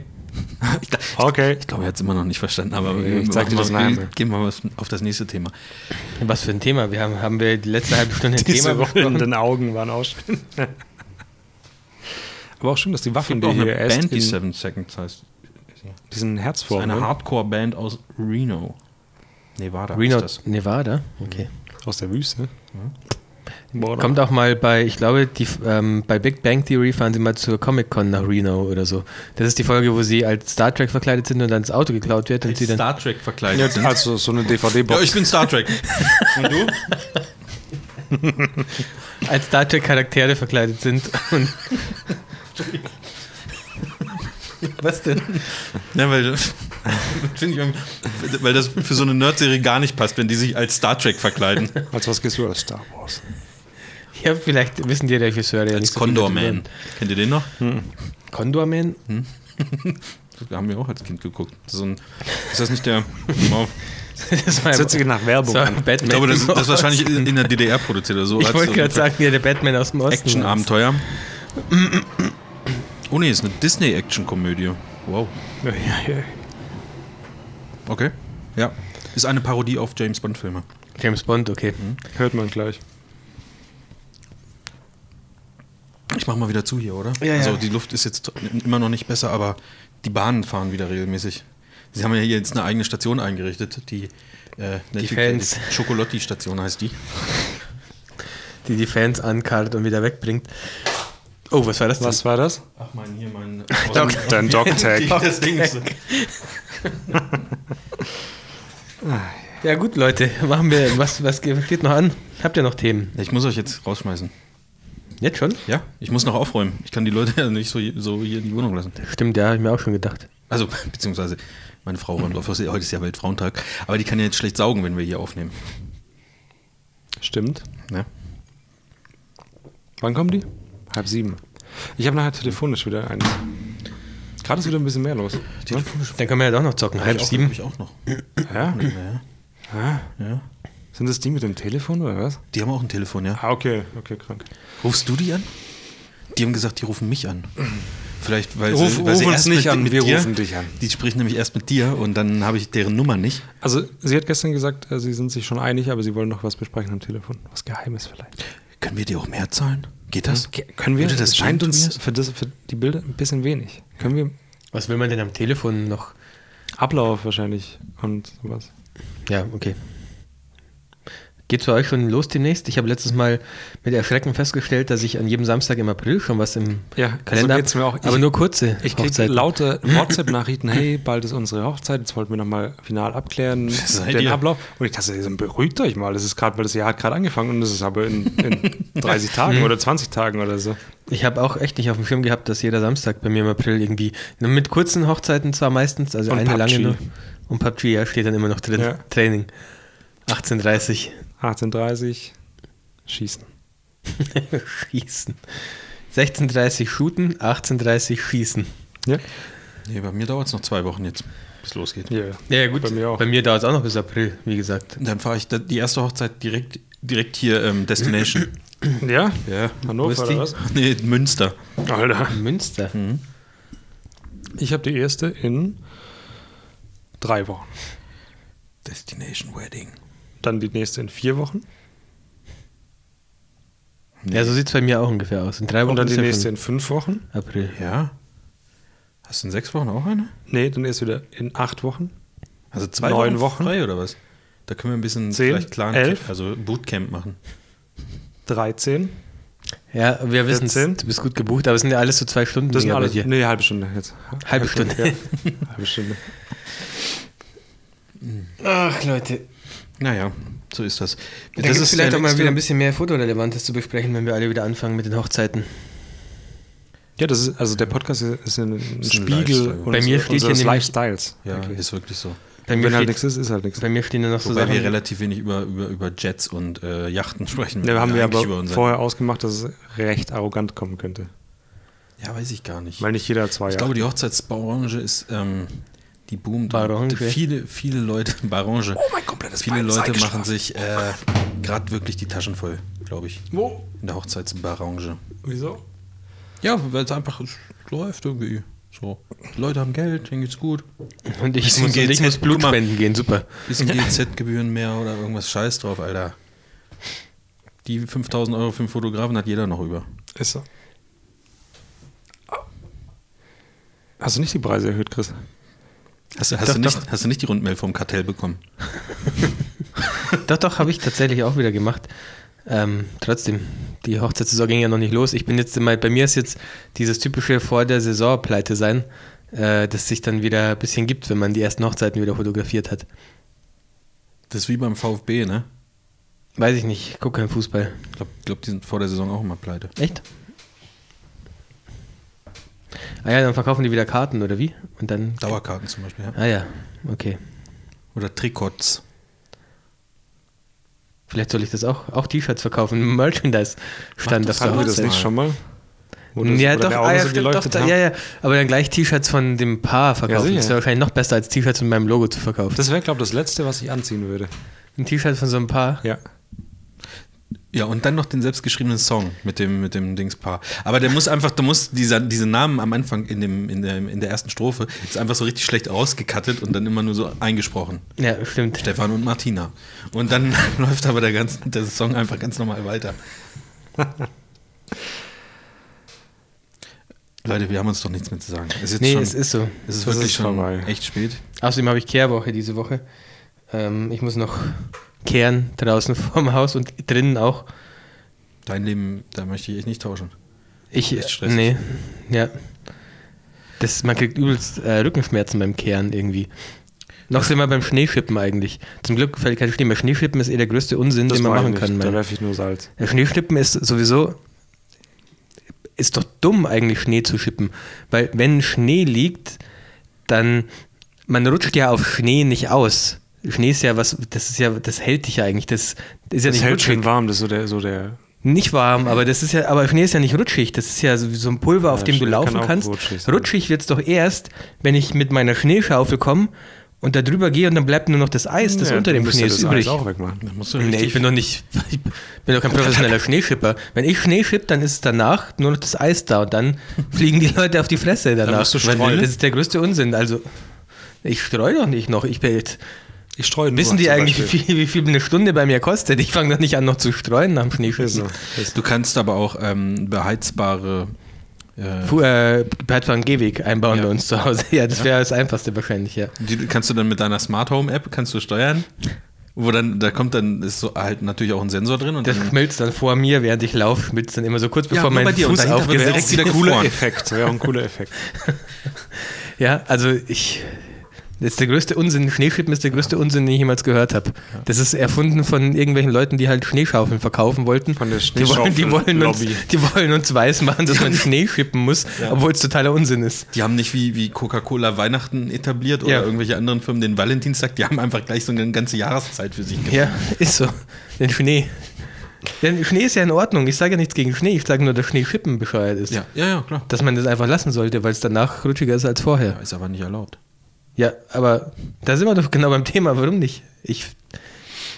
Ich, gla-
Okay.
ich glaube, er hat es immer noch nicht verstanden, aber
Nee, ich
wir
zeig dir
machen
das
mal,
nachher.
wir gehen wir mal auf das nächste Thema.
Was für ein Thema? Wir haben, haben wir die letzte halbe Stunde ein
Diese
Thema besprochen.
rollenden Augen waren auch schön. Aber auch schön, dass die Waffen, die
Auch
hier
eine
esst,
Band, die
in
Seven Seconds heißt.
diesen Herzform.
Eine
ne?
Hardcore-Band aus Reno. Nevada
Reno,
ist das.
Nevada. Okay.
Aus der Wüste. Boah, da-
Kommt auch mal bei, ich glaube, die, ähm, bei Big Bang Theory fahren sie mal zur Comic Con nach Reno oder so. Das ist die Folge, wo sie als Star Trek verkleidet sind und dann das Auto geklaut wird und sie dann.
Star Trek verkleidet.
Ja,
sind.
also so eine
Ja,
DVD-Box.
ich bin Star Trek. Und du?
als Star Trek Charaktere verkleidet sind. Und Was denn?
Ja, weil, find ich, irgendwie- weil das für so eine Nerd-Serie gar nicht passt, wenn die sich als Star Trek verkleiden.
Als was gehst du? Als Star Wars.
Ja, vielleicht wissen die Regisseure ja
Als
nicht so viel
Condor
darüber.
Man. Kennt ihr den noch?
Condor Man?
Das haben wir auch als Kind geguckt. So ein, ist das nicht der.
Das war,
Setze nach Werbung.
das war
an.
Batman.
Ich glaube, das, das ist wahrscheinlich in in der DDR produziert oder so.
Ich
Als
wollte
so
gerade sagen, ja, der Batman aus dem Osten.
Action-Abenteuer. Oh nee, ist eine Disney-Action-Komödie. Wow.
Ja, ja, ja.
Okay. Ja. Ist eine Parodie auf James Bond-Filme.
James Bond, okay.
Hört man gleich.
Ich mach mal wieder zu hier, oder?
Ja, ja.
also die Luft ist jetzt immer noch nicht besser, aber die Bahnen fahren wieder regelmäßig. Sie haben ja hier jetzt eine eigene Station eingerichtet, die äh,
Die Fans.
Schokolotti-Station heißt die.
Die die Fans ankarrt und wieder wegbringt. Oh, was war das
Was war das?
Ach mein, hier mein
Dog-
Dein Dog-Tag.
das Ding ist.
denn? Ja gut, Leute, machen wir, was, was ge- geht noch an? Habt ihr noch Themen?
Ich muss euch jetzt rausschmeißen.
Jetzt schon?
Ja, ich muss noch aufräumen. Ich kann die Leute ja nicht so, so hier in die Wohnung lassen.
Stimmt, ja, hab ich mir auch schon gedacht.
Also, beziehungsweise meine Frau räumt auf. Heute ist ja Weltfrauentag. Aber die kann ja jetzt schlecht saugen, wenn wir hier aufnehmen.
Stimmt.
Ne?
Wann kommen die? Halb sieben. Ich habe nachher telefonisch wieder eins. Gerade ist wieder ein bisschen mehr los.
Dann können wir ja doch noch zocken. Halb
Ich auch,
sieben.
hab Ich auch noch.
Ja?
Ja.
ja?
Ja.
Sind das die mit dem Telefon oder was?
Die haben auch ein Telefon, ja.
Ah, okay, okay, krank.
Rufst du die an? Die haben gesagt, die rufen mich an. Vielleicht, weil
Ruf-
sie, weil sie
ruf uns
erst
nicht
mit,
an,
mit
wir
dir,
rufen dich an.
Die sprechen nämlich erst mit dir und dann habe ich deren Nummer nicht.
Also, sie hat gestern gesagt, äh, sie sind sich schon einig, aber sie wollen noch was besprechen am Telefon. Was Geheimes vielleicht. Hm?
Können wir dir auch mehr zahlen? Geht das?
Können wir?
Würde
Das
das
scheint
gehen,
uns
Tobias?
für, das, für die Bilder ein bisschen wenig. Können wir
Was will man denn am Telefon noch?
Ablauf wahrscheinlich und sowas.
Ja, okay. Geht's bei euch schon los demnächst? Ich habe letztes Mal mit Erschrecken festgestellt, dass ich an jedem Samstag im April schon was im
Ja, so
Kalender
geht's mir auch.
Aber
Ich-
nur kurze
Ich kriege
Hochzeiten.
laute WhatsApp-Nachrichten, hey, bald ist unsere Hochzeit, jetzt wollten wir nochmal final abklären,
seid
den
ihr?
Ablauf. Und ich dachte, dann beruhigt euch mal, das ist gerade, weil das Jahr hat gerade angefangen und das ist aber in, in 30 Tagen oder 20 Tagen oder so.
Ich habe auch echt nicht auf dem Schirm gehabt, dass jeder Samstag bei mir im April irgendwie, nur mit kurzen Hochzeiten zwar meistens, also
Und
eine lange
PUBG.
nur. Und PUBG, ja, steht dann immer noch drin.
Ja.
Training. 18.30
18.30 schießen.
Schießen. 16.30 Shooten, 18.30 Schießen.
Ja,
Nee, bei mir dauert es noch zwei Wochen jetzt, bis losgeht.
ja.
Ja, ja gut.
Bei mir auch.
Bei mir dauert es auch noch bis April, wie gesagt.
Und Dann fahre ich da- die erste Hochzeit direkt, direkt hier ähm, Destination.
ja?
ja.
Wo ist
Hannover oder
die?
was?
Nee, Münster.
Alter.
Münster.
Mhm. Ich habe die erste in drei Wochen.
Destination Wedding.
Dann die nächste in vier Wochen.
Ja, also so sieht es bei mir auch ungefähr aus. In drei Wochen
Und dann
Oh,
die
ist ja
nächste
schon
in fünf Wochen.
April.
Ja. Hast du in sechs Wochen auch eine?
Nee, dann erst wieder in acht Wochen.
Also zwei
Neun Wochen.
Wochen frei oder was? Da können wir ein bisschen
Zehn,
vielleicht Clan,
elf.
also Bootcamp machen.
13.
Ja, wir wissen
14.
du bist gut gebucht, aber es sind ja alles so zwei Stunden
Das sind
Dinger
alles.
bei dir.
Nee, halbe Stunde jetzt.
Halbe Stunde.
Ja, halbe Stunde.
Ach, Leute.
Naja, so ist das.
Da das ist vielleicht
der
auch mal
nächste-
wieder ein bisschen mehr Fotorelevantes zu besprechen, wenn wir alle wieder anfangen mit den Hochzeiten.
Ja, das ist, also der Podcast ist ein, ein
ein
Spiegel
Lifestyle.
Bei mir steht hier
unseres
nämlich-
Lifestyles.
Ja,
eigentlich.
ist wirklich so.
Bei mir,
Wenn halt nichts
steht,
ist, ist halt nichts.
bei mir stehen ja noch so
Wobei wir
Sachen.
relativ wenig über, über, über Jets und äh, Yachten sprechen.
Ja, haben wir
eigentlich
aber
über unseren-
vorher ausgemacht, dass es recht arrogant kommen könnte.
Ja, weiß ich gar nicht.
Weil nicht jeder zwei
ich glaube, die Hochzeitsbranche ist, ähm, die boomt.
Barange.
Und Viele, viele Leute, Barange. Oh mein komplettes Viele Leute machen sich äh, gerade wirklich die Taschen voll, glaube ich.
Wo?
In der Hochzeitsbarange.
Wieso?
Ja, weil es einfach es läuft irgendwie. So, die Leute haben Geld, denen geht's gut.
Und ich
Bisschen
muss, und ich
GZ,
muss Blut
guck mal.
spenden gehen, super.
Bisschen GZ-Gebühren mehr oder irgendwas Scheiß drauf, Alter. Die 5000 Euro für einen Fotografen hat jeder noch über.
Ist so. Hast du nicht die Preise erhöht, Chris?
Hast, du- hast,
Doch,
du, nicht, hast du nicht die Rundmail vom Kartell bekommen?
Doch, doch, habe ich tatsächlich auch wieder gemacht. Ähm, trotzdem, die Hochzeitssaison ging ja noch nicht los. Ich bin jetzt immer, bei mir ist jetzt dieses typische vor der Saison Pleite sein, äh, das sich dann wieder ein bisschen gibt, wenn man die ersten Hochzeiten wieder fotografiert hat.
Das ist wie beim VfB, ne?
Weiß ich nicht, ich gucke keinen Fußball.
Ich glaube, glaub, die sind vor der Saison auch immer pleite.
Echt? Ah ja, dann verkaufen die wieder Karten oder wie? Und dann.
Dauerkarten zum Beispiel, ja.
Ah ja, okay.
Oder Trikots.
Vielleicht soll ich das auch, auch T-Shirts verkaufen. Merchandise stand
das
auf der
hatten wir das
Hochzeit.
nicht schon mal? Wo das-
ja,
wo
doch,
deine Augen
ah, ja,
so
stimmt, doch,
geleuchtet
da,
haben?
ja, ja. Aber dann gleich T-Shirts von dem Paar verkaufen.
sicher.
das wäre wahrscheinlich noch besser als T-Shirts mit meinem Logo zu verkaufen.
Das wäre, glaube ich, das Letzte, was ich anziehen würde.
Ein T-Shirt von so einem Paar.
Ja.
Ja, und dann noch den selbstgeschriebenen Song mit dem, mit dem Dingspaar. Aber der muss einfach, du musst dieser, diese Namen am Anfang in, dem, in, der, in der ersten Strophe, ist einfach so richtig schlecht rausgekattet und dann immer nur so eingesprochen.
Ja, stimmt.
Stefan und Martina. Und dann läuft aber der, ganze, der Song einfach ganz normal weiter. Leute, wir haben uns doch nichts mehr zu sagen. Ist jetzt
Nee,
schon,
es ist so.
es ist
das
wirklich
ist
schon
vorbei.
echt spät.
Außerdem habe ich Kehrwoche diese Woche. Ähm, ich muss noch kehren draußen vorm Haus und drinnen auch.
Dein Leben, da möchte ich echt nicht tauschen.
Ich,
Echt stressig.
nee, ja. Das, man kriegt übelst äh, Rückenschmerzen beim Kehren irgendwie. Noch sind wir beim Schneeschippen eigentlich. Zum Glück fällt kein Schnee mehr. Schneeschippen ist eh der größte Unsinn, den man
mach ich
machen
nicht.
kann.
Da
Mann.
werfe ich nur Salz.
Ja, Schneeschippen ist sowieso. Ist doch dumm, eigentlich Schnee zu schippen. Weil, wenn Schnee liegt, dann. Man rutscht ja auf Schnee nicht aus. Schnee ist ja was. Das ist ja. Das hält dich ja eigentlich. Das ist ja
Das
nicht
hält
rutschig.
schön warm, das ist so der, so der
Nicht warm, aber das ist ja. Aber Schnee ist ja nicht rutschig. Das ist ja so, wie so ein Pulver, auf
Ja,
dem du
Schnee
laufen
kann auch
kannst.
rutschig
Rutschig,
sein.
wird's doch erst, wenn ich mit meiner Schneeschaufel komme und da drüber gehe und dann bleibt nur noch das Eis, das
Ja,
unter
dann
dem
müsst
Schnee
ihr
ist
das
übrig.
Eis auch wegmachen.
Da musst du
Nee, ich bin doch nicht, ich bin doch kein professioneller Schneeschipper. Wenn ich Schnee schipp, dann ist danach nur noch das Eis da und dann fliegen die Leute auf die Fresse danach.
musst du
Weil
streuen.
Das ist der größte Unsinn. Also ich streue doch nicht noch. Ich bin,
Ich streue nur
wissen die
zum
eigentlich, wie
Beispiel.
viel, wie viel eine Stunde bei mir kostet? Ich fange doch nicht an, noch zu streuen nach dem
Ist so.
Schneeschippen.
Du kannst aber auch ähm, beheizbare äh,
Puh, äh, Bert van Gehweg einbauen
Ja.
bei uns zu Hause. Ja, das wäre das Einfachste wahrscheinlich, ja.
Die kannst du dann mit deiner Smart Home App kannst du steuern, wo dann da kommt dann ist so halt natürlich auch ein Sensor drin und
Das
dann
schmilzt dann vor mir, während ich laufe, schmilzt dann immer so kurz bevor
Mhm. nur bei
mein
dir. Und
Fuß
dahinter wird
aufgesetzt
direkt
ist.
wieder
Cooler
Gefroren.
Effekt, wäre auch ein cooler Effekt.
Ja, also ich. Das ist der größte Unsinn. Schneeschippen ist der größte Unsinn, den ich jemals gehört habe. Das ist erfunden von irgendwelchen Leuten, die halt Schneeschaufeln verkaufen wollten.
Von der
die wollen, die wollen uns,
Schneeschaufel-Lobby.
die wollen uns weismachen, dass man Schnee schippen muss, obwohl es totaler Unsinn ist.
die haben nicht wie, wie Coca-Cola Weihnachten etabliert oder
Ja.
irgendwelche anderen Firmen den Valentinstag, die haben einfach gleich so eine ganze Jahreszeit für sich gemacht.
Ja, ist so. Den Schnee. Denn Schnee ist ja in Ordnung. Ich sage ja nichts gegen Schnee. Ich sage nur, dass Schneeschippen bescheuert ist.
ja, ja, klar.
Dass man das einfach lassen sollte, weil es danach rutschiger ist als vorher.
Ist aber nicht erlaubt.
Ja, aber da sind wir doch genau beim Thema. Warum nicht? Ich,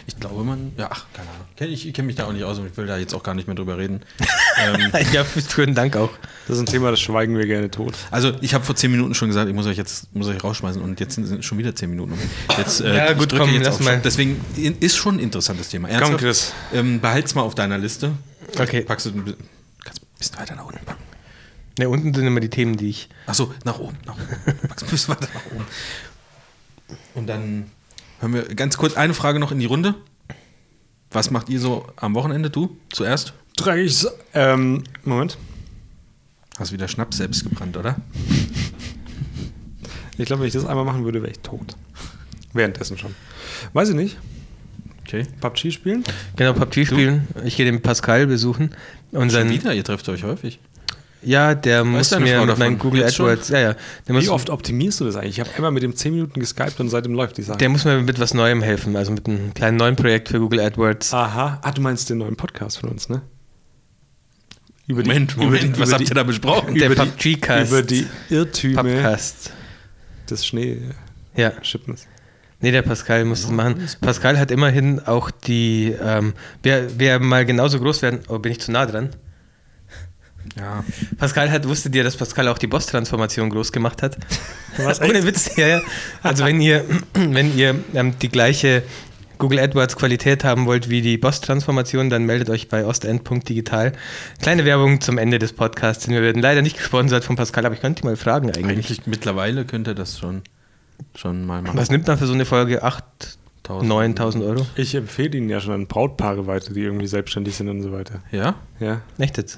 Ich glaube, man. Ja, ach, keine Ahnung. Kenn Ich, ich kenne mich da auch nicht aus und ich will da jetzt auch gar nicht mehr drüber reden. ähm,
ja, schönen Dank auch.
Das ist ein Thema, das schweigen wir gerne tot.
also, ich habe vor zehn Minuten schon gesagt, ich muss euch jetzt muss euch rausschmeißen und jetzt sind schon wieder zehn Minuten. um. Jetzt, äh,
Ja, gut,
ich drücke
komm,
jetzt
lass
auf
mal.
Stopp. Deswegen ist schon ein interessantes Thema.
Chris.
Ähm, behalt's mal auf deiner Liste.
Okay.
Packst du ein bisschen- kannst ein bisschen weiter nach unten packen.
Ne, unten sind immer die Themen, die ich.
Achso, nach oben, nach oben. Packst ein bisschen weiter nach oben. Und dann hören wir ganz kurz eine Frage noch in die Runde. Was macht ihr so am Wochenende? Du zuerst?
Trage ich. Ähm, Moment.
Hast wieder Schnaps selbst gebrannt, oder?
Ich glaube, wenn ich das einmal machen würde, wäre ich tot. Währenddessen schon. Weiß ich nicht.
Okay.
PUBG spielen?
Genau, PUBG spielen. Ich gehe den Pascal besuchen. Und
Schon
dann,
wieder, ihr trefft euch häufig.
ja, der muss
deine
mir
Frau
mit meinem
davon?
Google
Jetzt schon?
AdWords. Ja, ja. Der muss,
Wie oft optimierst du das eigentlich? Ich habe einmal mit dem 10 Minuten geskypt und seitdem läuft die Sache.
Der muss mir mit was Neuem helfen. Also mit einem kleinen neuen Projekt für Google AdWords.
Aha. Ah, du meinst den neuen Podcast von uns, ne? Über
Moment, Moment, was habt ihr da besprochen?
der
über die-
PUBG-Cast.
Über die
Ah,
Irrtüme
Podcast.
des Schneeschippens.
Ja. Nee, der Pascal muss es machen. Pascal hat immerhin auch die. Ähm, wer, wer mal genauso groß werden. Oh, bin ich zu nah dran?
Ja.
Pascal hat, wusstet ihr, dass Pascal auch die Boss-Transformation groß gemacht hat?
Was,
Ohne Witz, ja, ja. Also wenn ihr, wenn ihr ähm, die gleiche Google AdWords Qualität haben wollt wie die Boss-Transformation, dann meldet euch bei ostend.digital. Kleine Werbung zum Ende des Podcasts. Wir werden leider nicht gesponsert von Pascal, aber ich könnte ihn mal fragen eigentlich.
Eigentlich mittlerweile könnte das schon, schon mal machen.
Was nimmt man für so eine Folge? 8,
1000.
9000 Euro?
Ich empfehle Ihnen ja schon an Brautpaare weiter, die irgendwie selbstständig sind und so weiter.
Ja?
Ja.
Echt jetzt?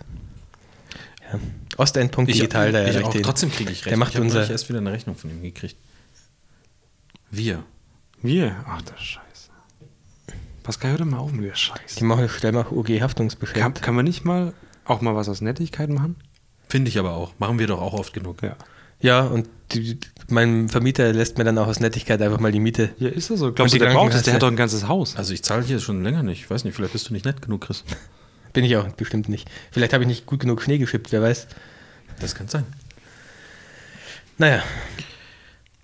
Ja. Ostend.digital, da
ich
erreicht
auch.
den.
Trotzdem kriege ich recht.
Der macht
ich hab
unser-
neulich erst wieder eine Rechnung von ihm gekriegt. Wir.
Wir? Ach, das Scheiße. Pascal, hör doch mal auf mit der
Die
Scheiße.
machen schnell mal
Kann,
UG-Haftungsbeschränkt.
kann man nicht mal auch mal was aus Nettigkeit machen?
Finde ich aber auch. Machen wir doch auch oft genug.
Ja.
Ja, und die, mein Vermieter lässt mir dann auch aus Nettigkeit einfach mal die Miete.
Ja, ist das so?
Und
Glaubst
die
du, der braucht das?
Krankenkasse.
Der hat doch ein ganzes Haus.
Also ich zahle hier schon länger nicht. Ich weiß nicht, vielleicht bist du nicht nett genug, Chris.
Bin ich auch bestimmt nicht. Vielleicht habe ich nicht gut genug Schnee geschippt, wer weiß.
Das kann sein.
Naja,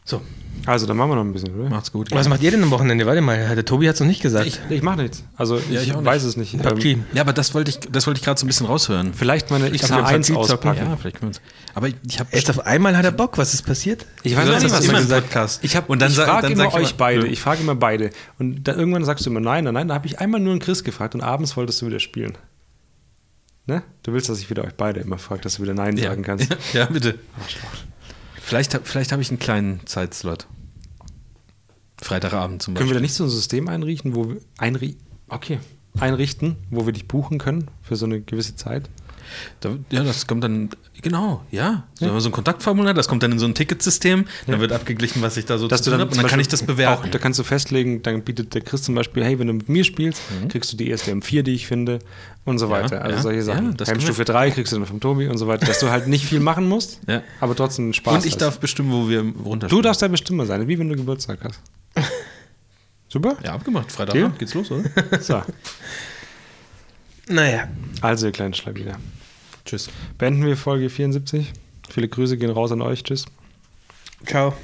So,
Also, dann machen wir noch ein bisschen, oder?
macht's gut.
was macht ihr denn am Wochenende? Warte mal, der Tobi hat es noch nicht gesagt.
Ich-
Ich mache nichts. Also, ich,
ich auch
weiß es nicht.
PUBG.
Ähm,
Ja, aber das wollte ich, das wollte ich gerade so ein bisschen raushören.
vielleicht meine
glaub, wir
XH1
haben PUBG zocken,
auspacken.
Ja, vielleicht können wir uns. Aber ich, ich habe
Jetzt auf einmal hat er Bock, was ist passiert?
Ich weiß
Du
auch
sagst
nicht,
das
was
immer
man
im
sagt.
Podcast.
Ich, hab-
Und dann
ich
sag-
frage
dann
immer
sag ich
euch
immer,
beide.
nö.
Ich frage immer beide. Und dann irgendwann sagst du immer nein, nein, nein. Da habe ich einmal nur einen Chris gefragt und abends wolltest du wieder spielen. Ne? Du willst, dass ich wieder euch beide immer frage, dass du wieder nein sagen kannst.
Ja, bitte. Vielleicht, hab- vielleicht habe ich einen kleinen Zeitslot. Freitagabend zum
Können
Beispiel.
wir da nicht so ein System einrichten, wo wir einri okay. einrichten, wo wir dich buchen können für so eine gewisse Zeit?
Da, ja, das kommt dann, genau, ja. So, Wenn man so ein Kontaktformular, das kommt dann in so ein Ticketsystem, dann wird abgeglichen, was ich da so zu tun hab, und
zum
dann kann
Beispiel
ich das bewerten.
Auch, da kannst du festlegen, dann bietet der Chris zum Beispiel, hey, wenn du mit mir spielst, kriegst du die erste M4, die ich finde und so weiter. Also
Mhm. ja,
solche
ja,
Sachen.
das können wir-
Heimstufe 3 kriegst du dann vom Tobi und so weiter, dass du halt nicht viel machen musst,
Ja.
aber trotzdem Spaß
und ich
hast.
darf bestimmen, wo wir runter.
du darfst dein Bestimmer sein, wie wenn du Geburtstag hast. Super?
Ja, abgemacht. Freitagabend geht's los, oder?
So,
Naja,
also ihr kleinen Schlawiner.
Tschüss.
Beenden wir Folge 74. Viele Grüße gehen raus an euch. Tschüss.
ciao.